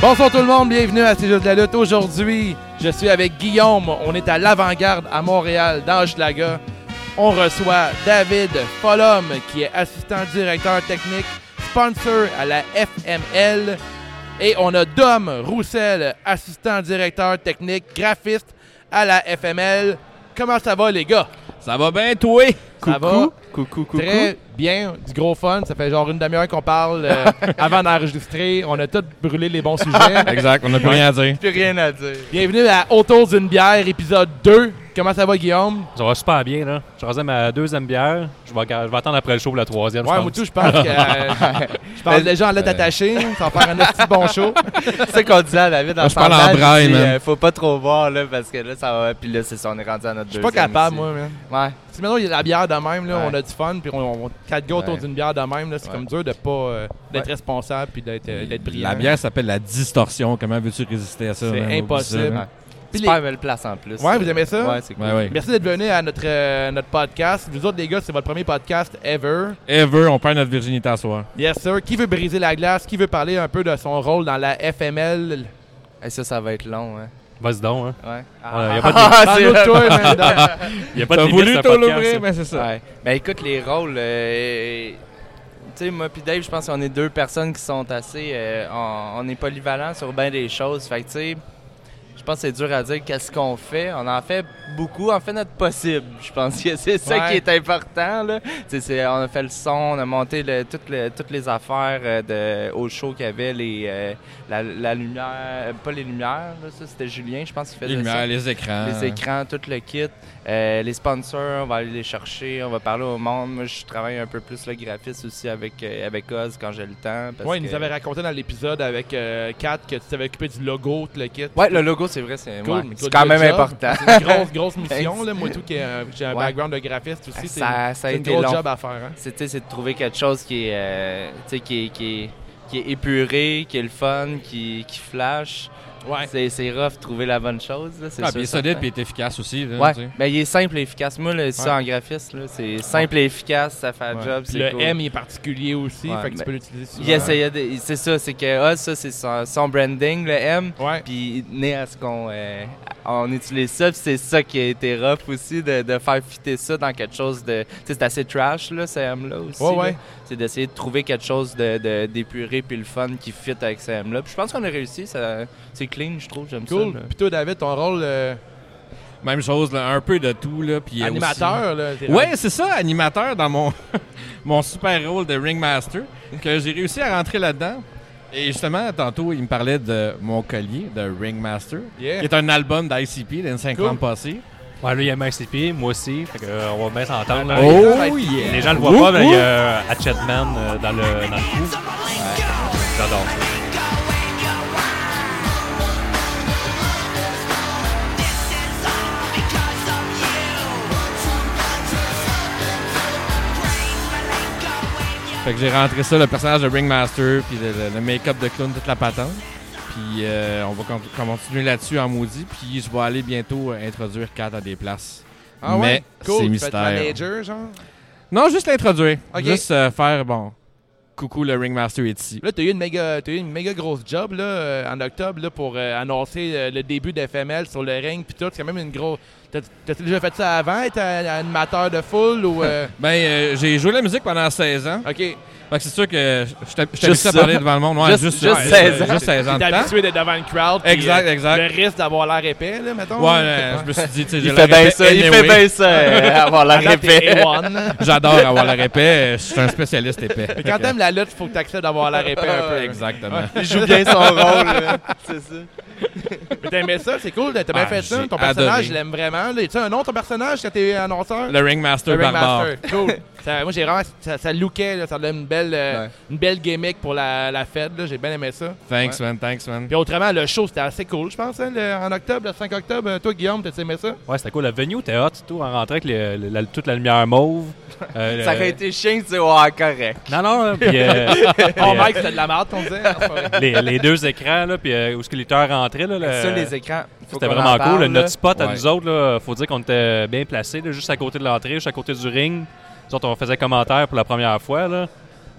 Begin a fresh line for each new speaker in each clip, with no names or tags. Bonsoir tout le monde, bienvenue à ces Jeux de la lutte. Aujourd'hui, je suis avec Guillaume. On est à l'avant-garde à Montréal, dans Hochelaga. On reçoit David Follum, qui est assistant directeur technique, sponsor à la FML. Et on a Dom Roussel, assistant directeur technique, graphiste à la FML. Comment ça va, les gars?
Ça va bien, toi?
Ça va?
Coucou, coucou.
Très bien, du gros fun. Ça fait genre une demi-heure qu'on parle euh, avant d'enregistrer. On a tous brûlé les bons sujets.
Exact, on n'a plus rien à dire.
Plus rien à dire. Bienvenue à Autour d'une bière, épisode 2. Comment ça va, Guillaume?
Ça va super bien, là. Je rasais ma deuxième bière. Je vais, je vais attendre après le show pour la troisième. je
Ouais,
pense.
Moutou, je pense que. euh, je parle déjà en lettres attachées. Ça va faire un petit bon show.
C'est ça qu'on disait à David en
je parle en
partant,
braille,
je dis,
man.
euh, Faut pas trop voir, là, parce que là, ça va. Puis là, c'est ça, on est rendu à notre
Je suis
deuxième.
pas capable,
ici.
moi, man.
Ouais.
Si maintenant il y a la bière de même, là,
Ouais.
on a du fun, puis on, on- quatre gars autour
Ouais.
d'une bière de même, là, c'est
Ouais.
comme dur de pas euh, d'être
Ouais.
responsable puis d'être euh, d'être brillant.
La bière s'appelle la distorsion. Comment veux-tu résister à ça?
C'est
man? Oublie
impossible.
ça, man.
Puis
Super
les-
belle place en plus.
Ouais, vous aimez ça?
Ouais, c'est cool.
Ouais, ouais.
Merci d'être venu à notre, euh, notre podcast. Vous autres, les gars, c'est votre premier podcast ever.
Ever, on perd notre virginité à soir.
Yes, sir. Qui veut briser la glace? Qui veut parler un peu de son rôle dans la FML?
Et ça, ça va être long, hein.
Vas-y donc, hein.
Ouais. Ah.
Ouais, y a pas de-
Parle-nous-toi, man, dans-
Il n'y a pas de
T'as
limite,
voulu
ce
tout
podcast,
l'ouvrir,
ça.
mais c'est ça.
Ouais. Ben écoute, les rôles. euh, tu sais, moi puis Dave, je pense qu'on est deux personnes qui sont assez. euh, on, on est polyvalents sur bien des choses. Fait que tu sais, je pense que c'est dur à dire qu'est-ce qu'on fait. On en fait beaucoup, on fait notre possible. Je pense que c'est ça
Ouais.
qui est important. Là. Tu sais, c'est- on a fait le son, on a monté le- toutes, le- toutes les affaires euh, de, au show qu'il y avait, les, euh, la, la lumière, euh, pas les lumières, là, ça c'était Julien, je pense, qui faisait
Les
ça
lumières, les écrans.
les
Euh.
écrans, tout le kit, euh, les sponsors, on va aller les chercher, on va parler au monde. Moi, je travaille un peu plus le graphiste aussi avec, euh, avec Oz quand j'ai le temps. parce
Ouais, il
que-
nous avait raconté dans l'épisode avec euh, Kat que tu t'avais occupé du logo, tout le kit.
Ouais, le logo, c'est vrai, c'est
Cool,
ouais,
mais
c'est
good
quand même
job.
important.
C'est une grosse, grosse mission,
Thanks.
là. Moi, tout, qui est, euh, j'ai un
Ouais.
background de graphiste aussi. C'est
ça, ça a
c'est une
été
grosse
long.
job à faire, hein.
C'est tu sais, c'est de trouver quelque chose qui est, euh, tu sais, qui est, qui est- qui est épuré, qui est le fun, qui, qui flash.
Ouais.
C'est- C'est rough de trouver la bonne chose. Là, c'est
Ah,
sûr,
puis il est
certain.
solide puis il est efficace aussi. là,
Ouais,
tu sais.
mais il est simple et efficace. Moi, là, ça en graphiste, là, c'est simple et efficace, ça fait le
Ouais.
job.
Puis
c'est
le
cool.
M il est particulier aussi,
Ouais,
fait que tu
mais-
peux l'utiliser souvent.
Il essayait de- c'est ça, c'est que Oz, ça, c'est son, son branding, le M.
Ouais.
Puis, né à ce qu'on euh, on utilise ça, puis c'est ça qui a été rough aussi, de, de faire fitter ça dans quelque chose de. Tu sais, c'est assez trash, là, ce M-là aussi.
Ouais,
là.
ouais.
C'est d'essayer de trouver quelque chose de, de- d'épuré, puis le fun qui fit avec ce M-là. Puis, je pense qu'on a réussi, ça, c'est clean, je trouve, j'aime
Cool.
ça. là.
Puis toi, David, ton rôle euh,
Même chose, là, un peu de tout. Là, puis aussi-
animateur, là. t'es
Ouais, c'est ça, animateur dans mon, mon super rôle de Ringmaster, que j'ai réussi à rentrer là-dedans. Et justement, tantôt, il me parlait de mon collier, de Ringmaster,
Yeah.
qui est un album d'ICP d'une 50
Cool.
passée.
Ouais, lui, il aime ICP, moi aussi. Fait que, euh, on va bien s'entendre.
Ah,
là.
Oh
ça va être-
yeah!
Les gens le voient
Wouh,
pas, mais il y
wouh.
a euh, Hatchetman euh, dans, le, dans le coup. J'adore ça.
Fait que j'ai rentré ça, le personnage de Ringmaster, puis le, le- le make-up de clown, toute la patente. Puis euh, on va con- continuer là-dessus en maudit, puis je vais aller bientôt euh, introduire Kat à des places.
Ah ouais?
Mais
Cool.
c'est
Tu
mystère.
vas être manager, genre.
Non, juste l'introduire.
Ok.
Juste euh, faire, bon, coucou, le Ringmaster est ici.
Là, t'as eu une méga, t'as eu une méga grosse job là, euh, en octobre là, pour euh, annoncer euh, le début d'FML sur le ring puis tout. C'est quand même une grosse. T'as- T'as-tu déjà fait ça avant, être euh, animateur de foule ou. euh,
Ben, euh, j'ai joué de la musique pendant 16 ans.
Ok.
Fait que c'est sûr que je t'ai- je t'ai
Juste
habitué à
ça.
parler devant le monde. Ouais,
Juste-
juste,
juste
ouais,
16
euh,
ans.
Juste 16 ans de
T'es
temps.
habitué d'être devant une crowd. puis,
Exact,
euh,
exact.
Le risque d'avoir l'air épais, là, mettons.
Ouais, ouais, je me suis dit, tu sais, j'ai
Il
la
fait bien
répète
ça, il fait
anyway.
bien ça, euh, avoir la
Quand t'es
répète.
A1.
J'adore avoir la répète. Je suis un spécialiste épais.
Mais quand t'aimes la lutte, faut que t'acceptes d'avoir l'air épais un peu.
Exactement.
Il joue bien son rôle, là. c'est ça.
Mais t'aimais ça, c'est cool, t'as bien
Ah,
fait ça.
j'ai
Ton personnage,
adoré.
je l'aime vraiment. Tu sais, un nom, ton personnage, quand t'es annonceur?
Le Ringmaster
Le
barbare.
Ringmaster, Cool. Ça- moi, j'ai vraiment. Ça, ça lookait, là, ça a une belle, euh,
Ouais.
une belle gimmick pour la, la fête. là, J'ai bien aimé ça.
Thanks, man. Thanks, man.
Puis autrement, le show, c'était assez cool, je pense, hein, le- en octobre, le 5 octobre. Euh, Toi, Guillaume, t'as aimé ça?
Ouais, c'était cool. La venue était hot, tout, en rentrant avec les- la- toute la lumière mauve. Euh,
Ça
le-
aurait été chien, tu sais, ouais, correct.
Non, non, là, puis, euh,
Oh,
les,
Mike, c'était de la merde, on disait. Ah, c'est pas vrai.
les- les deux écrans, là, puis euh, où ce que les lutteurs rentraient, là. le-
Ça, les écrans, faut
Euh, C'était
qu'on en
vraiment
parle,
cool.
là.
Notre spot à
Ouais.
nous autres, là, faut dire qu'on était bien placés, là, juste à côté de l'entrée, juste à côté du ring. Nous autres, on faisait commentaire pour la première fois. Là.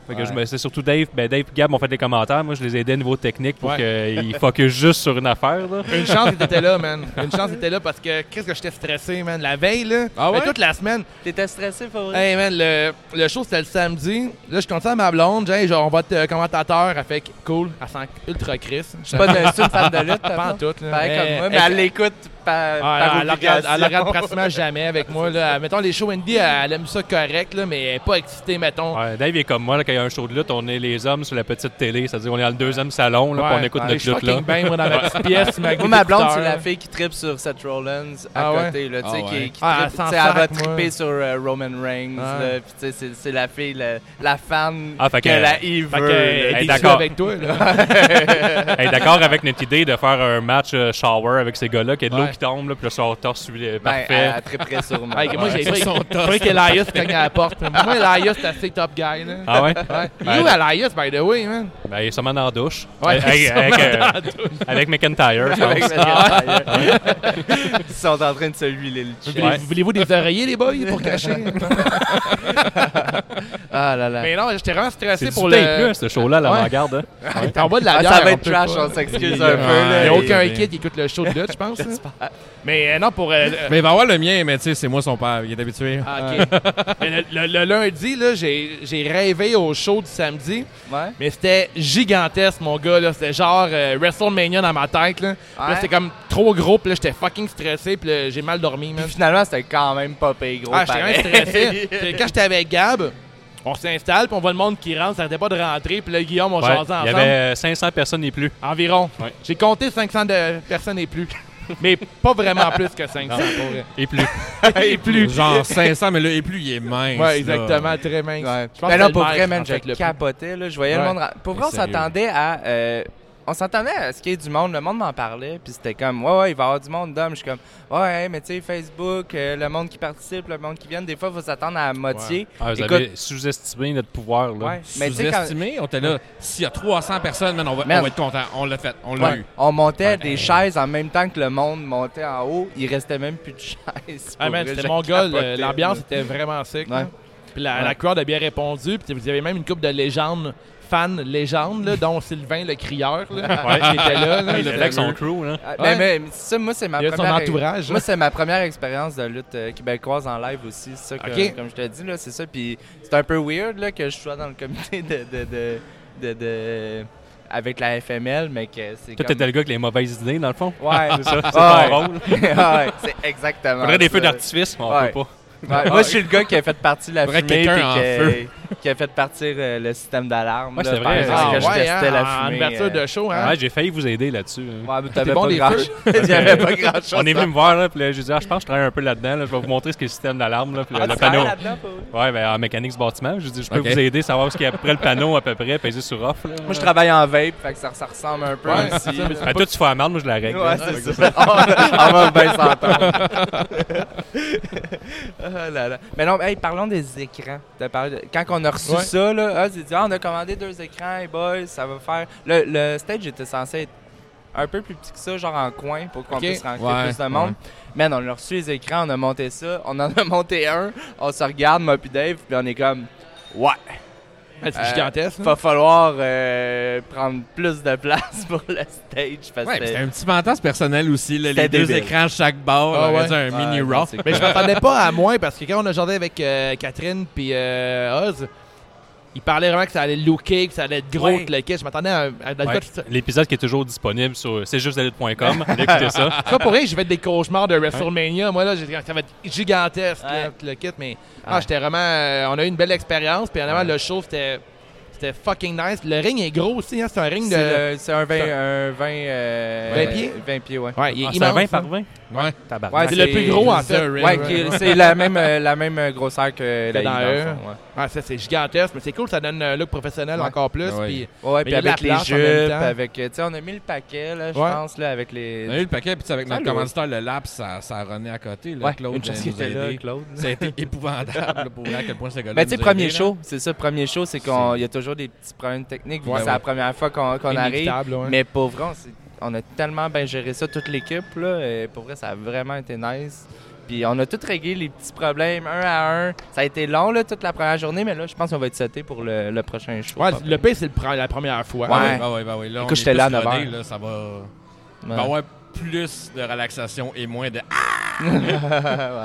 Fait que je
Ouais.
me- c'est surtout Dave. Ben Dave et Gab m'ont fait des commentaires. Moi, je les ai aidés au niveau technique pour
Ouais.
qu'ils focus juste sur une affaire. Là.
Une chance que t'étais là, man. Une chance que t'étais là parce que qu'est-ce que j'étais stressé, man. La veille, là,
Ah ouais?
ben, toute la semaine.
T'étais stressé, Fabrice?
Hey, man, le, le show, c'était le samedi. Là, je comptais à ma blonde. J'ai, Hey, genre, on va être euh, commentateur. Elle fait cool. Elle sent ultra Chris.
Je suis pas de- c'est une fan de lutte, ta
Pas en
blonde?
tout, là.
Pareil comme
Mais-
moi, mais
Hey,
elle l'écoute par,
Ah,
par
elle, la regarde, elle la
obligation.
regarde pratiquement jamais avec moi. Là. Mettons, les shows indie, elle, elle aime ça correct, là, mais elle est pas excitée, mettons.
Ouais, Dave est comme moi. là, quand il y a un show de lutte, on est les hommes sur la petite télé. C'est-à-dire, on est dans le deuxième salon. Là, puis on écoute
ouais, Ah,
notre
je
lutte. Là.
fucking bien, moi, dans ma petite pièce. avec
Moi,
mes
ma blonde, c'est
écouteurs.
la fille qui tripe sur Seth Rollins à
Ah ouais?
côté, là, tu sais,
Ah
qui-
ouais.
qui,
Ah, elle
tripe, tu
s'en
sais, elle va
sac, moi.
triper sur euh, Roman Reigns,
Ouais.
là, puis tu sais, c'est- c'est la fille, la, la fan
Ah, fait que-
que la Eve
Fait que,
veut.
elle
Hey,
est déçue
d'accord.
avec toi, là.
Elle est d'accord avec notre idée de faire un match euh, shower avec ces gars-là, qu'il y a de
Ouais.
l'eau qui tombe, là, puis le sort torse suit, euh,
Ben,
parfait.
elle, elle triperait sur moi.
Ouais, que moi, j'ai
Ils sont
pris- pris qu'Elias cogne à la porte. mais Moi, Elias, c'est assez top guy, là.
Ah ouais?
Ouais. Il
Ben,
est où Elias, by the way, man?
ben, il est sûrement dans la douche.
Ouais,
Avec-
il est
avec,
sûrement
euh, avec McIntyre, je
Avec
pense.
Megan Tyler. Ils sont en train de se huiler le
Vous
chien.
voulez- vous Voulez-vous des oreillers, les boys, pour cacher?
Ah là là.
mais non, j'étais vraiment stressé
C'est
pour
pour le
le.
plus, ce show-là, l'avant-garde. hein.
T'es en bas de la
Ah,
bière.
ça va
on
être
peut
trash,
pas.
on s'excuse
Il-
un peu.
Il
là.
n'y a
Ouais,
aucun
il-
kid qui écoute le show de lutte, je pense. hein. Mais euh, non, pour. euh, euh,
Mais il va avoir le mien, mais tu sais, c'est moi son père. Il est habitué.
ah, ok. Mais le, le- le lundi, là, j'ai j'ai rêvé au show du samedi.
Ouais.
Mais c'était gigantesque, mon gars. là. C'était genre euh, WrestleMania dans ma tête. Là, Puis là,
Ouais.
c'était comme trop gros. Puis là, j'étais fucking stressé. Puis là, j'ai mal dormi, man.
Puis finalement, c'était quand même pas payé gros.
Ah, j'étais
pareil.
vraiment stressé. Puis quand j'étais avec Gab, on s'installe. Puis on voit le monde qui rentre. Ça n'arrêtait pas de rentrer. Puis là, Guillaume, on
Ouais,
jasait
il y
ensemble.
avait euh, 500 personnes et plus.
Environ.
Ouais.
J'ai compté 500 de personnes et plus. Mais pas vraiment plus que 500 pour vrai.
Et plus.
et plus.
Genre 500, mais là, et plus, il est mince.
Ouais,
là.
exactement, très mince.
Ouais.
Je pense
Mais
que
non,
le
pour
maître,
vrai,
en
man, je
fait, le-
capotais. Là, je voyais
Ouais.
le monde. Pour vrai, on
Mais sérieux.
s'attendait à. euh, on s'attendait à ce qu'il y ait du monde. Le monde m'en parlait. Puis c'était comme, ouais, ouais, il va y avoir du monde d'hommes. Je suis comme, ouais, mais tu sais, Facebook, euh, le monde qui participe, le monde qui vient. Des fois, il faut s'attendre à la moitié.
Ah, vous
Écoute-
avez sous-estimé notre pouvoir. Là.
Ouais. Mais tu sais, quand.
Sous-estimé, on était là. S'il y a 300 personnes, man, on, va,
Man.
on va être content. On l'a fait. On l'a
Ouais.
eu.
On montait
Ouais.
des chaises en même temps que le monde montait en haut. Il restait même plus de chaises.
Ah,
pour
man,
vrai,
c'était
je
mon gars. le-
capotais,
L'ambiance
là.
était vraiment sick.
Ouais.
là. Puis la,
Ouais.
la crowd a bien répondu. Puis vous avez même une coupe de légendes, fans légendes, là, dont Sylvain le crieur, là, qui était là. là.
Il est là avec son crew. Là.
Ah,
Ouais.
Mais, mais ça, moi, c'est ma
Il y a son
première.
entourage.
Moi, c'est ma première expérience de lutte euh, québécoise en live aussi. C'est ça, que-
Ok.
comme je te dis, là, c'est ça. Puis c'est un peu weird là, que je sois dans le comité de. de, de, de- de- avec la FML, mais que c'est. comme...
Toi, t'étais le gars avec les mauvaises idées, dans le fond.
Ouais,
C'est ça, c'est
Ah, ouais.
ton rôle.
Ah, ouais, c'est exactement.
Faudrait des
ça.
feux d'artifice, mais on
Ouais.
peut pas.
Ouais, moi, je suis le gars qui a fait partir la
Faudrait
fumée
quelqu'un
puis
en
qui a-
feu.
qui a fait partir euh, le système d'alarme.
Ouais,
là,
c'est
par
vrai.
exemple,
Ah,
que
ouais,
je testais
hein,
la
en
fumée.
ouverture de show, hein?
Ouais, j'ai failli vous aider là-dessus.
euh,
hein.
Ouais, mais t'avais
bon,
pas
les
grand...
feux?
J'avais pas grand-chose.
On est venu me voir, là, puis là, j'ai dit, ah, je pense que je travaille un peu là-dedans. là. je vais vous montrer ce qu'est le système d'alarme, là, puis le,
Ah,
le
tu
panneau.
travailles là-dedans, pour vrai?
Ouais, ben, en mécanique du bâtiment. J'ai dit, je peux
Ok.
vous aider, savoir ce qu'il y a après le panneau à peu près, peser sur off. Là.
Moi, je travaille en vape, fait que ça, ça ressemble un peu
Ouais, c'est
aussi.
ça, mais
là.
Ben, toi, tu fais la merde, moi, je la règle. là.
Ouais, c'est ça. On va bien s'entendre. oh là là. Mais non, hey, parlons des écrans. T'as parlé de- Quand on a reçu
Ouais.
ça, là, ah, j'ai dit, ah, on a commandé deux écrans, hey boys, ça va faire. Le, le stage était censé être un peu plus petit que ça, genre en coin, pour qu'on
Ok.
puisse rencontrer
Ouais,
plus de monde. Man, on a reçu les écrans, on a monté ça, on en a monté un, on se regarde, moi puis Dave, puis on est comme, ouais,
Ah, c'est
Euh,
gigantesque.
va falloir euh, prendre plus de place pour le stage. Parce
Ouais, puis
que
c'était un petit fantasme personnel aussi. là, les
C'était
deux
débile.
écrans de chaque bord.
Ah
on aurait
ouais.
dit un
Ah,
mini
non,
rock.
c'est
Mais je m'attendais pas à moins parce que quand on a jardé avec euh, Catherine puis euh, Oz, ils parlaient vraiment que ça allait looker, que ça allait être gros,
Ouais.
que le kit. Je m'attendais à, à- à-
Ouais. L'épisode qui est toujours disponible sur c'estjustedalut.com. Allez écouter ça.
Ça, pour rien, je vais être des cauchemars de WrestleMania. Moi, là, j'ai- ça va être gigantesque, là,
Ouais.
tout le kit. Mais ah, j'étais vraiment. euh, on a eu une belle expérience. Puis, en avant, le show, c'était. C'était fucking nice. Le ring est gros aussi, hein. C'est un ring de.
C'est le- C'est un 20,
c'est
un 20, euh,
20 pieds?
20 pieds, ouais.
Ouais, il est
Ah, c'est un
immense.
20 par
hein.
20?
Ouais.
Ouais,
Tabarnak.
C'est le plus gros en fait.
The ring,
Ouais,
ouais.
qui- c'est la même, euh, la même grosseur que la
dans
I, le
eux.
fond, ouais.
Ah, ça, c'est gigantesque. Mais c'est cool, ça donne un look professionnel
Ouais.
encore plus.
Ouais.
puis- il
Ouais,
y
puis
a de la
avec les
place en même
jupes,
temps.
avec, euh, tu sais, on a mis le paquet, là, je
Ouais.
pense, là, avec les...
On a eu le paquet, puis tu sais, avec notre
Allô.
commanditaire, le lap, ça, ça renait à côté. Là,
Ouais,
Claude
une chance
nous
qu'il
a
était là,
aidés.
Claude.
Ça a été épouvantable là, pour voir à quel point ce gars-là.
Mais tu sais,
nous a
premier
aidés, là.
show, c'est ça, premier show, c'est qu'il y a toujours des petits problèmes techniques, vu que
Ouais,
c'est
ouais.
la première fois qu'on qu'on arrive.
Inévitable, ouais.
Mais pour vrai, on, s'est- on a tellement bien géré ça, toute l'équipe. là, et Pour vrai, ça a vraiment été nice. Puis on a tout réglé les petits problèmes un à un. Ça a été long, là, toute la première journée, mais là, je pense qu'on va être sauté pour le, le prochain show.
Ouais,
Pas
le P, c'est le pre- la première fois.
Ouais.
Ouais, bah ouais, bah ouais. Là, on
Écoute,
est
j'étais là
plus
à neuf
rodés,
heures.
là, ça va.
Ouais.
ben
va avoir plus de relaxation et moins de.
Ouais.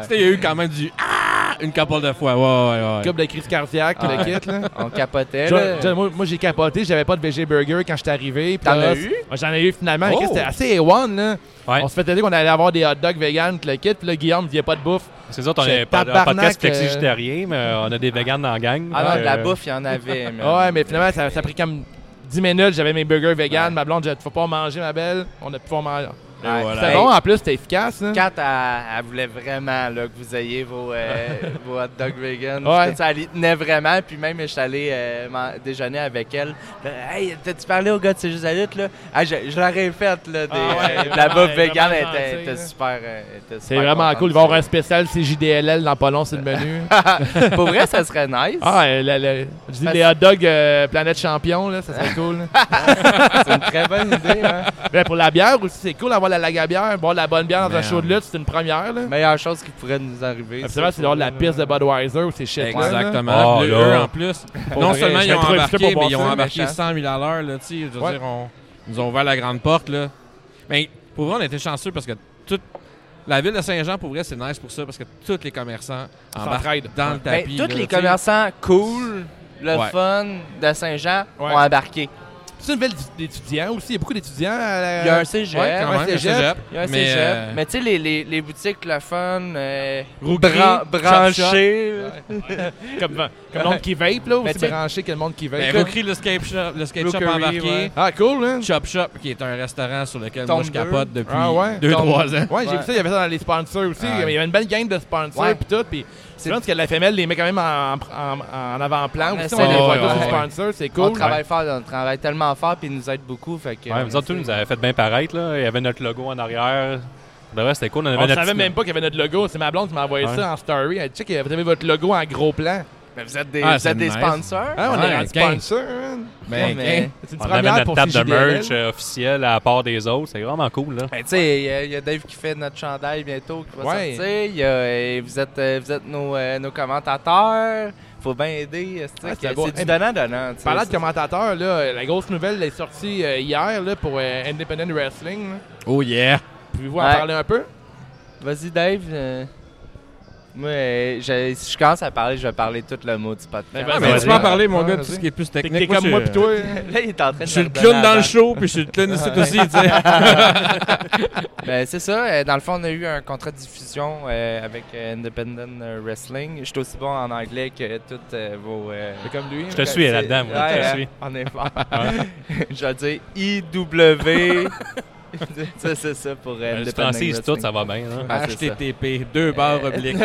Tu sais, il y a eu quand même du. Ah! Une couple de fois. Ouais, ouais, ouais.
Comme de crise cardiaque,
Ah.
le kit, là.
On capotait.
Genre,
là.
genre, moi, moi, j'ai capoté, j'avais pas de VG Burger quand j'étais arrivé. puis
ben. T'en
là,
as eu?
moi, J'en ai eu finalement. mais
Oh!
Chris, C'était assez A1, là.
Ouais.
On se fait dire qu'on allait avoir des hot dogs vegan, puis le kit, puis là, Guillaume, il n'y a pas de bouffe.
C'est ça, on
J'ai
est un pod- un
tabarnak,
podcast
euh,
flexi-végétarien, mais euh, on a des véganes dans la gang.
Ah non,
donc,
de la
euh,
bouffe, il y en avait. mais-
Ah Ouais, mais finalement, ça, ça a pris comme 10 minutes, j'avais mes burgers vegan, ma blonde, j'ai dit, faut pas en manger, ma belle. On a pu pas en manger.
Et
Ouais.
voilà.
C'était
Hey.
bon, en plus, c'était efficace, hein. là.
Kat, elle, elle voulait vraiment là, que vous ayez vos, euh, vos hot dogs vegan.
Ouais.
Tout ça, elle y tenait vraiment. Puis même, je suis allé euh, man- déjeuner avec elle. Puis, hey, t'as-tu parlé au gars de Cégis Alute, là? Ah, je, je l'aurais faite, là. Des,
Ah ouais,
euh, de la
vraiment,
bouffe
elle est
vegan, elle
vraiment
était,
gentille,
était
là.
super. euh, elle était
C'est
super
vraiment
contente.
cool. Il va y avoir un spécial CJDLL dans pas long sur le menu.
Pour vrai, ça serait nice.
ah, le- le- je dis les hot dogs euh, Planète Champion, là, ça serait cool. là.
C'est une très bonne idée. hein.
Ben, pour la bière aussi, c'est cool d'avoir la lagabière. Boire de la bonne bière dans un
Man.
show de lutte, c'est une première. Là.
Meilleure chose qui pourrait nous arriver. ça,
Absolument, c'est
pour
d'avoir de la
vrai.
piste de Budweiser ou ces shit
Exactement.
Oh,
Puis
là.
eux, en plus, non
Ah, vrai,
seulement
je
ils ont
vais trouver
embarqué,
ça pour
mais ils
bosser,
ont
le
embarqué
méchant.
100 000 à l'heure. Là, tu sais, je veux
Ouais.
dire, on, ils nous ont ouvert la grande porte. Là. Mais pour vrai, on était chanceux parce que toute la ville de Saint-Jean, pour vrai, c'est nice pour ça parce que tous les commerçants embarquent
S'entraident.
dans le
Ben,
tapis.
tous
là,
les
tu sais.
commerçants cool, le
Ouais.
fun de Saint-Jean
Ouais.
ont embarqué.
C'est une ville d'étudiants aussi. Il y a beaucoup d'étudiants. à la-
Il y a un cégep.
Ouais, quand
un
même, un
cégep.
cégep.
Il y a un
Mais,
cégep.
euh,
Mais tu sais, les, les, les boutiques, le fun, euh,
Rougri,
bran-
Chop
branchées.
comme, comme le monde qui vape, là, aussi
tu sais-
branché que le monde qui vape.
ben,
là.
Rookery, le skate shop, le skate shop
Rookery,
embarqué.
ouais.
ah, cool, hein?
Chop Shop, qui est un restaurant sur lequel
Tombe
moi je
deux.
capote depuis 2-3
Ah ouais?
Tombe-
ans.
Ouais, j'ai
Ouais.
vu ça, il y avait ça dans les sponsors aussi.
Ouais.
Il y avait une belle gang de sponsors
Ouais.
puis tout. Puis c'est vrai parce que la femelle les met quand même en, en- en avant-plan.
On
aussi,
essaie
on les
de-
voit
ouais,
tous les
ouais.
sponsors, c'est cool.
On travaille fort, on travaille tellement fort, puis ils nous aident beaucoup. Fait que, euh,
Ouais, vous autres, tous, nous avez fait bien paraître. Là. Il y avait notre logo en arrière. Pour De vrai, c'était cool. On avait
On
notre
savait
petit-
même pas qu'il y avait notre logo. C'est ma blonde qui m'a envoyé
Ouais.
ça en story. Elle dit check, vous avez votre logo en gros plan.
Mais vous êtes des,
Ah,
vous êtes
c'est
des
nice.
sponsors.
Hein, on est
Ouais,
rendu
quinze.
sponsor. hein?
Ben,
Ouais, mais-
hein.
C'est une
On avait
première
notre
pour
table de
CJDLL.
merch euh, officielle à la part des autres. C'est vraiment cool. Là.
Ben, tu sais, il y a- il y, a Dave qui fait notre chandail bientôt, qui va
Ouais.
sortir. Il y a, euh, vous êtes, euh, vous êtes nos, euh, nos commentateurs. Faut bien aider. euh, C'est
Ouais,
que
c'est
c'est
bon.
du donnant-donnant. tu sais,
Parlant de
c'est-
commentateurs, là, la grosse nouvelle est sortie euh, hier là, pour euh, Independent Wrestling. là.
Oh yeah!
Pouvez-vous en
Ouais.
parler un peu?
Vas-y, Dave. euh, Moi, euh, je- si je commence à parler, je vais parler tout le mot du podcast.
Ben,
Ah,
vas-y,
mais
vas-y.
tu m'en parler, mon
Ouais,
gars,
vas-y.
tout ce qui est plus
T'es
technique.
t'es comme
je-
moi pis toi. hein?
Là, il est en train de
Je suis
me
le
redonner
clown dans le
la balle.
show, puis je suis le clown ici aussi. tu sais.
Ben, c'est ça. euh, dans le fond, on a eu un contrat de diffusion euh, avec euh, Independent euh, Wrestling. Je suis aussi bon en anglais que toutes euh, vos. euh,
T'es comme lui. hein?
Je te suis là-dedans. moi. Je te
Ouais,
suis. Ah.
hein, On est fort. je vais dire IW. ça, c'est ça pour euh,
Le
Independent
français, tout,
Wrestling.
ça va bien. hein. là.
Ah, c'est ça.
HTTP, deux barres obliques.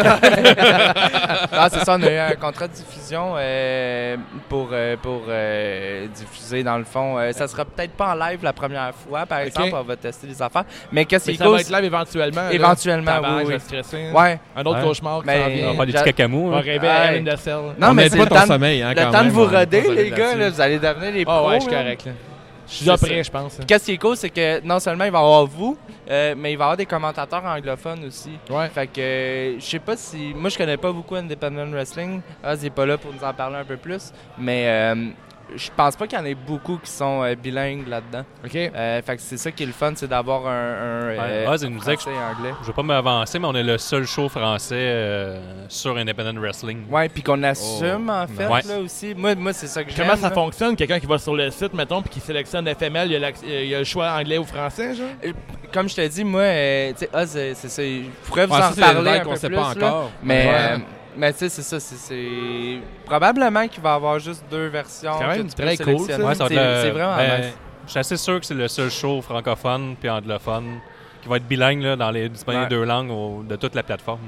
Ah, c'est ça, on a eu un contrat de diffusion euh, pour, euh, pour euh, diffuser dans le fond. Euh, ça sera peut-être pas en live la première fois, par exemple, on va tester les affaires. Mais qu'est-ce qui
Mais
est
ça
cool,
va être live éventuellement. là.
Éventuellement,
Tabarnak,
oui, oui.
je vais stresser, hein.
Ouais.
Un autre
Ouais.
cauchemar qui
Mais-
s'en
On
vient.
va faire des
J'a-
petits cacamous.
On
hein.
va rêver à
Ouais.
Hélène de Selle.
Non,
On
mais
aide
c'est
pas
le
ton
temps, de-
sommeil, hein,
le
quand
temps de
même,
vous
on va
roder,
se
les
regarder
gars.
là-dessus.
là, vous allez devenir les
Ah
pros.
ouais, je suis
là.
correct. là. Je suis
C'est
déjà
ça.
prêt, je pense.
Puis Qu'est-ce qui est cool, c'est que non seulement il va y avoir vous, euh, mais il va y avoir des commentateurs anglophones aussi.
Ouais.
Fait que euh, je sais pas si. Moi, je connais pas beaucoup Independent Wrestling. Oz n'est pas là pour nous en parler un peu plus. Mais euh, je pense pas qu'il y en ait beaucoup qui sont euh, bilingues là-dedans.
OK.
Euh, fait que c'est ça qui est le fun, c'est d'avoir un. un
Ouais,
euh,
Oz, il nous disait que
français et anglais.
Je vais pas m'avancer, mais on est le seul show français euh, sur Independent Wrestling.
Ouais, puis qu'on assume en fait
Ouais.
là aussi. Moi, moi c'est ça que j'aime.
Comment ça
là.
fonctionne, quelqu'un qui va sur le site, mettons, puis qui sélectionne FML, il y a, l'ac- il y a le choix anglais ou français, genre?
Euh, Comme je te dis, moi, euh, tu sais, Oz, euh, c'est ça. Je pourrais vous
Ah, ça,
en
c'est des
parler
détails
un
qu'on
peu
sait
plus.
pas
là.
encore.
Mais,
Ouais.
euh, mais tu sais, c'est ça. c'est- C'est probablement qu'il va y avoir juste deux versions.
C'est quand même
que tu peux
très cool,
sélectionner.
ça. Ouais,
ça va
c'est
être le-
c'est vraiment
ben,
nice.
Je suis assez sûr que c'est le seul show francophone puis anglophone qui va être bilingue là, dans les, disponible
Ouais.
les deux langues au- de toute la plateforme.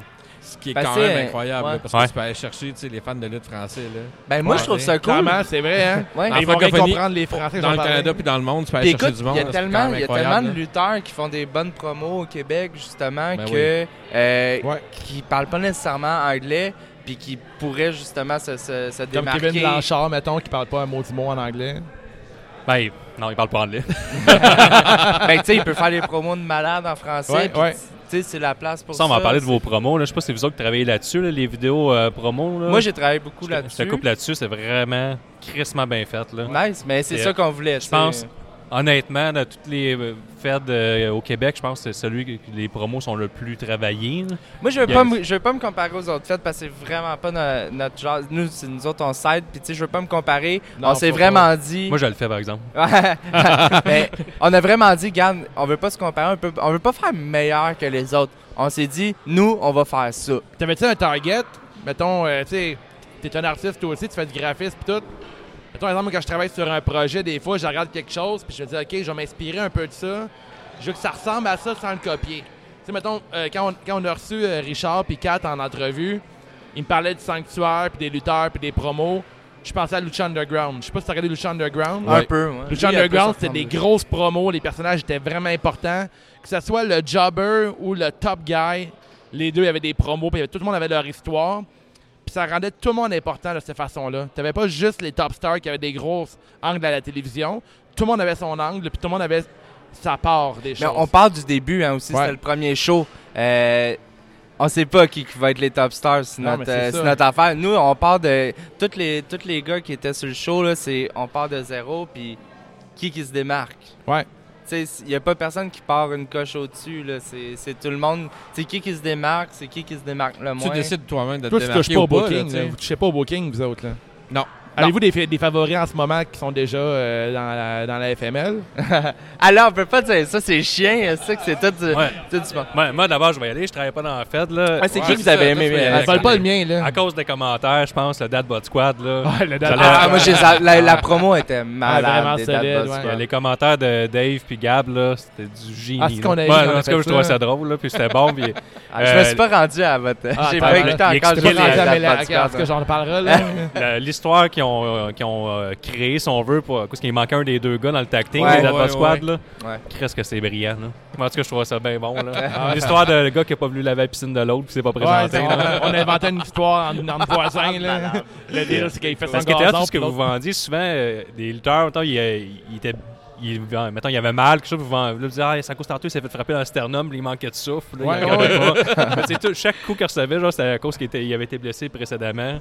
Ce qui est
Ben,
quand
c'est,
même
euh,
incroyable,
ouais.
là, parce
Ouais.
que tu peux aller chercher tu sais, les fans de lutte français. Là.
Ben, moi,
Ouais,
je trouve
c'est-
ça cool.
Clairement, c'est vrai, hein?
Ouais.
En
Ils vont rien
francophonie,
comprendre les français. qui
Dans
vont
le
parler.
Canada puis dans le monde, tu peux
Puis
aller chercher
écoute,
du
il
monde.
y a
là, c'est
tellement,
quand même
il y a
incroyable,
tellement de
là.
lutteurs qui font des bonnes promos au Québec, justement,
Ben
que euh,
Ouais.
qui parlent pas nécessairement anglais, puis qui pourraient justement se, se, se
Comme
démarquer.
Kevin Blanchard, mettons, qui parle pas un mot du mot en anglais.
Ben, non, il parle pas anglais.
ben, tu sais, il peut faire des promos de malade en français.
Ouais,
puis
ouais.
tu- Tu Tu sais, c'est la place pour
Ça,
ça.
on va en parler de vos promos. Là. Je sais pas si c'est vous autres qui travaillez là-dessus, là, les vidéos euh, promos. Là.
Moi, j'ai travaillé beaucoup
Je te- Je te
là-dessus.
coupe là-dessus. C'est vraiment crissement bien fait. Là.
Nice, mais c'est
Et,
ça qu'on voulait.
Je pense, honnêtement, de toutes les euh, fêtes euh, au Québec, je pense que c'est celui que les promos sont le plus travaillés. là.
Moi, je veux,
Yes.
pas me, je veux pas me comparer aux autres fêtes parce que c'est vraiment pas no- notre genre. Nous, c'est nous autres, on s'aide. Puis, tu sais, je veux pas me comparer.
Non,
on s'est
faut
vraiment dit.
Moi, je le fais, par exemple.
Mais on a vraiment dit, garde, on veut pas se comparer. On, peut, on veut pas faire meilleur que les autres. On s'est dit, nous, on va faire ça.
T'avais-tu un target? Mettons, euh, tu sais, t'es un artiste toi aussi, tu fais du graphisme pis tout. Mettons, par exemple, quand je travaille sur un projet, des fois, je regarde quelque chose puis je me dis, OK, je vais m'inspirer un peu de ça. Je veux que ça ressemble à ça sans le copier. Tu sais, mettons, euh, quand, on, quand on a reçu euh, Richard puis Kat en entrevue, ils me parlaient du sanctuaire puis des lutteurs puis des promos. Je pensais à Lucha Underground. Je sais pas si t'as regardé Lucha Underground.
Un peu, moi.
Lucha
Oui, un peu,
Underground,
ça
c'était des
ressemble.
grosses promos. Les personnages étaient vraiment importants. Que ce soit le Jobber ou le Top Guy, les deux avaient des promos. Puis tout le monde avait leur histoire. Puis ça rendait tout le monde important de cette façon-là. Tu pas juste les top stars qui avaient des grosses angles à la télévision. Tout le monde avait son angle. Puis tout le monde avait sa part des
Mais
choses.
on parle du début hein, aussi,
Ouais.
c'était le premier show. Euh, on sait pas qui, qui va être les top stars, c'est
Non,
notre,
mais c'est
euh,
ça.
c'est notre affaire. Nous, on part de. Tous les, tous les gars qui étaient sur le show, là, c'est, on part de zéro, puis qui qui se démarque?
Ouais.
Tu sais, il n'y a pas personne qui part une coche au-dessus, là. C'est, c'est tout le monde. C'est qui qui se démarque, c'est qui qui se démarque le
Tu
moins.
décides toi-même de
Toi,
te
tu
démarquer
touches pas
ou
au
pas, là,
booking.
tu
là.
sais.
Vous touchez pas au booking, vous autres. Là.
Non.
Avez-vous des, fa- des favoris en ce moment qui sont déjà euh, dans, la, dans la FML?
Alors, Ah, on peut pas dire ça, c'est chien, ça, que c'est tout du.
Ouais.
tout du bon.
Moi, moi, d'abord, je vais y aller. Je travaille pas dans la fête. Là.
Ah, c'est
Ouais,
qui que vous avez
ça,
aimé,
toi, tu vas y
mais-
Euh,
aller.
Ça vole pas le mien, là.
À cause des commentaires, je pense, le Dadbot Squad. Là.
Ah, le date-
J'allais-
Ah, moi, j'ai- la, la promo était malade.
Ah, vraiment
des Dad
solide,
Boss
ouais.
Il y
Squad.
a euh, les commentaires de Dave puis Gab, là, c'était du génie.
Ah, c'est
là.
qu'on a eu, qu'on
Ouais,
a
en tout
fait
cas, je trouvais
ça.
ça drôle, là, puis c'était bon. puis-
Ah, je me
Euh,
suis pas rendu à votre.
Ah,
J'ai
t'as-
pas
t'as-
écouté
il
encore.
explique
j'ai pas
Ah,
les-
rendu à
jamais
votre
là,
podcast,
en tout cas,
hein.
j'en parlerai, là.
La- L'histoire qu'ils ont, euh, qu'ils ont euh, créée, si on veut, pour, parce qu'il manquait un des deux gars dans le tag team,
Ouais.
les Dad
Ouais,
Bod
ouais,
Squad, là.
Ouais.
Qu'est-ce que c'est brillant, là. En tout cas, je trouvais ça bien bon, là. L'histoire de le gars qui a pas voulu laver la piscine de l'autre, puis s'est pas
Ouais,
présenté.
c'est- on,
là.
on inventait une histoire en, en voisin, là. Le deal, c'est qu'il fait son
Parce que théâtre,
gazon,
tout ce que
puis
vous
l'autre-
vendiez, souvent, euh, des lutteurs, mettons, il, euh, il était. il- mettons, il avait mal, quelque chose, vous vendez, là, vous disiez, ah, Sanko Starter s'est fait frapper dans le sternum, puis il manquait de souffle, là,
Ouais,
il regardait pas. Mais tu sais, tout- chaque coup qu'il recevait, genre, c'était à cause qu'il était- il avait été blessé précédemment.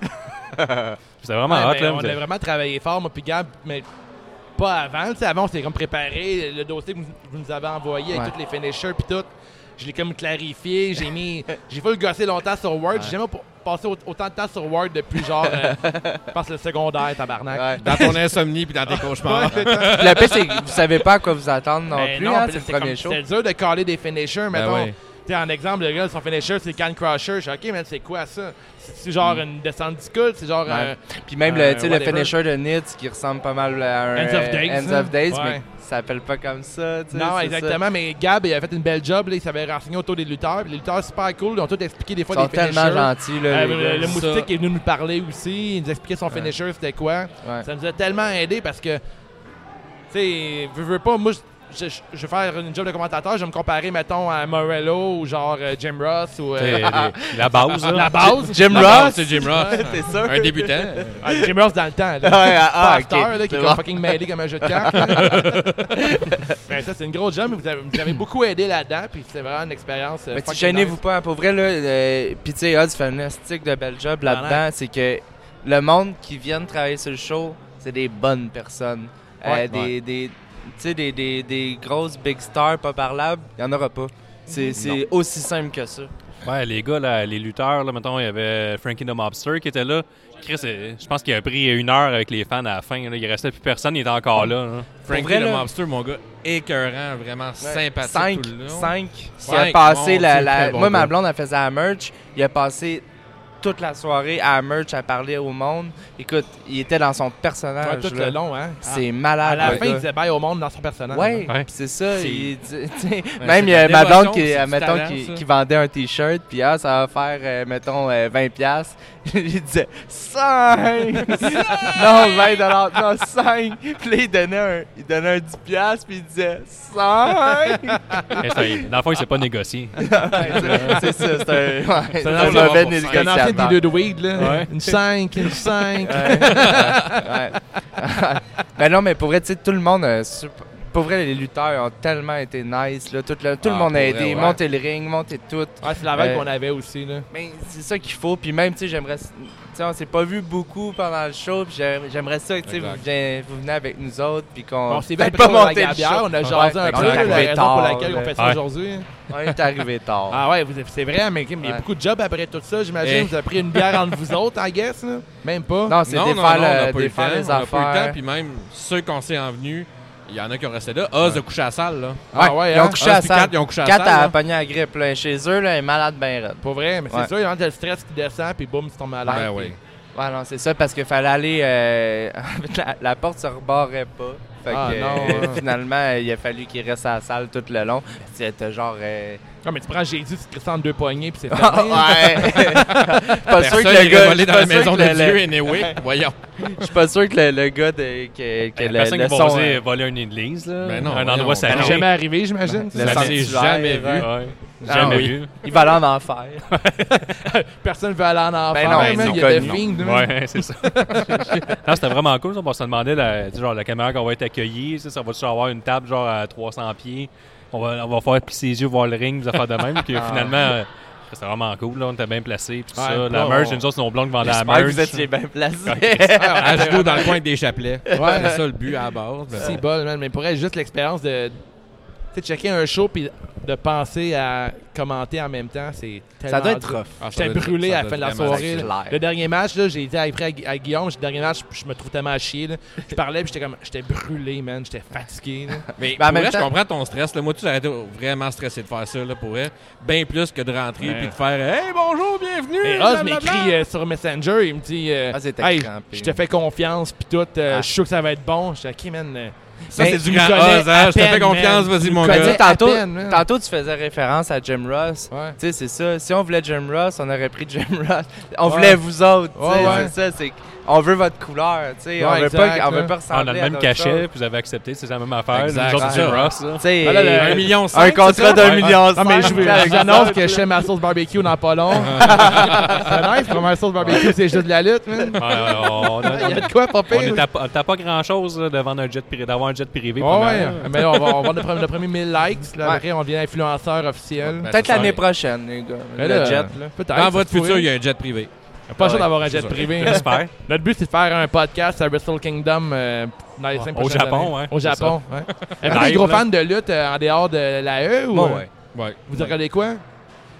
C'était vraiment
Ouais,
hot,
mais on
là. vous
a
avez-
vraiment travaillé fort, moi, puis Gab, mais pas avant. Tu sais, avant, on s'est comme préparé le dossier que vous, vous nous avez envoyé
Ouais.
avec tous les finishers, puis tout. Je l'ai comme clarifié, j'ai mis. J'ai pas le gosser longtemps sur Word. J'ai jamais pour- passé au- autant de temps sur Word depuis genre. euh, je pense le secondaire, tabarnak.
Ouais.
Dans ton insomnie puis dans tes cauchemars.
Puis Le pire, c'est que vous savez pas à quoi vous attendre non
Mais
plus.
Ben non,
hein,
puis là,
c'est
c'est
le premier
comme-
show. Ben
C'était dur de caller des finishers, mettons.
ouais.
T'sais, en exemple, le gars, son finisher, c'est Can Crusher. Je dis, OK, mais c'est quoi ça? C'est genre une descente du coude? C'est genre.
Mm. Ouais.
euh,
Puis même
Euh,
le, tu sais, le
whatever.
finisher de Nitz qui ressemble pas mal à un.
Ends of
euh,
Days,
Ends
hein.
of Days,
Ouais.
mais ça s'appelle pas comme ça. tu sais,
Non,
c'est
exactement. Mais Gab, il a fait une belle job. là. il s'avait renseigné autour des lutteurs. Puis les lutteurs, super cool. Ils ont tout expliqué des
ça.
fois
Ils sont
des finishers.
tellement gentils, là.
Euh,
les
le,
gars.
le moustique est venu nous parler aussi. Il nous expliquait son finisher, c'était quoi.
Ouais.
Ça nous a tellement aidé parce que, tu sais, veux, veux pas, moi, je, je- je vais faire une job de commentateur. Je vais me comparer, mettons, à Morello ou genre euh, Jim Ross ou.
T'sais,
euh,
les- la base, là.
la base.
Ah, Jim
La base,
Ross.
C'est Jim Ross.
T'es sûr?
Un débutant.
Ah, Jim Ross dans le temps. Là.
Ouais, ah, ah,
Pasteur,
ok.
là, qui
C'est
est
bon.
comme fucking mêlé comme un jeu de cartes. là. Ben, ça, c'est une grosse jambe. Vous avez, vous avez beaucoup aidé là-dedans. Puis c'est vraiment une expérience. euh,
Mais tu
fucking
gênez-vous
nice.
pas, hein, pour vrai, là. euh, Puis tu sais, Oz fait un stick de bel job là-dedans.
Malade.
C'est que le monde qui vient de travailler sur le show, c'est des bonnes personnes. Euh,
Ouais.
des,
Ouais.
des, tu sais, des, des, des grosses big stars pas parlables, il n'y en aura pas.
Mm.
C'est c'est aussi simple que ça.
Ouais, les gars, là, les lutteurs, là, mettons, il y avait Frankie the Mobster qui était là. Chris, euh, je pense qu'il a pris une heure avec les fans à la fin. là. Il restait plus personne, il était encore là. hein. là.
Frankie
vrai,
le
là-
mobster, mon gars, écœurant, vraiment sympathique
Cinq,
tout le long.
cinq. Il
Cinq.
a passé
Bon,
la,
c'est
la-
très bon
Moi, ma
gars.
blonde, elle faisait à merch. Il a passé toute la soirée à merch à parler au monde. Écoute, il était dans son
Ouais,
personnage.
tout
là.
le long, hein.
C'est
À
malade.
la
le
fin, il
gars.
disait bye au monde dans son personnage.
Ouais,
Ouais.
pis c'est ça.
C'est-
il- tu- tu sais,
c'est
même il y a
de la
ma blonde
dévotion,
qui,
c'est du
mettons,
talent,
qui,
ça.
qui vendait un t-shirt, puis ah, ça va faire, euh, mettons, euh, 20$. piastres. il disait 5! non, 20$, dollars, non, 5! Puis là, il donnait un, il donnait un 10$, piastres, puis il disait 5!
Mais ça, il- dans le fond, il s'est pas négocié.
c'est ça, c'est un. Ouais, c'est
un
un
ancien-
mauvais
C'est un ancien
négociateur.
dealer de weed, là.
Ouais.
Une 5, une 5.
Ouais. Ouais. ben non, mais pour vrai, tu sais, tout le monde a super- Pour vrai, les lutteurs ont tellement été nice. Là. Tout, le, tout
Ah,
le monde a
pour
aidé.
vrai, ouais.
Monter le ring, monter tout.
Ouais, c'est la vague
Euh,
qu'on avait aussi. Là.
Mais c'est ça qu'il faut. Puis même, tu sais, j'aimerais. Tu sais, on s'est pas vu beaucoup pendant le show. Puis j'ai- j'aimerais ça que tu sais,
Exact.
vous, venez- vous venez avec nous autres. Puis qu'on.
On s'est bien
Peut-être
pas monté
monter
la bière, on a jasé un
Ouais,
peu,
on est
là, la
arrivé
raison pour
tard,
laquelle
là.
on fait ça
Ouais.
aujourd'hui.
show. On est arrivé tard.
Ah ouais, vous avez- c'est vrai, mais il y a
Ouais.
beaucoup de jobs après tout ça, j'imagine.
Eh.
Vous avez pris une bière entre vous autres, I guess, là? Même pas.
Non, Ah, c'est
non, non, non, on
défaire,
n'a
le-
pas eu le temps. On
défaire les
n'a pas eu le temps.
affaires.
Puis même ceux qu'on s'est envenus, il y en a qui ont resté là. Oz a couché à la salle. Là.
Ah ouais,
ils
hein?
ont couché à la
Oz puis Kat,
salle.
ils ont couché à la
Kat
salle.
a
là.
pogné la grippe. Là. Chez eux, là, elle est malade ben raide.
Pas vrai, mais c'est
Ouais.
sûr, il y a le stress qui descend, puis boum, tu tombes à l'air.
Ben
puis-
oui.
Ouais, non, c'est ça, parce qu'il fallait aller. euh, la, la porte se rebarrait pas. Fait
Ah,
que,
non,
euh,
hein.
finalement, il a fallu qu'il reste à la salle tout le long. C'était genre. euh,
Non, Ah, mais tu prends Jésus, tu te crisses en deux poignées, puis c'est
Ah,
terminé.
ouais! pas sûr que
Personne
le
n'irait
gars.
voler dans
je
la
suis pas sûr
maison
que
de
le-
Dieu, anyway. Voyons.
Je suis pas sûr que le, le gars de, que, que
Il y a
le,
personne
le
qui va
son,
oser
euh,
voler une église, là.
Ben non,
un
voyons,
endroit
ben
Ça
sacré.
n'est jamais arrivé, j'imagine.
Ben, Le
Ça-
Ça s'est
sanctuaire,
jamais
hein.
vu.
Ouais.
Ah,
Jamais
oui.
vu.
il va aller en enfer.
Personne veut aller en enfer.
Ben non,
man,
ben
il y a
non.
des films. là.
Ouais, c'est ça. non, c'était vraiment cool. ça. On se demandait, la, tu sais, genre, la caméra qu'on va être accueillie, ça, ça va toujours avoir une table genre à 300 pieds. On va, on va faire plisser les yeux, voir le ring, vous faire de même. Puis finalement, euh, c'était vraiment cool. Là, on était bien placés. Puis tout
Ouais,
ça.
là,
La merch,
on-
nous autres, nos blonds qui vendaient la
J'espère que
merch.
vous êtes les bien placés.
À genoux dans le coin avec des chapelets.
Ouais.
C'est ça le but à la base. mais
C'est
bon.
bol, man. Mais pour elle, juste l'expérience de tu sais, checker un show puis de penser à commenter en même temps, c'est tellement.
Ça doit être
dur.
rough.
Ah, ça
J'étais
doit être-
brûlé
ça
à la fin de la
doit vraiment
soirée.
être-
là. Le dernier match, là, j'ai été après à, Gu- à Guillaume. Le dernier match, je me trouve tellement à chier. là. Je parlais puis j'étais comme. J'étais brûlé, man. J'étais fatigué. là.
Mais
Ben, en
pour
même
vrai, je
temps-
comprends ton stress. Là. Moi, tu j'aurais été vraiment stressé de faire ça là, pour vrai. Bien plus que de rentrer
Ouais.
puis de faire Hey, bonjour, bienvenue.
Mais Oz
blablabla.
m'écrit euh, sur Messenger, il me dit euh,
Ah, c'était
Hey,
crampé.
je te fais confiance, puis tout, euh,
Ah.
je suis sûr que ça va être bon. Je dis, OK, man. euh,
Ça,
ben,
c'est
tu
du
me
grand
connais
Oz.
à
Hein? Je te
peine,
fais confiance,
man.
vas-y, mon
connais
Ben, tu
gars.
sais,
à
tantôt,
peine, man.
tantôt, tu faisais référence à Jim Ross.
Ouais.
Tu sais, c'est ça. Si on voulait Jim Ross, on aurait pris Jim Ross. On
Ouais.
voulait vous autres. tu sais,
Ouais, ouais.
C'est ça. C'est on veut votre couleur. tu sais,
Ouais,
on veut
exact, hein.
pas, on
là.
veut pas
Ah,
ressembler
on a le
à
même
d'autres
cachet,
choses.
puis vous avez accepté, c'est la même affaire. Nous
Exact.
autres, c'est
Ouais.
Ross. là.
Tu sais,
Ah, là, le-
Un million cinq.
un contrat d'un
Ouais.
million.
Non, mais je
cinq,
veux-
avec
j'annonce
ça.
que je fais ma sauce barbecue dans pas long. c'est nice, pour ma sauce barbecue, c'est juste de la lutte, man.
Ouais, on, on
Il y a
a-
de quoi, pas
on
pire.
était à- on était pas grand chose de vendre un jet privé, d'avoir un jet privé.
Ouais,
premièrement.
ouais. Mais là, on va, on va le premier, le premier 1000 likes, là,
Ouais.
après, on devient influenceur officiel.
Ben,
Peut-être
c'est ça.
l'année prochaine, les gars.
Mais
le
là,
jet.
Peut-être.
Dans votre
ça se
futur,
pourrait.
il y a un jet privé.
Pas sûr
Ouais,
d'avoir un
c'est
jet
sûr.
privé. hein.
J'espère.
Notre but, c'est de faire un podcast à Wrestle Kingdom euh, dans les
Ah,
Ouais,
cinq
au
prochaines
Japon,
années.
hein,
Au
c'est
Japon, ouais. Êtes-vous
Live,
des gros
là.
fans de lutte euh, en dehors de la E ou
Bon, ouais.
Ouais.
vous regardez quoi?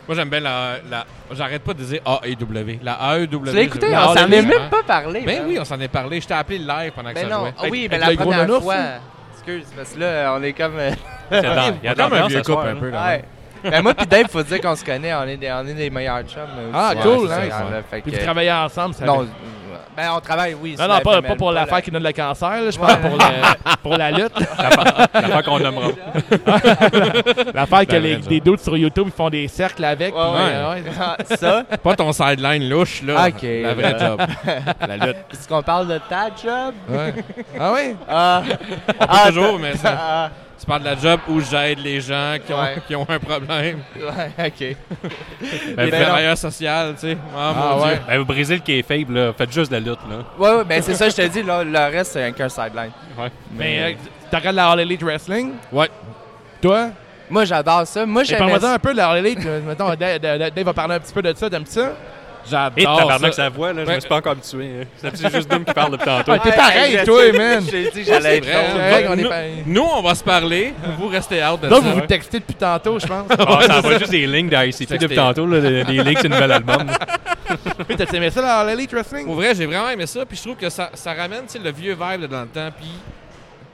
Moi, j'aime bien la. la- J'arrête pas de dire AEW. La AEW.
Tu l'as écouté?
je-
On
Ah,
s'en
oui,
est
hein.
même pas parlé.
Ben
man.
oui, on s'en est parlé. Je t'ai appelé live pendant que
Mais
ça
non,
jouait.
ah oui,
Avec hein.
mais la
le gros
première
nounours,
fois.
là.
Excuse, parce que là, on est comme. euh,
Il y a de- il y a de
comme un
l'ambiance
vieux
ce soir,
couple un
là.
peu. là.
ouais. Ben moi pis Dave, faut dire qu'on se connaît, on est des, on est des meilleurs chums. euh,
Ah,
aussi,
cool,
ouais,
nice.
c'est ça, là, fait
Puis
que-
vous travaillez ensemble, ça
Non,
fait-
euh, ben on travaille, oui.
Non,
sur
non,
la
pas,
FML,
pas pour l'affaire
la-
qui donne le cancer, là, je parle pour, le- pour la lutte.
L'affaire qu'on nommera.
L'affaire que
Ben,
les,
raison.
des doutes sur YouTube, ils font des cercles avec.
Ouais,
puis,
ouais.
euh, ouais.
Ah, ça,
Pas ton sideline louche, là.
Ok,
La vraie
là.
job. La lutte.
est-ce qu'on parle de ta job?
Ah oui?
Ah,
On peut
Ah,
toujours, mais ça-
ah,
tu parles de la job où j'aide les gens qui ont,
Ouais.
qui ont un problème.
ouais, ok.
Les
ben non.
travailleurs sociaux, tu sais. Ah,
Ah,
mon
ouais.
Dieu.
Ben, vous brisez le qui faible, là. Faites juste de la lutte, là.
Ouais, ouais, ben c'est ça, je te dis, là, le reste, c'est qu'un sideline.
Mais euh, tu regardes la All Elite Wrestling?
Ouais.
Toi?
Moi, j'adore ça. Moi,
Et
j'aimais
parle-moi
ça.
un peu de la All Elite. euh, Mettons, Dave, Dave- Dave va parler un petit peu de ça. T'aimes ça?
Et
J'adore
tabarnak,
ça.
sa voix, là. Je
Ouais.
me suis pas encore habitué. hein. C'est c'est juste Doom qui parle depuis tantôt.
Ouais, t'es pareil,
je
toi,
sais,
man.
Je t'ai dit, j'allais être
C'est vrai,
C'est
drôle.
vrai qu'on est
nous-
pareil.
Nous, on va se parler. Vous restez out de
Donc,
ça.
vous vous textez depuis tantôt, je pense.
Ah, ça va juste des lignes d'ICP depuis
Texté.
tantôt, là. Des des lignes, c'est une belle album. là.
Puis, t'as aimé ça, la All Elite Wrestling?
Pour vrai, j'ai vraiment aimé ça, puis je trouve que ça, ça ramène tu sais, le vieux vibe de dans le temps, puis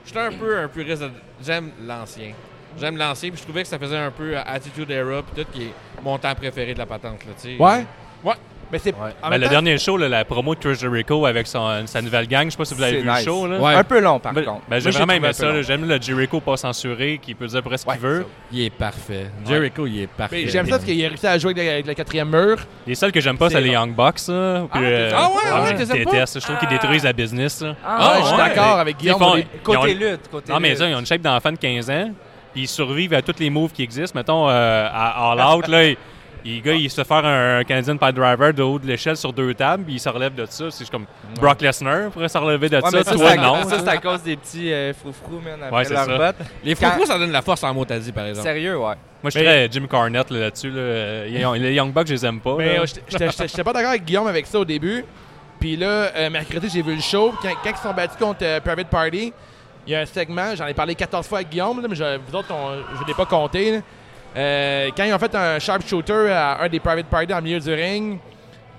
j'étais un peu un puriste. de- J'aime l'ancien. J'aime l'ancien, puis je trouvais que ça faisait un peu Attitude Era, puis tout, qui est mon temps préféré de la patente. Là, tu sais.
Ouais?
Ouais.
Mais c'est. en
Ben,
même
le
temps,
dernier show, là, la promo de Treasure Rico avec son- sa nouvelle gang, je sais pas si vous l'avez
C'est
vu le
nice.
show, là.
Ouais.
Un peu long, par
Ben,
contre.
ben, j'ai
Moi,
vraiment
trouvé
aimé
un peu
ça. là.
long.
J'aime le Jericho pas censuré, qui peut dire presque ce qu'il veut.
Il est parfait. Jericho, il est parfait.
J'aime ça parce qu'il a réussi à jouer avec le, avec le quatrième mur.
Les seuls que j'aime pas, c'est
C'est
les
long.
Young Bucks. là. Puis, euh,
ah ouais, ouais,
je
t'es aimes pas?
déteste. Je trouve qu'ils détruisent la business. là.
Ah,
Ah,
je suis
ouais.
d'accord avec Guillaume.
Ils font-
on est-
ils ont-
Côté lutte, côté
Non, mais
lutte.
ça, ils ont une shape d'enfant de 15 ans, puis ils survivent à tous les moves qui existent. Mettons, euh, à All Out, là, ils, Les gars, ils se faire un Canadian Pie Driver de haut de l'échelle sur deux tables, puis ils se relèvent de ça. C'est juste comme Brock Lesnar pourrait se relever de
Ouais,
ça,
mais ça,
toi
c'est à-
non.
ça, c'est à cause des petits euh, froufrous, man, après
Ouais, c'est
leur
ça.
botte.
Les
Quand-
froufrous, ça donne la force en motadie, par exemple.
Sérieux, ouais.
Hein?
Moi, je suis très Jim Cornette là, là-dessus. là. Euh, Les Young- les Young Bucks, je les aime pas.
Mais
là.
euh, j'étais- j'étais j'étais- j'étais pas d'accord avec Guillaume avec ça au début. Puis là, euh, mercredi, j'ai vu le show. Quand, quand ils se sont battus contre euh, Private Party, il y a un segment, j'en ai parlé 14 fois avec Guillaume, là, mais je, vous autres, on- je ne l'ai pas compté. là. Euh, quand ils ont fait un sharpshooter à un des Private Party dans le milieu du ring,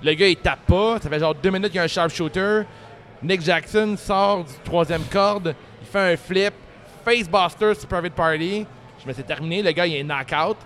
le gars, il tape pas. Ça fait genre deux minutes qu'il y a un sharpshooter. Nick Jackson sort du troisième corde. Il fait un flip. Facebuster sur Private Party. Je me suis terminé. Le gars, il est knockout.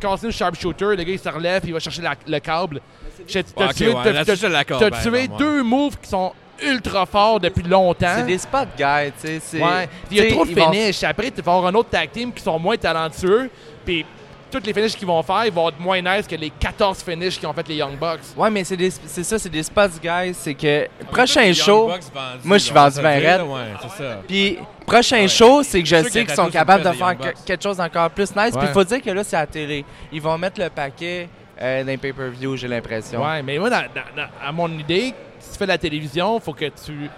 Continue le sharpshooter. Le gars, il se relève. puis Il va chercher la- le câble. Je t'ai-
Ouais,
T'as
ok,
tué,
ouais,
t'as-
là-dessus,
t'as-
je l'accorde,
t'as
par
tué
exemple, ben, ouais.
deux moves qui sont ultra forts depuis longtemps.
C'est des spot guys, tu sais. c'est-
Ouais. Puis il y
tu
a
sais,
trop de
ils vont-
finishes. Après, tu vas avoir un autre tag team qui sont moins talentueux. Puis toutes les finishes qu'ils vont faire, ils vont être moins nice que les 14 finishes qui ont fait les Young Bucks.
Ouais, mais c'est des- c'est ça, c'est des spots guys. C'est que
Les
prochain
Young
show,
Bucks vendus,
moi, je suis
là, on
vendu
va se
ben
le dire,
raide.
là, Ouais, c'est ça.
puis prochain
Ouais.
show, c'est que je
Sûr qu'il y
sais
a
qu'ils sont
tatoué
capables
sur
de
le fait
faire
des Young
que-
Bucks.
quelque chose d'encore plus nice. Puis
Ouais.
il faut dire que là, c'est à la télé. Ils vont mettre le paquet euh, d'un pay-per-view, j'ai l'impression.
Ouais, mais moi, dans- dans- dans- à mon idée, si tu fais de la télévision, faut que tu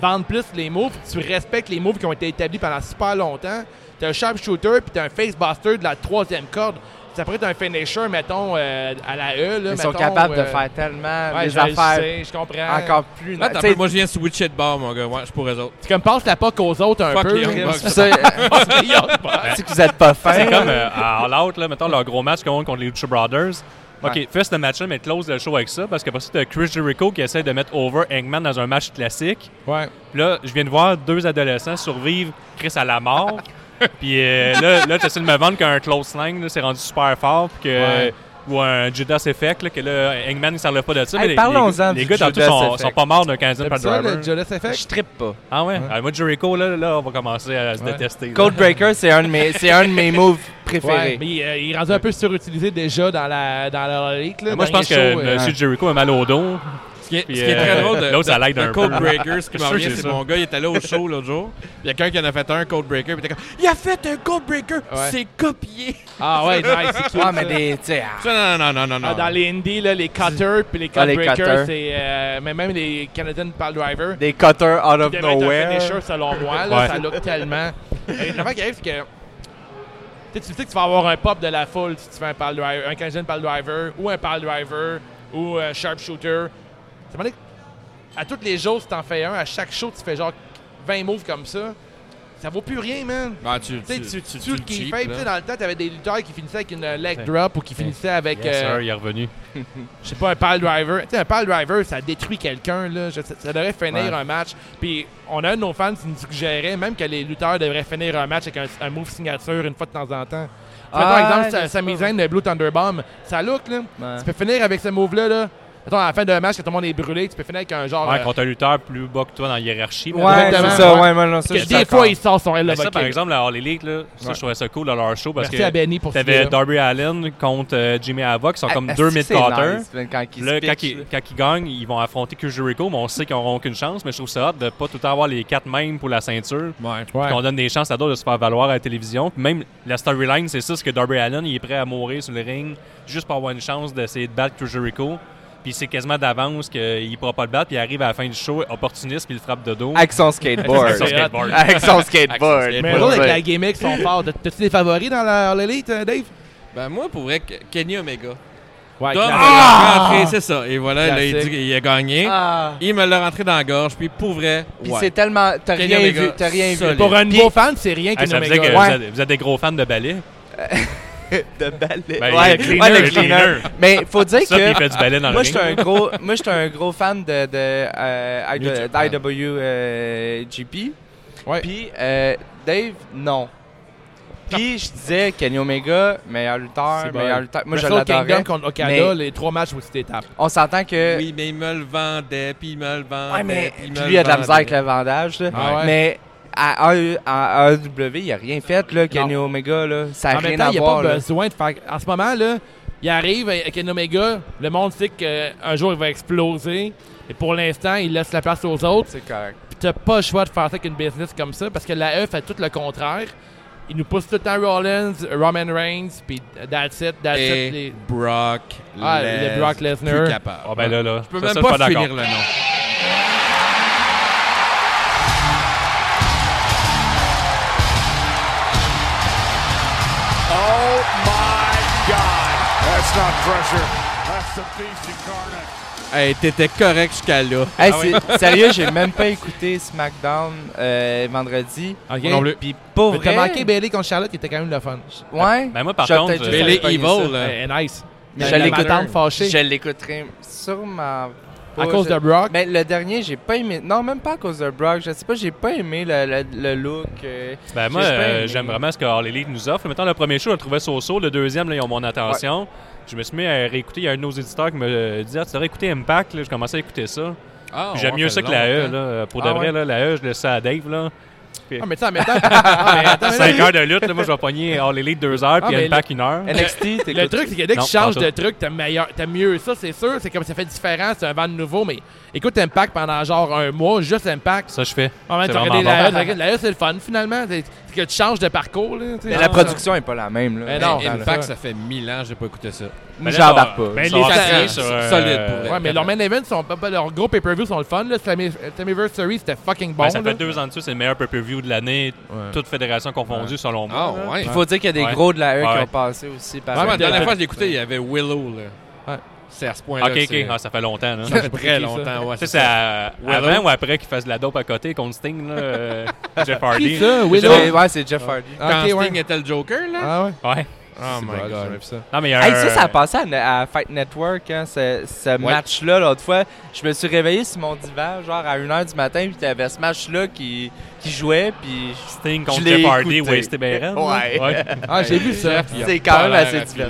vendes plus les moves, que tu respectes les moves qui ont été établis pendant super longtemps. T'as un sharpshooter, puis t'as un facebuster de la troisième corde. Ça pourrait être un finisher, mettons, euh, à la E. Là,
Ils sont
mettons,
capables de
euh,
faire tellement
ouais,
des
je- je
affaires
sais, je comprends.
encore plus
Attends
ben,
un
tu sais,
peu, moi, je viens switcher de bord, mon gars. Ouais, je suis pour eux autres.
C'est comme passe la POC aux autres un
Fuck
peu.
les Young
là.
Bucks.
ça, euh,
Les Young Bucks.
tu sais que vous êtes pas fin.
C'est comme euh, à All Out, là, mettons, leur gros match qu'on a contre les Lucha Brothers. OK,
Ouais.
fais ce match-là, mais close le show avec ça, parce que ça, t'as Chris Jericho qui essaie de mettre over Eggman dans un match classique.
Ouais.
Puis là, je viens de voir deux adolescents survivre Chris à la mort. Puis euh, là, là tu essaies de me vendre qu'un close line, là, c'est rendu super fort. Puis que,
Ouais.
Ou un Judas Effect, là, que là, Eggman, il s'enlève pas de ça.
Hey,
mais les-
parlons-en
les, les
du
gars, dans tout,
Judas
sont,
Effect.
sont pas morts d'un Canadian
T'aimes
Pad
ça,
Driver.
le Jealous Effect?
Je trippe pas.
Ah ouais? Ah, moi, Jericho, là, là, on va commencer à se
Ouais.
détester. là.
Code Breaker, c'est un de mes, c'est un de mes moves préférés.
Ouais, mais euh, il est rendu un peu surutilisé déjà dans la, dans la ligue. là,
Moi, je
dernier
pense que
show, euh,
M. Jericho a mal au dos.
Ce qui est,
Puis,
ce qui est
euh,
très drôle de,
l'autre, ça
de-
l'aide
de
un peu.
Code Breaker, ce qui
Je suis
m'en
sûr
vient,
que c'est
c'est
ça.
mon gars, il était là au show l'autre jour. puis Il y a quelqu'un qui en a fait un Code Breaker, puis il était comme Il a fait un Code Breaker,
Ouais.
c'est copié.
Ah ouais, nice, c'est cute,
Ouais, mais
ça.
des, tu sais, ah,
Ça, non, non, non, non, non.
Ah, dans les indies, là, les cutters puis les cut
Ah, les
breakers,
cutters.
c'est. euh, mais même les Canadian Pal Driver.
des cutters out of
Ils devraient être un
nowhere.
finisher selon moi, là,
Ouais.
ça look tellement. Et L'affaire qui arrive, c'est que. tu sais, tu sais que tu vas avoir un pop de la foule si tu fais un, pal driver, un Canadian Pal Driver ou un Pal Driver ou un Sharpshooter. Ça veut dire que à tous les jours, si t'en fais un, à chaque show, tu fais genre 20 moves comme ça. Ça vaut plus rien, man.
Ah,
Tu
tu,
sais, tu- tu tues le
cheap,
kayfabe, tu
là.
sais, dans le temps, t'avais des lutteurs qui finissaient avec une euh, leg
Ouais.
drop ou qui finissaient avec,
Yes,
euh,
sir, il est revenu.
je sais pas, un pal driver. Tu sais, un pal driver, ça détruit quelqu'un, là. Je- ça, ça devrait finir
Ouais.
un match. Puis on a un de nos fans qui nous suggérait même que les lutteurs devraient finir un match avec un, un move signature une fois de temps en temps. Tu sais,
Ah,
par
je
exemple,
sais
Sami
pas.
Zayn, le Blue Thunderbomb, ça look, là.
Ouais.
Hein?
Tu peux finir avec ce move-là, là. Mettons, à la fin d'un match, quand tout le monde est brûlé, tu peux finir avec un genre.
Ouais,
euh,
contre un lutteur plus bas que toi dans la hiérarchie. mais
Ouais,
Exactement.
c'est ça,
Ouais.
ouais, moi, non, ça,
que
je suis
des
d'accord.
fois, il sort son Hell
Mais
of a
ça, par
King.
exemple, la All Elite, là, ça, je trouvais ça cool dans leur show parce
Merci à
que
Benny pour ce
t'avais
vidéo.
Darby Allen contre euh, Jimmy Havoc, ils sont
Ah,
comme
est-ce
deux
que
mid
c'est
cutters
nice, man, quand ils
Là,
se
quand
pitchent,
ils,
là.
quand ils gagnent, ils vont affronter que Jericho, mais on sait qu'ils n'auront aucune chance. Mais je trouve ça hot de pas tout le temps avoir les quatre mêmes pour la ceinture.
Ouais.
Ouais.
Qu'on donne des chances à d'autres de se faire valoir à la télévision. Puis même la storyline, c'est ça, c'est que Darby Allen, il est prêt à mourir sur le ring juste pour avoir une chance d'essayer de battre que Jericho. Puis c'est quasiment d'avance qu'il ne pourra pas le battre. Puis il arrive à la fin du show, opportuniste, puis il le frappe de dos.
Avec son
Avec son
skateboard.
skateboard.
Avec son skateboard.
Mais les autres, avec la gimmick, ils sont forts. T'as-tu des favoris dans la All Elite, euh, Dave?
Ben, moi, pour vrai, Ke- Kenny Omega.
Ouais,
Dom,
clairement.
il a rentré, c'est ça. Et voilà, là, il,
Ah, Classique.
dit, qu'il a gagné.
Ah.
Il me l'a rentré dans la gorge, puis pour vrai,
Puis
ouais.
c'est tellement. T'as
Kenny
rien
Omega,
vu. T'as rien vu.
solide.
Pour un
Puis-
nouveau fan, c'est rien
Hey,
qu'une
ça faisait que
Omega.
vous,
Ouais.
êtes, vous êtes des gros fans de ballet.
de ballet.
Ben,
ouais,
le cleaner,
ouais,
le
le
cleaner.
cleaner. Mais faut dire
Ça, puis il
que.
fait du ballet dans
Moi,
le
j'étais
ring.
un gros, moi, j'étais un gros fan de, de, euh, I-
New Japan.
d'IWGP.
Ouais.
Puis euh, Dave, non. Puis je disais Kenny Omega, meilleur
C'est
lutteur,
bon.
meilleur lutteur. Moi, je
Wrestle Kingdom
l'adorais.
contre Okada,
mais-
les trois matchs où c'était étape.
On s'entend que
Oui, mais il me le vendait, puis il me le vendait.
euh, Ouais, mais
puis il me
puis
le
lui, il a de la
vendait.
misère avec le vendage. là.
Ah ouais.
Mais à AE à AEW, il a rien fait, là, Kenny
Non.
Omega. Là. Ça n'a
En même
rien
temps,
à
il n'y a pas
voir. là.
besoin de faire. En ce moment, là, il arrive avec un Omega, le monde sait qu'un jour il va exploser. Et pour l'instant, il laisse la place aux autres.
C'est correct.
Puis t'as pas le choix de faire ça avec une business comme ça parce que la E fait tout le contraire. Il nous pousse tout le temps Rollins, Roman Reigns, puis that's it, that's
Et
it. Les...
Brock
Ah,
Les-
le Brock Lesnar.
Plus capable.
Ah, ben là, là.
Je peux même
ça, ça,
pas,
je suis
finir
d'accord.
le nom.
Oh my God. That's not pressure. That's the beast incarnate.
Hey, t'étais correct jusqu'à là.
Ah
Hey, c'est- Sérieux, j'ai même pas écouté SmackDown euh, vendredi.
OK.
Non plus.
Puis pour
Mais
vrai,
t'as manqué Bailey contre Charlotte qui était quand même le fun.
ouais,
Ben moi, par
J'aurais
contre,
peut-être
euh,
dû
Bailey
j'avais pas
Evil,
aimé
là.
Eh, nice.
Mais
La-
je
la
l'écoute
madame fâchée
je l'écouterai sûrement. pas.
à cause
Je-
de Brock.
Mais le dernier, j'ai pas aimé. Non, même pas à cause de Brock. Je sais pas, j'ai pas aimé le, le- le look. euh,
Ben moi,
J'ai pas
euh,
aimé.
j'aime vraiment ce que All Elite nous offre. Mettons, le premier show, je le trouvais so-so. Le deuxième, là, ils ont mon attention. Je me suis mis à réécouter. Il y a un de nos éditeurs qui me euh, dit Ah, tu devrais écouter Impact. Là. Je commençais à écouter ça.
Ah,
Puis j'aime
on
mieux
fait hein.
ça que la E.
longtemps.
Là. Pour
Ah
de vrai,
ouais?
là, la E, je le sais à Dave. Là.
Ah, mais tu sais, en même temps- Ah, mais attends, mais là,
5 heures de lutte, là, moi, je vais pogner All Elite 2 heures, puis
mais
Impact 1 heure.
NXT, t'écoutes.
Le truc, c'est que dès que
Non,
tu changes
pas en
de truc, t'as meilleur, t'as mieux ça, c'est sûr. C'est comme ça fait différent, c'est un vent de nouveau. Mais écoute Impact pendant genre un mois, juste Impact.
Ça, je fais.
En même
C'est
temps, t'as
vraiment
regardé la- la- la- la- c'est le fun finalement. C'est c'est que tu changes de parcours. Là, tu sais.
Mais la production est pas la même. Là.
Mais non. Ben,
Ouais,
Impact,
Impact,
ça.
ça fait 1000 ans, j'ai pas écouté ça.
Moi, j'embarque pas.
Mais
Mais
les
les
salariés,
sur
c'est
euh,
solide pour vrai.
Ouais, mais leurs main events, sont pas- pas- leurs gros pay-per-view sont le fun. Là. Slammi- Slammiversary, c'était fucking bon.
Ben, ça
là.
fait deux ans dessus, c'est le meilleur pay-per-view de l'année, toute fédération confondue, selon moi.
Ah, ouais.
Il faut dire qu'il y a des
Ouais.
gros de la E qui
Ouais.
ont passé aussi. Par
Ouais, mais la
de-
dernière
de-
fois que je l'ai écouté, il y avait Willow, là.
Ouais.
C'est à ce point-là.
Ok, ok,
c'est-
Ah, ça fait longtemps. Là.
Ça fait
Ça,
très longtemps, ouais. c'est
Ça, c'est à-
Willow.
avant ou après qu'il fasse de la dope à côté contre Sting, là, euh, Jeff Hardy.
Qui ça,
Ouais,
Willow?
ouais, ouais, c'est Jeff Hardy.
Ah,
Quand
ok, ouais.
Sting était le Joker, là.
Ah ouais?
Ouais.
Oh my god.
Non, mais il y a
Hey,
un-
ça, ça a passé à, ne- à Fight Network, hein, ce, ce match-là, l'autre fois. Je me suis réveillé sur mon divan, genre à 1h du matin, puis t'avais ce match-là qui, qui jouait, puis
Sting
Je
contre
l'ai
Jeff Hardy,
écouté.
Wasted Bayern.
Ouais.
Ah, j'ai vu ça.
c'est quand même assez différent.